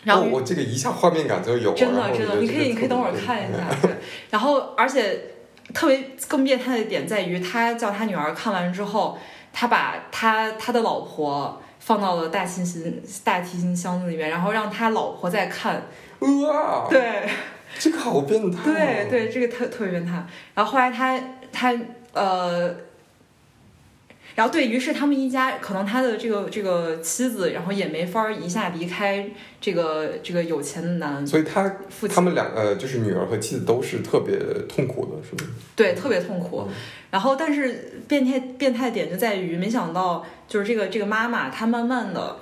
[SPEAKER 2] 然后
[SPEAKER 1] 哦我这个一下画面感就有了，
[SPEAKER 2] 真
[SPEAKER 1] 然
[SPEAKER 2] 的
[SPEAKER 1] 后我
[SPEAKER 2] 真
[SPEAKER 1] 觉
[SPEAKER 2] 的，
[SPEAKER 1] 得
[SPEAKER 2] 你
[SPEAKER 1] 这
[SPEAKER 2] 可
[SPEAKER 1] 个
[SPEAKER 2] 以你可
[SPEAKER 1] 特
[SPEAKER 2] 以等
[SPEAKER 1] 别
[SPEAKER 2] 会儿
[SPEAKER 1] 变
[SPEAKER 2] 看一
[SPEAKER 1] 态
[SPEAKER 2] 下，对。然后，而且特别更变态的点在于，他叫他女儿看完之后，他把他他的老婆放到了大提琴大提琴箱子里面，然后让他老婆再看，
[SPEAKER 1] 哇，
[SPEAKER 2] 对。
[SPEAKER 1] 这个好变态、哦
[SPEAKER 2] 对，对，这个特特别变态。然后后来他他呃，然后对于是他们一家，可能他的这个这个妻子，然后也没法儿一下离开这个这个有钱的男
[SPEAKER 1] 所以他
[SPEAKER 2] 父
[SPEAKER 1] 他
[SPEAKER 2] 亲，
[SPEAKER 1] 们两个就是女儿和妻子都是特别痛苦的，是吗？
[SPEAKER 2] 对，特别痛苦。然后但是变态变态点就在于，没想到就是这个这个妈妈，她慢慢的。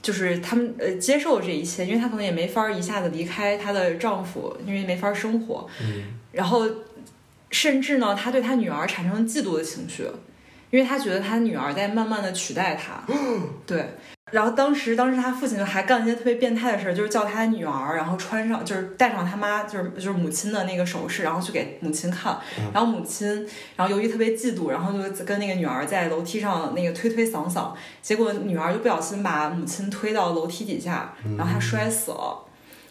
[SPEAKER 2] 就是他们呃接受这一切，因为她可能也没法儿一下子离开她的丈夫，因为没法儿生活，
[SPEAKER 1] 嗯
[SPEAKER 2] 然后甚至呢，他对他女儿产生了嫉妒的情绪，因为他觉得他女儿在慢慢的取代他。
[SPEAKER 1] 哦
[SPEAKER 2] 对，然后当时当时他父亲还干了一些特别变态的事儿，就是叫他女儿，然后穿上就是戴上他妈就是就是母亲的那个首饰，然后去给母亲看
[SPEAKER 1] 嗯，
[SPEAKER 2] 然后母亲然后由于特别嫉妒，然后就跟那个女儿在楼梯上那个推推搡搡，结果女儿就不小心把母亲推到楼梯底下，然
[SPEAKER 1] 嗯
[SPEAKER 2] 后她摔死了。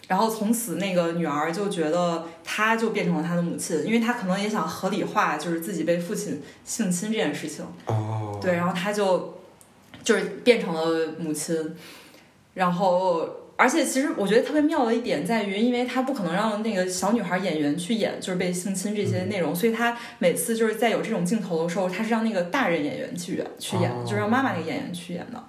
[SPEAKER 2] 然后从此，那个女儿就觉得她就变成了她的母亲，因为她可能也想合理化就是自己被父亲性侵这件事情。
[SPEAKER 1] 哦，
[SPEAKER 2] 对，然后她就就是变成了母亲，然后而且其实我觉得特别妙的一点在于，因为她不可能让那个小女孩演员去演就是被性侵这些
[SPEAKER 1] 嗯
[SPEAKER 2] 内容，所以她每次就是在有这种镜头的时候，她是让那个大人演员去演去演的，
[SPEAKER 1] 哦
[SPEAKER 2] 就是让妈妈那个演员去演的。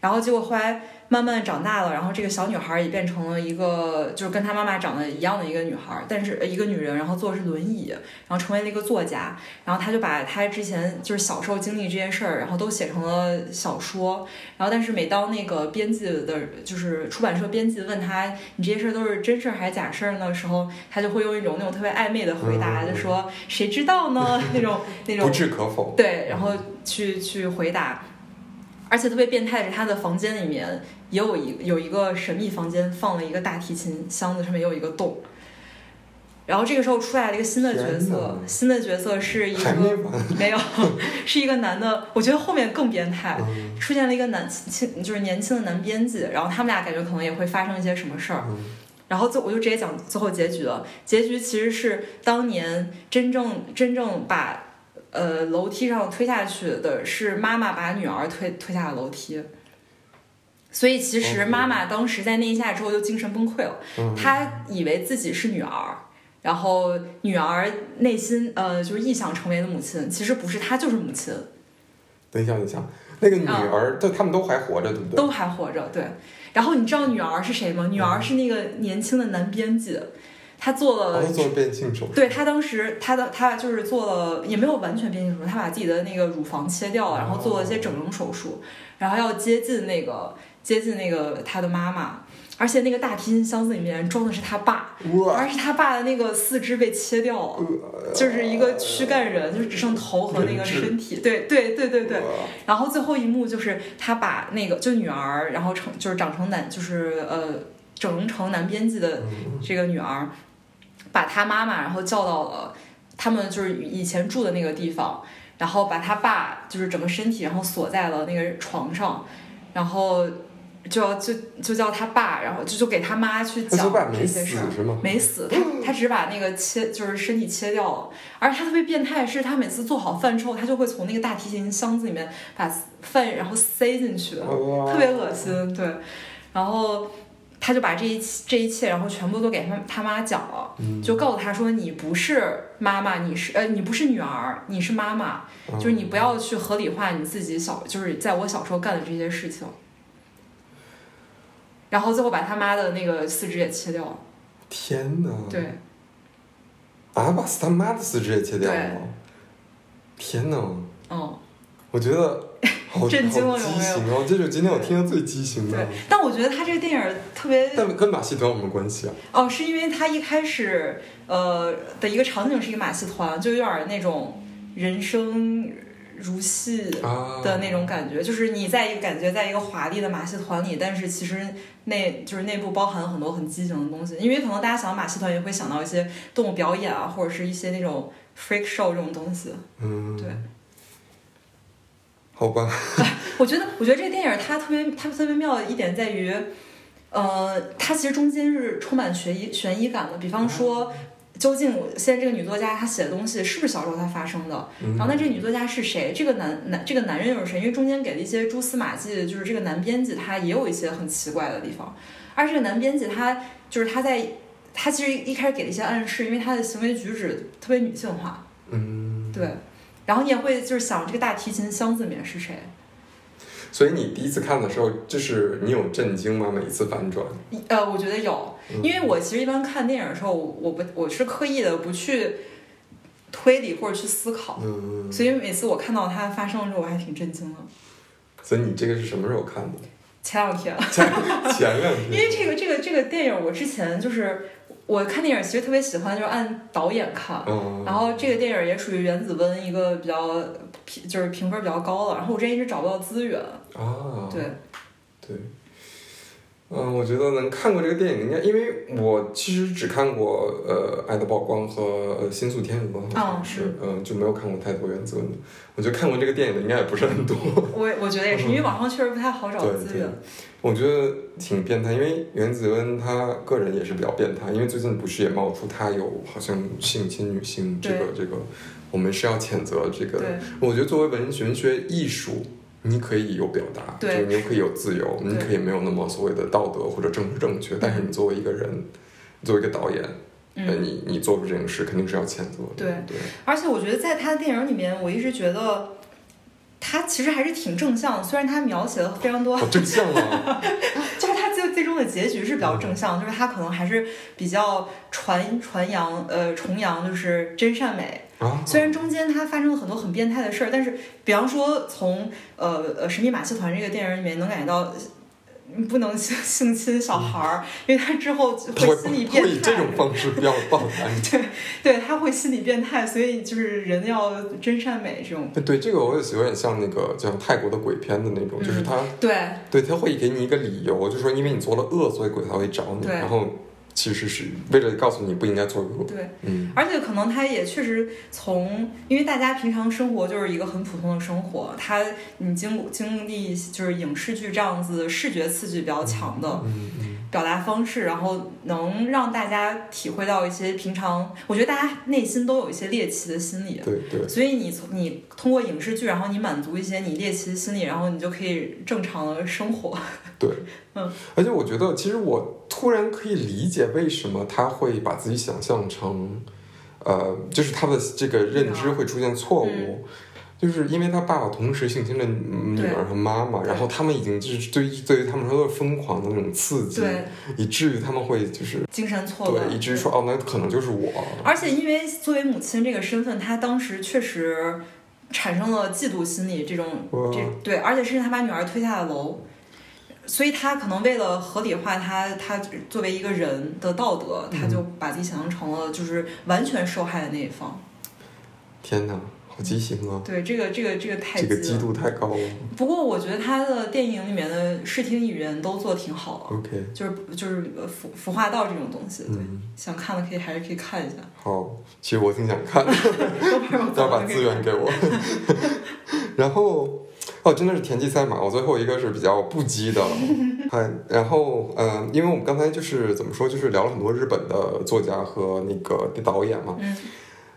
[SPEAKER 2] 然后结果后来慢慢地长大了，然后这个小女孩也变成了一个就是跟她妈妈长得一样的一个女孩，但是呃一个女人，然后坐的是轮椅，然后成为了一个作家，然后她就把她之前就是小时候经历这些事儿，然后都写成了小说，然后但是每当那个编辑的，就是出版社编辑问她你这些事儿都是真事儿还是假事儿呢的时候，她就会用一种那种特别暧昧的回答，
[SPEAKER 1] 嗯
[SPEAKER 2] 就说谁知道呢 那种那种
[SPEAKER 1] 不置可否。
[SPEAKER 2] 对，然后去去回答，而且特别变态的是，他的房间里面也有一有一个神秘房间，放了一个大提琴箱子，上面也有一个洞。然后这个时候出来了一个新的角
[SPEAKER 1] 天
[SPEAKER 2] 色
[SPEAKER 1] 哪，
[SPEAKER 2] 新的角色是一
[SPEAKER 1] 还没
[SPEAKER 2] 个
[SPEAKER 1] 完，
[SPEAKER 2] 没有，是一个男的，我觉得后面更变态，
[SPEAKER 1] 嗯
[SPEAKER 2] 出现了一个男青就是年轻的男编辑，然后他们俩感觉可能也会发生一些什么事儿。
[SPEAKER 1] 嗯
[SPEAKER 2] 然后最我就直接讲最后结局了。结局其实是当年真正真正把呃楼梯上推下去的是妈妈把女儿推推下了楼梯。所以其实
[SPEAKER 1] OK
[SPEAKER 2] 妈妈当时在那一下之后就精神崩溃了，
[SPEAKER 1] 嗯
[SPEAKER 2] 她以为自己是女儿，然后女儿内心呃就是臆想成为的母亲，其实不是，她就是母亲，
[SPEAKER 1] 等一下，等一下，那个女儿，就他们都还活着，对不对？
[SPEAKER 2] 嗯都还活着。对，然后你知道女儿是谁吗？女儿是那个年轻的男编辑，他做了
[SPEAKER 1] 然后做变性手术，
[SPEAKER 2] 对他当时他的他就是做了也没有完全变性手术，他把自己的那个乳房切掉了，然后做了一些整容手术，然后要接近那个接近那个他的妈妈，而且那个大提琴箱子里面装的是他爸，
[SPEAKER 1] 哇，
[SPEAKER 2] 而是他爸的那个四肢被切掉了，
[SPEAKER 1] 呃
[SPEAKER 2] 就是一个躯干人，就是只剩头和那个身体，
[SPEAKER 1] 呃
[SPEAKER 2] 对对对对对。
[SPEAKER 1] 哇
[SPEAKER 2] 然后最后一幕就是他把那个就女儿，然后成就是长成男，就是呃整容成男编辑的
[SPEAKER 1] 嗯
[SPEAKER 2] 这个女儿，把她妈妈然后叫到了他们就是以前住的那个地方，然后把她爸就是整个身体然后锁在了那个床上，然后就要就就叫他爸，然后就就给他妈去
[SPEAKER 1] 那
[SPEAKER 2] 讲
[SPEAKER 1] 他爸没
[SPEAKER 2] 这些
[SPEAKER 1] 死
[SPEAKER 2] 事儿。
[SPEAKER 1] 是吗？
[SPEAKER 2] 没死，他他只是把那个切，就是身体切掉了。而且他特别变态，是他每次做好饭之后，他就会从那个大提琴箱子里面把饭然后塞进去，
[SPEAKER 1] 哇
[SPEAKER 2] 特别恶心。对，然后他就把这一切这一切，然后全部都给他他妈讲了，
[SPEAKER 1] 嗯
[SPEAKER 2] 就告诉他说：“你不是妈妈，你是呃，你不是女儿，你是妈妈，
[SPEAKER 1] 嗯
[SPEAKER 2] 就是你不要去合理化你自己小，就是在我小时候干的这些事情。”然后最后把他妈的那个四肢也切掉了，
[SPEAKER 1] 天哪！
[SPEAKER 2] 对。
[SPEAKER 1] 啊，把他妈的四肢也切掉了吗？天哪！
[SPEAKER 2] 嗯，
[SPEAKER 1] 我觉得好
[SPEAKER 2] 震惊
[SPEAKER 1] 好
[SPEAKER 2] 了有没有
[SPEAKER 1] 畸形哦！这是今天我听的最畸形
[SPEAKER 2] 对
[SPEAKER 1] 的，。
[SPEAKER 2] 但我觉得他这个电影儿特别
[SPEAKER 1] 但跟马戏团有什么关系啊？
[SPEAKER 2] 哦，是因为他一开始呃的一个场景是一个马戏团，就有点儿那种人生如戏
[SPEAKER 1] 啊
[SPEAKER 2] 的那种感觉，就是你在一个感觉在一个华丽的马戏团里，但是其实内就是内部包含了很多很畸形的东西，因为可能大家想到马戏团也会想到一些动物表演啊，或者是一些那种 freak show 这种东西。
[SPEAKER 1] 嗯，
[SPEAKER 2] 对，
[SPEAKER 1] 好吧，
[SPEAKER 2] 我觉得，我觉得这个电影它特别，它特别妙的一点在于，呃，它其实中间是充满悬疑悬疑感的。比方说，究竟现在这个女作家她写的东西是不是小时候她发生的？
[SPEAKER 1] 嗯
[SPEAKER 2] 然后那这个女作家是谁？这个男男这个男人又是谁？因为中间给了一些蛛丝马迹，就是这个男编辑他也有一些很奇怪的地方，而这个男编辑他就是他在他其实一开始给了一些暗示，因为他的行为举止特别女性化，
[SPEAKER 1] 嗯，
[SPEAKER 2] 对。然后你也会就是想这个大提琴箱子里面是谁？
[SPEAKER 1] 所以你第一次看的时候，就是你有震惊吗？每一次反转，嗯
[SPEAKER 2] 一呃，我觉得有，因为我其实一般看电影的时候，我不我是刻意的不去推理或者去思考，
[SPEAKER 1] 嗯，
[SPEAKER 2] 所以每次我看到它发生的时候，我还挺震惊的。
[SPEAKER 1] 所以你这个是什么时候看的？
[SPEAKER 2] 前两天，
[SPEAKER 1] 前前两
[SPEAKER 2] 因
[SPEAKER 1] 天，
[SPEAKER 2] 为这个这个这个电影，我之前就是我看电影其实特别喜欢就是按导演看，
[SPEAKER 1] 嗯，
[SPEAKER 2] 然后这个电影也属于原子温一个比较评就是评分比较高的，然后我之前一直找不到资源，
[SPEAKER 1] 啊，
[SPEAKER 2] 对，
[SPEAKER 1] 对，嗯，我觉得能看过这个电影，应该因为我其实只看过呃《爱的曝光》和呃《新宿天鹅》，好像
[SPEAKER 2] 哦
[SPEAKER 1] 是
[SPEAKER 2] 是，
[SPEAKER 1] 嗯，就没有看过太多原则的。我觉得看过这个电影的应该也不是很多。
[SPEAKER 2] 我我觉得也是，因为网上确实不太好找
[SPEAKER 1] 对
[SPEAKER 2] 资
[SPEAKER 1] 对
[SPEAKER 2] 源，，
[SPEAKER 1] 我觉得挺变态，因为原子温他个人也是比较变态，因为最近不是也冒出他有好像性侵女性这个这个，我们是要谴责这个
[SPEAKER 2] 对
[SPEAKER 1] 我觉得作为文文学艺术，你可以有表达，就
[SPEAKER 2] 对
[SPEAKER 1] 是你又可以有自由，
[SPEAKER 2] 对
[SPEAKER 1] 你可以没有那么所谓的道德或者政治正确，但是你作为一个人，作为一个导演，呃
[SPEAKER 2] 嗯。
[SPEAKER 1] 你你做出这种事肯定是要谴责的。
[SPEAKER 2] 对
[SPEAKER 1] 对，
[SPEAKER 2] 而且我觉得在他的电影里面，我一直觉得他其实还是挺正向的，虽然他描写了非常多，
[SPEAKER 1] 好正向啊！
[SPEAKER 2] 就是他最最终的结局是比较正向，就是他可能还是比较传传扬呃崇扬就是真善美。
[SPEAKER 1] 啊，
[SPEAKER 2] 虽然中间他发生了很多很变态的事儿，但是比方说从呃呃《神秘马戏团》这个电影里面能感觉到。呃不能性性侵小孩儿，因为他之后
[SPEAKER 1] 他会
[SPEAKER 2] 会心理
[SPEAKER 1] 他
[SPEAKER 2] 变态。
[SPEAKER 1] 会以这种方式要报答你。
[SPEAKER 2] 对，他会心理变态，所以就是人要真善美这种。
[SPEAKER 1] 对这个，我也有点像那个像泰国的鬼片的那种，
[SPEAKER 2] 嗯
[SPEAKER 1] 就是他
[SPEAKER 2] 对，
[SPEAKER 1] 对他会给你一个理由，就说因为你做了恶，所以鬼才会找你，
[SPEAKER 2] 对
[SPEAKER 1] 然后其实是为了告诉你不应该做恶。
[SPEAKER 2] 对，
[SPEAKER 1] 嗯，
[SPEAKER 2] 而且可能他也确实从，因为大家平常生活就是一个很普通的生活，他你经经历就是影视剧这样子视觉刺激比较强的，
[SPEAKER 1] 嗯嗯
[SPEAKER 2] 表达方式，然后能让大家体会到一些平常，我觉得大家内心都有一些猎奇的心理，
[SPEAKER 1] 对对，
[SPEAKER 2] 所以你从你通过影视剧，然后你满足一些你猎奇的心理，然后你就可以正常的生活。
[SPEAKER 1] 对，
[SPEAKER 2] 嗯，
[SPEAKER 1] 而且我觉得，其实我突然可以理解为什么他会把自己想象成，呃，就是他的这个认知会出现错误，
[SPEAKER 2] 啊嗯
[SPEAKER 1] 就是因为他爸爸同时性侵了女
[SPEAKER 2] 对
[SPEAKER 1] 儿和妈妈，然后他们已经就是对于对于他们来说都是疯狂的那种刺激，
[SPEAKER 2] 对，
[SPEAKER 1] 以至于他们会就是
[SPEAKER 2] 精神错乱。
[SPEAKER 1] 对，以至于说哦，那可能就是我，
[SPEAKER 2] 而且因为作为母亲这个身份，她当时确实产生了嫉妒心理这种
[SPEAKER 1] 哇
[SPEAKER 2] 这对，而且甚至她把女儿推下了楼，所以她可能为了合理化她她作为一个人的道德，
[SPEAKER 1] 嗯
[SPEAKER 2] 她就把自己想象成了就是完全受害的那一方。
[SPEAKER 1] 天哪，好畸形啊！
[SPEAKER 2] 对，这个这个这个太
[SPEAKER 1] 这个
[SPEAKER 2] 激
[SPEAKER 1] 激
[SPEAKER 2] 了。
[SPEAKER 1] 度太高了。
[SPEAKER 2] 不过我觉得她的电影里面的视听语言都做得挺好
[SPEAKER 1] OK，
[SPEAKER 2] 的，就是就是呃服服化道这种东西，对，
[SPEAKER 1] 嗯，
[SPEAKER 2] 想看的可以还是可以看一下。
[SPEAKER 1] 好，其实我挺想看的，
[SPEAKER 2] 要不然我
[SPEAKER 1] 要
[SPEAKER 2] 早
[SPEAKER 1] 把
[SPEAKER 2] 就可以
[SPEAKER 1] 资源给我。 然后，哦，真的是田忌赛马。我最后一个是比较不羁的， 哎，然后，呃，因为我们刚才就是怎么说，就是聊了很多日本的作家和那个导演嘛，
[SPEAKER 2] 嗯，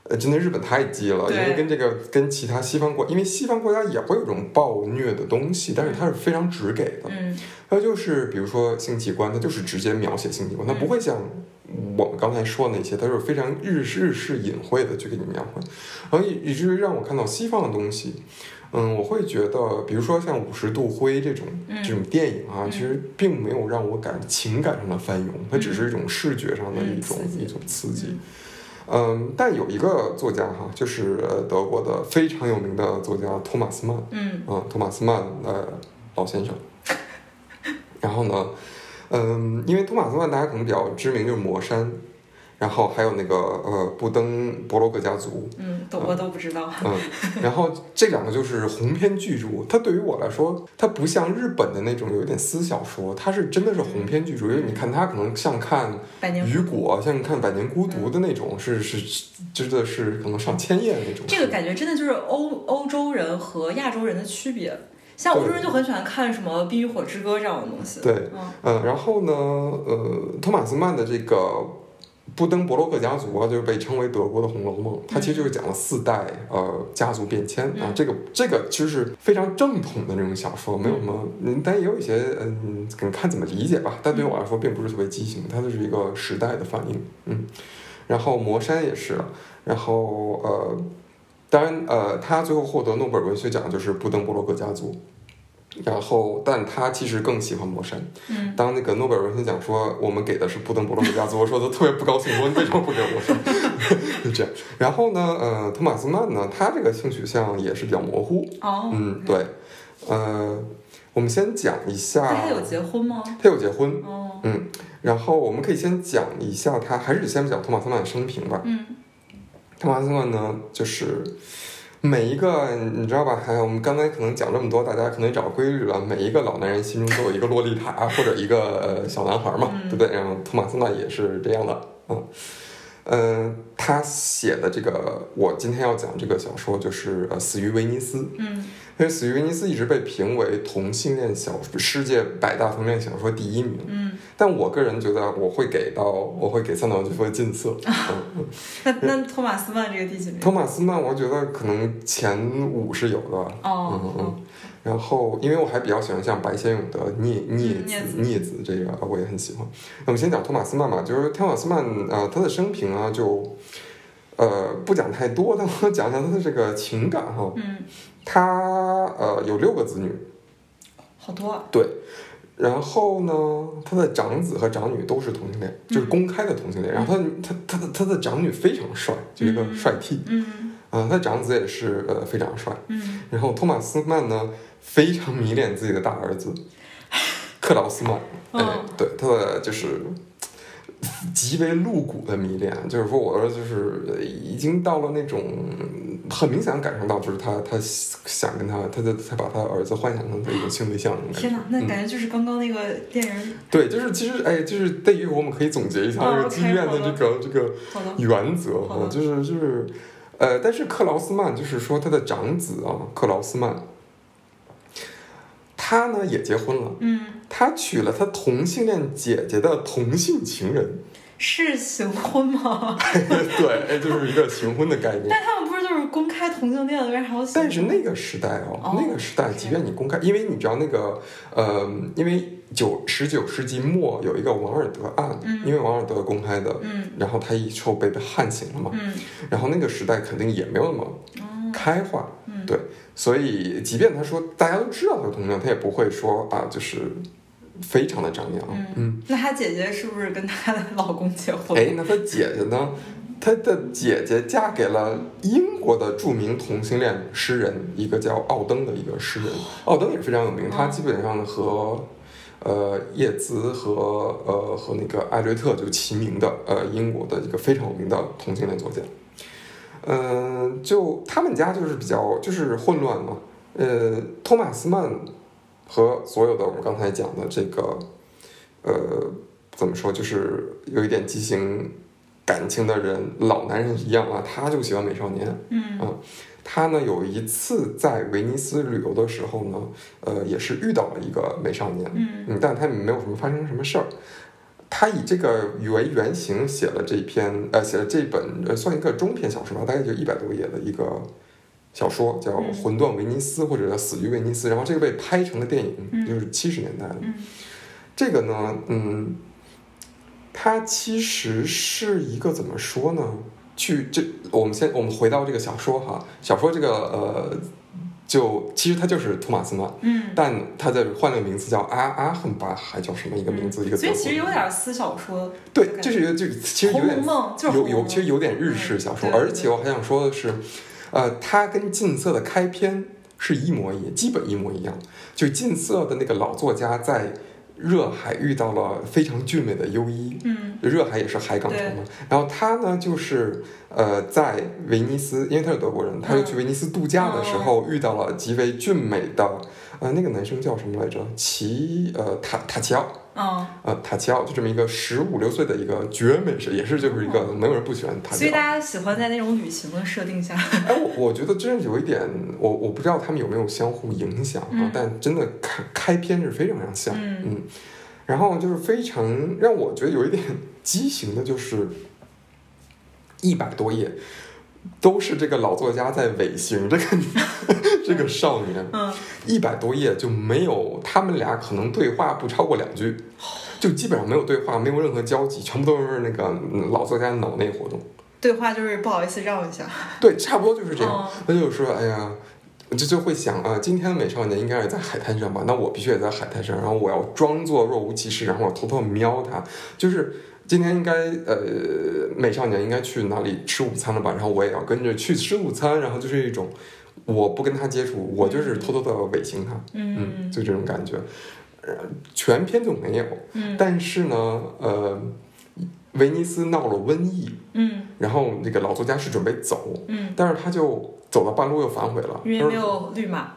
[SPEAKER 1] 呃，真的日本太激了，因
[SPEAKER 2] 对
[SPEAKER 1] 为跟这个跟其他西方国，因为西方国家也会有这种暴虐的东西，但是它是非常直给的。
[SPEAKER 2] 嗯
[SPEAKER 1] 还有就是，比如说性器官，它就是直接描写性器官，它
[SPEAKER 2] 嗯
[SPEAKER 1] 不会像我们刚才说的那些，它就是非常日式日式隐晦的去给你描绘，然后以以至于让我看到西方的东西，嗯，我会觉得，比如说像《五十度灰》这种
[SPEAKER 2] 嗯
[SPEAKER 1] 这种电影啊，
[SPEAKER 2] 嗯
[SPEAKER 1] 其实并没有让我感情感上的翻涌，它只是一种视觉上的
[SPEAKER 2] 嗯
[SPEAKER 1] 一种
[SPEAKER 2] 刺激
[SPEAKER 1] 一种刺激。
[SPEAKER 2] 嗯
[SPEAKER 1] 嗯，但有一个作家哈，就是呃德国的非常有名的作家托马斯曼，
[SPEAKER 2] 嗯
[SPEAKER 1] 啊，托马斯曼呃老先生。然后呢，嗯，因为托马斯曼大家可能比较知名就是魔山，然后还有那个呃布登伯罗格家族，
[SPEAKER 2] 嗯，
[SPEAKER 1] 啊
[SPEAKER 2] 都我都不知道。
[SPEAKER 1] 嗯，然后这两个就是鸿篇巨著。它对于我来说，它不像日本的那种有一点私小说，它是真的是鸿篇巨著。因为你看它可能像看
[SPEAKER 2] 百年
[SPEAKER 1] 雨果，像看《百年孤独》的那种，是是是真的是可能上千页的那种。
[SPEAKER 2] 这个感觉真的就是欧欧洲人和亚洲人的区别。像欧洲人就很喜欢看什么《冰与火之歌》这样的东西。
[SPEAKER 1] 对
[SPEAKER 2] 嗯
[SPEAKER 1] 嗯，然后呢，呃，托马斯曼的这个布登伯洛克家族啊，就是被称为德国的《红楼梦》，它其实就是讲了四代呃家族变迁啊
[SPEAKER 2] 嗯，
[SPEAKER 1] 这个这个其实是非常正统的那种小说，没有什么，嗯但也有一些嗯，可能看怎么理解吧，但对我来说并不是特别畸形，它就是一个时代的反应，嗯，然后魔山也是，然后呃。当然，呃，他最后获得诺贝尔文学奖就是布登伯洛克家族，然后，但他其实更喜欢魔山，
[SPEAKER 2] 嗯，
[SPEAKER 1] 当那个诺贝尔文学奖说我们给的是布登伯洛克家族，我说都特别不高兴，我说你 为什么不给我？就这样。然后呢，呃，托马斯曼呢，他这个性取向也是比较模糊。
[SPEAKER 2] 哦，
[SPEAKER 1] 嗯，对，呃，我们先讲一下，
[SPEAKER 2] 那他有结婚吗？
[SPEAKER 1] 他有结婚，
[SPEAKER 2] 哦，
[SPEAKER 1] 然后我们可以先讲一下他，还是先讲托马斯曼的生平吧。
[SPEAKER 2] 嗯
[SPEAKER 1] 托马斯曼呢，就是每一个你知道吧？还有我们刚才可能讲这么多，大家可能找规律了。每一个老男人心中都有一个洛丽塔或者一个呃小男孩嘛，
[SPEAKER 2] 嗯
[SPEAKER 1] 对不对？然后托马斯曼也是这样的，嗯。嗯，他写的这个，我今天要讲这个小说就是呃《死于威尼斯》，
[SPEAKER 2] 嗯
[SPEAKER 1] 因为《死于威尼斯》一直被评为同性恋小世界百大同性恋小说第一名，
[SPEAKER 2] 嗯，
[SPEAKER 1] 但我个人觉得我会给到我会给三岛由纪夫的近色，嗯
[SPEAKER 2] 那那托马斯曼这个第几名？
[SPEAKER 1] 托马斯曼，我觉得可能前五是有的。嗯
[SPEAKER 2] 哦，
[SPEAKER 1] 嗯。然后，因为我还比较喜欢像白先勇的《孽孽
[SPEAKER 2] 嗯孽
[SPEAKER 1] 子》孽子这个，我也很喜欢。那我们先讲托马斯曼吧，就是托马斯曼，呃，他的生平啊，就呃不讲太多，但我讲讲他的这个情感哈、
[SPEAKER 2] 嗯，
[SPEAKER 1] 他呃有六个子女，
[SPEAKER 2] 好多啊。
[SPEAKER 1] 然后呢，他的长子和长女都是同性恋，
[SPEAKER 2] 嗯
[SPEAKER 1] 就是公开的同性恋。然后他他他的他的长女非常帅，就一个
[SPEAKER 2] 嗯
[SPEAKER 1] 帅 T，
[SPEAKER 2] 嗯
[SPEAKER 1] 啊、他长子也是呃非常帅。
[SPEAKER 2] 嗯，
[SPEAKER 1] 然后托马斯曼呢，非常迷恋自己的大儿子克劳斯曼，哎
[SPEAKER 2] 嗯，
[SPEAKER 1] 对他的就是极为露骨的迷恋，就是说我儿子就是呃已经到了那种很明显地感受到，就是他他想跟他，他就他把他儿子幻想成他一种性对象那种
[SPEAKER 2] 天
[SPEAKER 1] 感觉。
[SPEAKER 2] 哪，那
[SPEAKER 1] 嗯
[SPEAKER 2] 感觉就是刚刚那个电影，
[SPEAKER 1] 对，就是其实哎，就是对于我们可以总结一下
[SPEAKER 2] 哦
[SPEAKER 1] 这个
[SPEAKER 2] OK，
[SPEAKER 1] 剧院
[SPEAKER 2] 好
[SPEAKER 1] 的
[SPEAKER 2] 的
[SPEAKER 1] 这个这个
[SPEAKER 2] 好的，
[SPEAKER 1] 原则
[SPEAKER 2] 好
[SPEAKER 1] 啊，
[SPEAKER 2] 的
[SPEAKER 1] 就是就是，呃，但是克劳斯曼就是说他的长子啊，克劳斯曼，他呢也结婚了，
[SPEAKER 2] 嗯，
[SPEAKER 1] 他娶了他同性恋姐姐的同性情人，
[SPEAKER 2] 是行婚吗？
[SPEAKER 1] 嗯对，哎就是一个行婚的概念。
[SPEAKER 2] 但他们不是就是公开同性恋的，为啥还要行婚？
[SPEAKER 1] 但是那个时代哦，
[SPEAKER 2] 哦
[SPEAKER 1] 那个时代，
[SPEAKER 2] 是
[SPEAKER 1] 即便你公开，因为你知道那个，呃，因为九十九世纪末有一个王尔德案，
[SPEAKER 2] 嗯
[SPEAKER 1] 因为王尔德公开的，
[SPEAKER 2] 嗯
[SPEAKER 1] 然后他一后被判刑了嘛，
[SPEAKER 2] 嗯
[SPEAKER 1] 然后那个时代肯定也没有那么
[SPEAKER 2] 哦
[SPEAKER 1] 开化，
[SPEAKER 2] 嗯
[SPEAKER 1] 对，所以即便他说大家都知道他是同性恋，他也不会说啊，就是非常的张扬，嗯，
[SPEAKER 2] 那她姐姐是不是跟她的老公结婚？
[SPEAKER 1] 哎，那他姐姐呢？他的姐姐嫁给了英国的著名同性恋诗人，一个叫奥登的一个诗人。奥登也是非常有名，他基本上和呃叶兹和呃和那个艾略特就齐名的，呃英国的一个非常有名的同性恋作家。嗯、就他们家就是比较就是混乱嘛。呃，托马斯曼和所有的我们刚才讲的这个呃怎么说，就是有一点畸形感情的人，老男人一样啊，他就喜欢美少年。
[SPEAKER 2] 嗯
[SPEAKER 1] 他呢有一次在威尼斯旅游的时候呢，呃，也是遇到了一个美少年，
[SPEAKER 2] 嗯
[SPEAKER 1] 嗯，但他也没有什么发生什么事儿。他以这个为原型写了这篇，呃，写了这本呃算一个中篇小说吧，大概就一百多页的一个小说，叫
[SPEAKER 2] 嗯
[SPEAKER 1] 《混沌威尼斯》或者叫《死于威尼斯》，然后这个被拍成了电影，
[SPEAKER 2] 嗯
[SPEAKER 1] 就是七十年代的。
[SPEAKER 2] 嗯
[SPEAKER 1] 这个呢，嗯，它其实是一个怎么说呢？去这，我们先我们回到这个小说哈，小说这个呃，就其实它就是托马斯曼，
[SPEAKER 2] 嗯
[SPEAKER 1] 但它的换了个名字叫阿阿亨巴，还叫什么一个名字？一个
[SPEAKER 2] 嗯所以
[SPEAKER 1] 德国
[SPEAKER 2] 其实有点私小说，
[SPEAKER 1] 对
[SPEAKER 2] 感，觉
[SPEAKER 1] 就是有就是其实
[SPEAKER 2] 《
[SPEAKER 1] 有
[SPEAKER 2] 红楼
[SPEAKER 1] 点
[SPEAKER 2] 梦》就是《
[SPEAKER 1] 有
[SPEAKER 2] 红楼
[SPEAKER 1] 有
[SPEAKER 2] 梦
[SPEAKER 1] 其实有点日式小说，
[SPEAKER 2] 对对
[SPEAKER 1] 而且我还想说的是，呃，它跟近色的开篇是一模一样，基本一模一样。就近色的那个老作家在热海遇到了非常俊美的优衣，
[SPEAKER 2] 嗯
[SPEAKER 1] 热海也是海港城嘛。然后他呢，就是呃，在威尼斯，因为他是德国人，他就去威尼斯度假的时候、遇到了极为俊美的呃那个男生叫什么来着？齐呃塔塔齐奥。
[SPEAKER 2] 嗯，
[SPEAKER 1] 呃，塔齐奥就这么一个十五六岁的一个绝美是，也是就是一个没有人不喜欢塔
[SPEAKER 2] 所
[SPEAKER 1] 齐
[SPEAKER 2] 以大
[SPEAKER 1] 奥。
[SPEAKER 2] 家喜欢在那种旅行的设定下，
[SPEAKER 1] 哎，我我觉得真是有一点，我我不知道他们有没有相互影响啊，
[SPEAKER 2] 嗯
[SPEAKER 1] 但真的开开篇是非常非常像。
[SPEAKER 2] 嗯
[SPEAKER 1] 然后就是非常让我觉得有一点 畸形的，就是一百多页都是这个老作家在尾行 这个这个少年，
[SPEAKER 2] 嗯
[SPEAKER 1] 一百多页就没有，他们俩可能对话不超过两句，
[SPEAKER 2] 哦
[SPEAKER 1] 就基本上没有对话，没有任何交集，全部都是那个嗯老作家脑内活动。
[SPEAKER 2] 对话就是不好意思绕一下，
[SPEAKER 1] 对，差不多就是这样
[SPEAKER 2] 哦。
[SPEAKER 1] 他就说：“哎呀，我就就会想啊，今天的美少年应该是在海滩上吧？那我必须也在海滩上，然后我要装作若无其事，然后我偷偷瞄他，就是。”今天应该呃，美少年应该去哪里吃午餐了吧？然后我也要跟着去吃午餐，然后就是一种我不跟他接触，我就是偷偷的尾行他。嗯，
[SPEAKER 2] 嗯
[SPEAKER 1] 就这种感觉。呃，全篇就没有，
[SPEAKER 2] 嗯
[SPEAKER 1] 但是呢，呃，威尼斯闹了瘟疫，
[SPEAKER 2] 嗯
[SPEAKER 1] 然后那个老作家是准备走，
[SPEAKER 2] 嗯，
[SPEAKER 1] 但是他就走到半路又反悔了，
[SPEAKER 2] 因为
[SPEAKER 1] 他说
[SPEAKER 2] 没有绿码，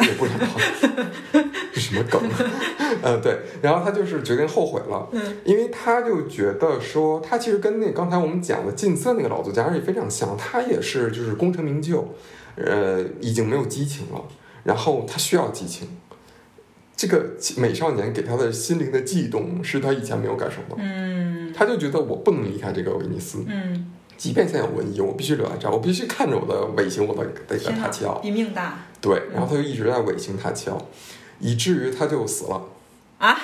[SPEAKER 1] 也不知道是什么梗， 呃，对，然后他就是决定后悔了，
[SPEAKER 2] 嗯
[SPEAKER 1] 因为他就觉得说，他其实跟那个刚才我们讲的近色那个老作家也非常像，他也是就是功成名就，呃，已经没有激情了，然后他需要激情。这个美少年给他的心灵的悸动是他以前没有感受到，
[SPEAKER 2] 嗯
[SPEAKER 1] 他就觉得我不能离开这个威尼斯，
[SPEAKER 2] 嗯，
[SPEAKER 1] 即便现在有瘟疫，我必须留在这儿，我必须看着我的尾行，我的那个
[SPEAKER 2] 天
[SPEAKER 1] 塔
[SPEAKER 2] 哪嗯
[SPEAKER 1] 奇奥，
[SPEAKER 2] 比命大
[SPEAKER 1] 对，然后他就一直在尾行塔奇奥，以至于他就死了
[SPEAKER 2] 啊，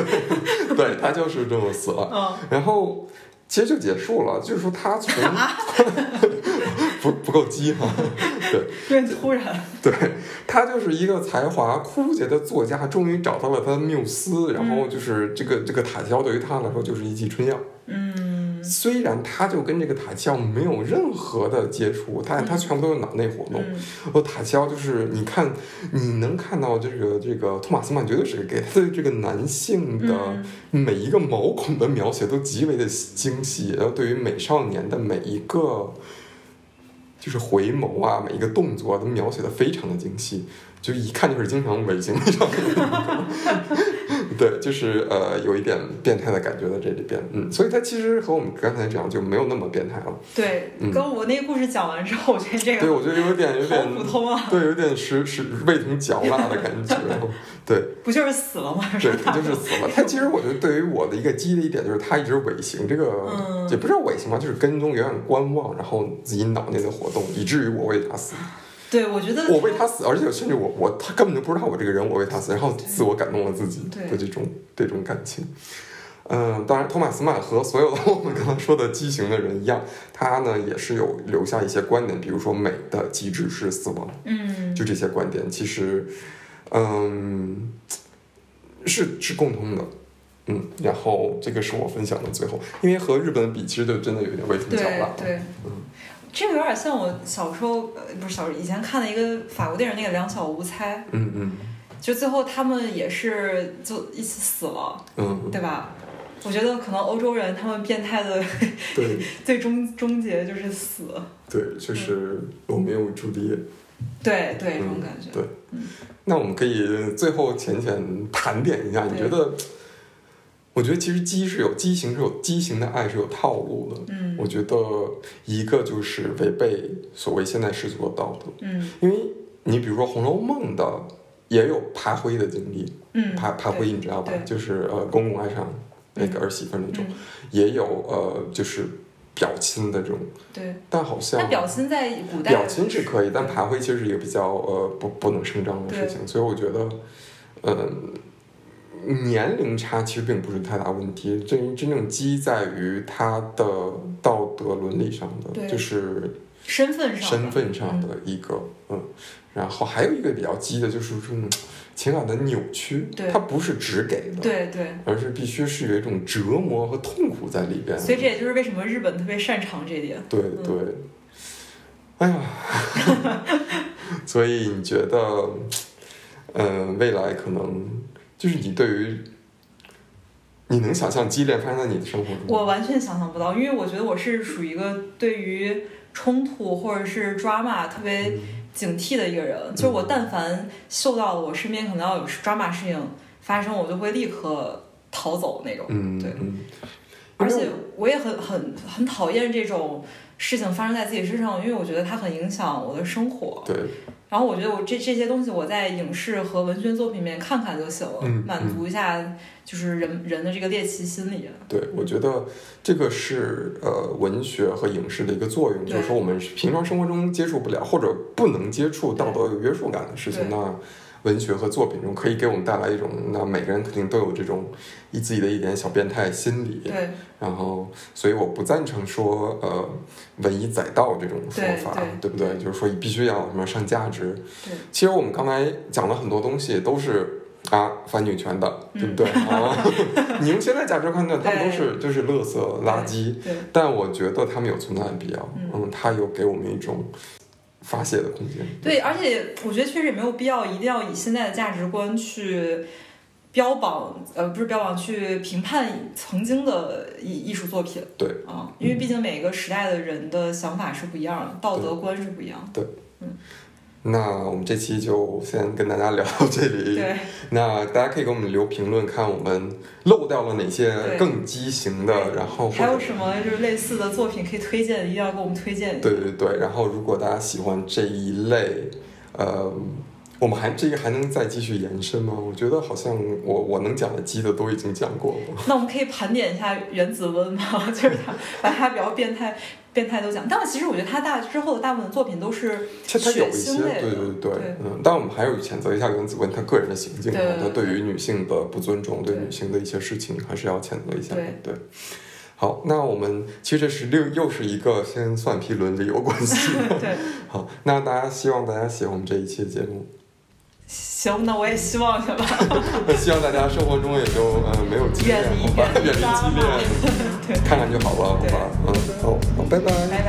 [SPEAKER 1] 对他就是这么死了，
[SPEAKER 2] 嗯
[SPEAKER 1] 然后其实就结束了，就是说他 从
[SPEAKER 2] 啊
[SPEAKER 1] 不不够激哈、对，
[SPEAKER 2] 有点突然，
[SPEAKER 1] 对他就是一个才华枯竭的作家，终于找到了他的缪斯，然后就是这个这个塔奇奥对于他来说就是一剂春药。
[SPEAKER 2] 嗯
[SPEAKER 1] 虽然他就跟这个塔奇奥没有任何的接触，但他全部都是脑内活动。
[SPEAKER 2] 嗯
[SPEAKER 1] 哦，塔奇奥就是你看，你能看到这个这个托马斯曼绝对是给他对这个男性的
[SPEAKER 2] 嗯
[SPEAKER 1] 每一个毛孔的描写都极为的精细，然后对于美少年的每一个就是回眸啊，每一个动作啊都描写的非常的精细，就一看就是经常违经常 对，就是呃有一点变态的感觉在这里边，嗯，所以它其实和我们刚才讲就没有那么变态了，
[SPEAKER 2] 对，跟我那个故事讲完之后，我觉得这个
[SPEAKER 1] 嗯对我觉得有点有
[SPEAKER 2] 好
[SPEAKER 1] 点
[SPEAKER 2] 普通 啊，
[SPEAKER 1] 对有点是是味同嚼蜡的 感觉，对，
[SPEAKER 2] 不就是死了吗？
[SPEAKER 1] 对，他就是死了。他其实我觉得对于我的一个激励一点就是他一直尾行，这个、
[SPEAKER 2] 嗯
[SPEAKER 1] 也不知道尾行吧，就是跟踪远远观望，然后自己脑内的活动，以至于我为他 死，
[SPEAKER 2] 对，我觉得
[SPEAKER 1] 我为他死，而且甚至我我他根本就不知道我这个人，我为他死，然后自我感动了自己
[SPEAKER 2] 对
[SPEAKER 1] 的这种这种感情。嗯，当然，托马斯曼和所有的 我们刚才说的畸形的人一样，他呢也是有留下一些观点，比如说美的极致是死亡，
[SPEAKER 2] 嗯，
[SPEAKER 1] 就这些观点，其实，嗯，是是共通的，嗯，然后这个是我分享的最后，因为和日本比，其实就真的有点味同嚼
[SPEAKER 2] 对
[SPEAKER 1] 蜡，
[SPEAKER 2] 对
[SPEAKER 1] 嗯，
[SPEAKER 2] 这个有点像我小时候，呃，不是小时候，以前看的一个呃法国电影，那个《两小无猜
[SPEAKER 1] 嗯嗯》，
[SPEAKER 2] 就最后他们也是就一起死了，
[SPEAKER 1] 嗯，
[SPEAKER 2] 对吧？我觉得可能欧洲人他们变态的
[SPEAKER 1] 对
[SPEAKER 2] 最终终结就是死，
[SPEAKER 1] 对，就是罗密欧与朱丽叶，
[SPEAKER 2] 对对，这种
[SPEAKER 1] 嗯
[SPEAKER 2] 感觉，
[SPEAKER 1] 对
[SPEAKER 2] 嗯，
[SPEAKER 1] 那我们可以最后浅浅盘点一下，你觉
[SPEAKER 2] 对
[SPEAKER 1] 得？我觉得其实畸是有畸形是有畸形的爱是有套路的，
[SPEAKER 2] 嗯
[SPEAKER 1] 我觉得一个就是违背所谓现代世俗的道德，
[SPEAKER 2] 嗯
[SPEAKER 1] 因为你比如说《红楼梦》的也有爬灰的经历，
[SPEAKER 2] 嗯，
[SPEAKER 1] 爬爬灰你知道吧
[SPEAKER 2] 对？
[SPEAKER 1] 就是呃公公爱上那个儿媳妇那种，
[SPEAKER 2] 嗯
[SPEAKER 1] 也有呃就是表亲的这种，
[SPEAKER 2] 对，
[SPEAKER 1] 但好像
[SPEAKER 2] 那表亲在古代
[SPEAKER 1] 表亲是可以，但爬灰其实是一个比较呃不不能声张的事情，所以我觉得，嗯、年龄差其实并不是太大问题，真真正基在于他的道德伦理上的，
[SPEAKER 2] 对
[SPEAKER 1] 就是
[SPEAKER 2] 身份上的
[SPEAKER 1] 身份上的一个，嗯，然后还有一个比较激的就是这种情感的扭曲
[SPEAKER 2] 对，
[SPEAKER 1] 它不是只给的，
[SPEAKER 2] 对对，
[SPEAKER 1] 而是必须是有一种折磨和痛苦在里边的。
[SPEAKER 2] 所以这也就是为什么日本特别擅长这一点。
[SPEAKER 1] 对
[SPEAKER 2] 嗯
[SPEAKER 1] 对，哎 呀，所以你觉得，嗯、未来可能就是你对于，你能想象激烈发生在你的生活中吗？
[SPEAKER 2] 我完全想象不到，因为我觉得我是属于一个对于冲突或者是 drama 特别
[SPEAKER 1] 嗯
[SPEAKER 2] 警惕的一个人，就是我但凡嗅到了我身边可能要有 drama 事情发生，我就会立刻逃走那种。
[SPEAKER 1] 嗯，
[SPEAKER 2] 对
[SPEAKER 1] 嗯，
[SPEAKER 2] 而且我也很很很讨厌这种事情发生在自己身上，因为我觉得它很影响我的生活。
[SPEAKER 1] 对，
[SPEAKER 2] 然后我觉得我这这些东西我在影视和文学作品里面看看就行了，
[SPEAKER 1] 嗯
[SPEAKER 2] 满足一下就是人人的这个猎奇心理。
[SPEAKER 1] 对，我觉得这个是呃文学和影视的一个作用，
[SPEAKER 2] 对
[SPEAKER 1] 就是说我们平常生活中接触不了或者不能接触道德有约束感的事情，
[SPEAKER 2] 对
[SPEAKER 1] 那文学和作品中可以给我们带来一种，那每个人肯定都有这种以自己的一点小变态心理，
[SPEAKER 2] 对
[SPEAKER 1] 然后所以我不赞成说呃文以载道这种说
[SPEAKER 2] 对
[SPEAKER 1] 法，
[SPEAKER 2] 对
[SPEAKER 1] 对不对？就是说必须要什么上价值，
[SPEAKER 2] 对。
[SPEAKER 1] 其实我们刚才讲了很多东西，都是啊反女权的，对不
[SPEAKER 2] 嗯
[SPEAKER 1] 对、 啊？你用现在价值观的，他们都是就是垃圾垃圾，
[SPEAKER 2] 对
[SPEAKER 1] 但我觉得他们有存在的必要
[SPEAKER 2] 嗯，
[SPEAKER 1] 嗯，它有给我们一种发泄的空间，
[SPEAKER 2] 对，而且我觉得确实也没有必要一定要以现在的价值观去标榜，呃，不是标榜，去评判曾经的艺艺术作品。
[SPEAKER 1] 对
[SPEAKER 2] 啊，因为毕竟每个时代的人的想法是不一样的，道德观是不一样的。
[SPEAKER 1] 那我们这期就先跟大家聊到这里。
[SPEAKER 2] 对，
[SPEAKER 1] 那大家可以给我们留评论，看我们漏掉了哪些
[SPEAKER 2] 对
[SPEAKER 1] 更畸形的，然后哦或
[SPEAKER 2] 还有
[SPEAKER 1] 者
[SPEAKER 2] 什么就是类似的作品可以推荐，一定要给我们推荐一下。
[SPEAKER 1] 对对对，然后如果大家喜欢这一类，呃，我们还这个还能再继续延伸吗？我觉得好像我我能讲的鸡的都已经讲过了。
[SPEAKER 2] 那我们可以盘点一下原子温吗？ 就是他把他比较变态、变态都讲，但其实我觉得他大之后的大部分作品都是
[SPEAKER 1] 其实它有一
[SPEAKER 2] 血腥
[SPEAKER 1] 些，
[SPEAKER 2] 类的
[SPEAKER 1] 对对对，
[SPEAKER 2] 对
[SPEAKER 1] 嗯，但我们还有谴责一下原子文他个人的行径啊，
[SPEAKER 2] 对
[SPEAKER 1] 他对于女性的不尊重，对
[SPEAKER 2] 对
[SPEAKER 1] 女性的一些事情还是要谴责一下的
[SPEAKER 2] 对，。
[SPEAKER 1] 对。好，那我们其实这是六又是一个跟蒜皮伦理有关系
[SPEAKER 2] 对。
[SPEAKER 1] 好，那大家希望大家喜欢我们这一期的节目。
[SPEAKER 2] 行，那我也希望去吧。
[SPEAKER 1] 那希望大家生活中也就呃没有激烈，
[SPEAKER 2] 远离
[SPEAKER 1] 好吧，
[SPEAKER 2] 远
[SPEAKER 1] 远
[SPEAKER 2] 离
[SPEAKER 1] 离
[SPEAKER 2] 渣
[SPEAKER 1] 激
[SPEAKER 2] 嘛
[SPEAKER 1] 烈，看看就好了，好吧，嗯，好，好，拜拜
[SPEAKER 2] 拜拜。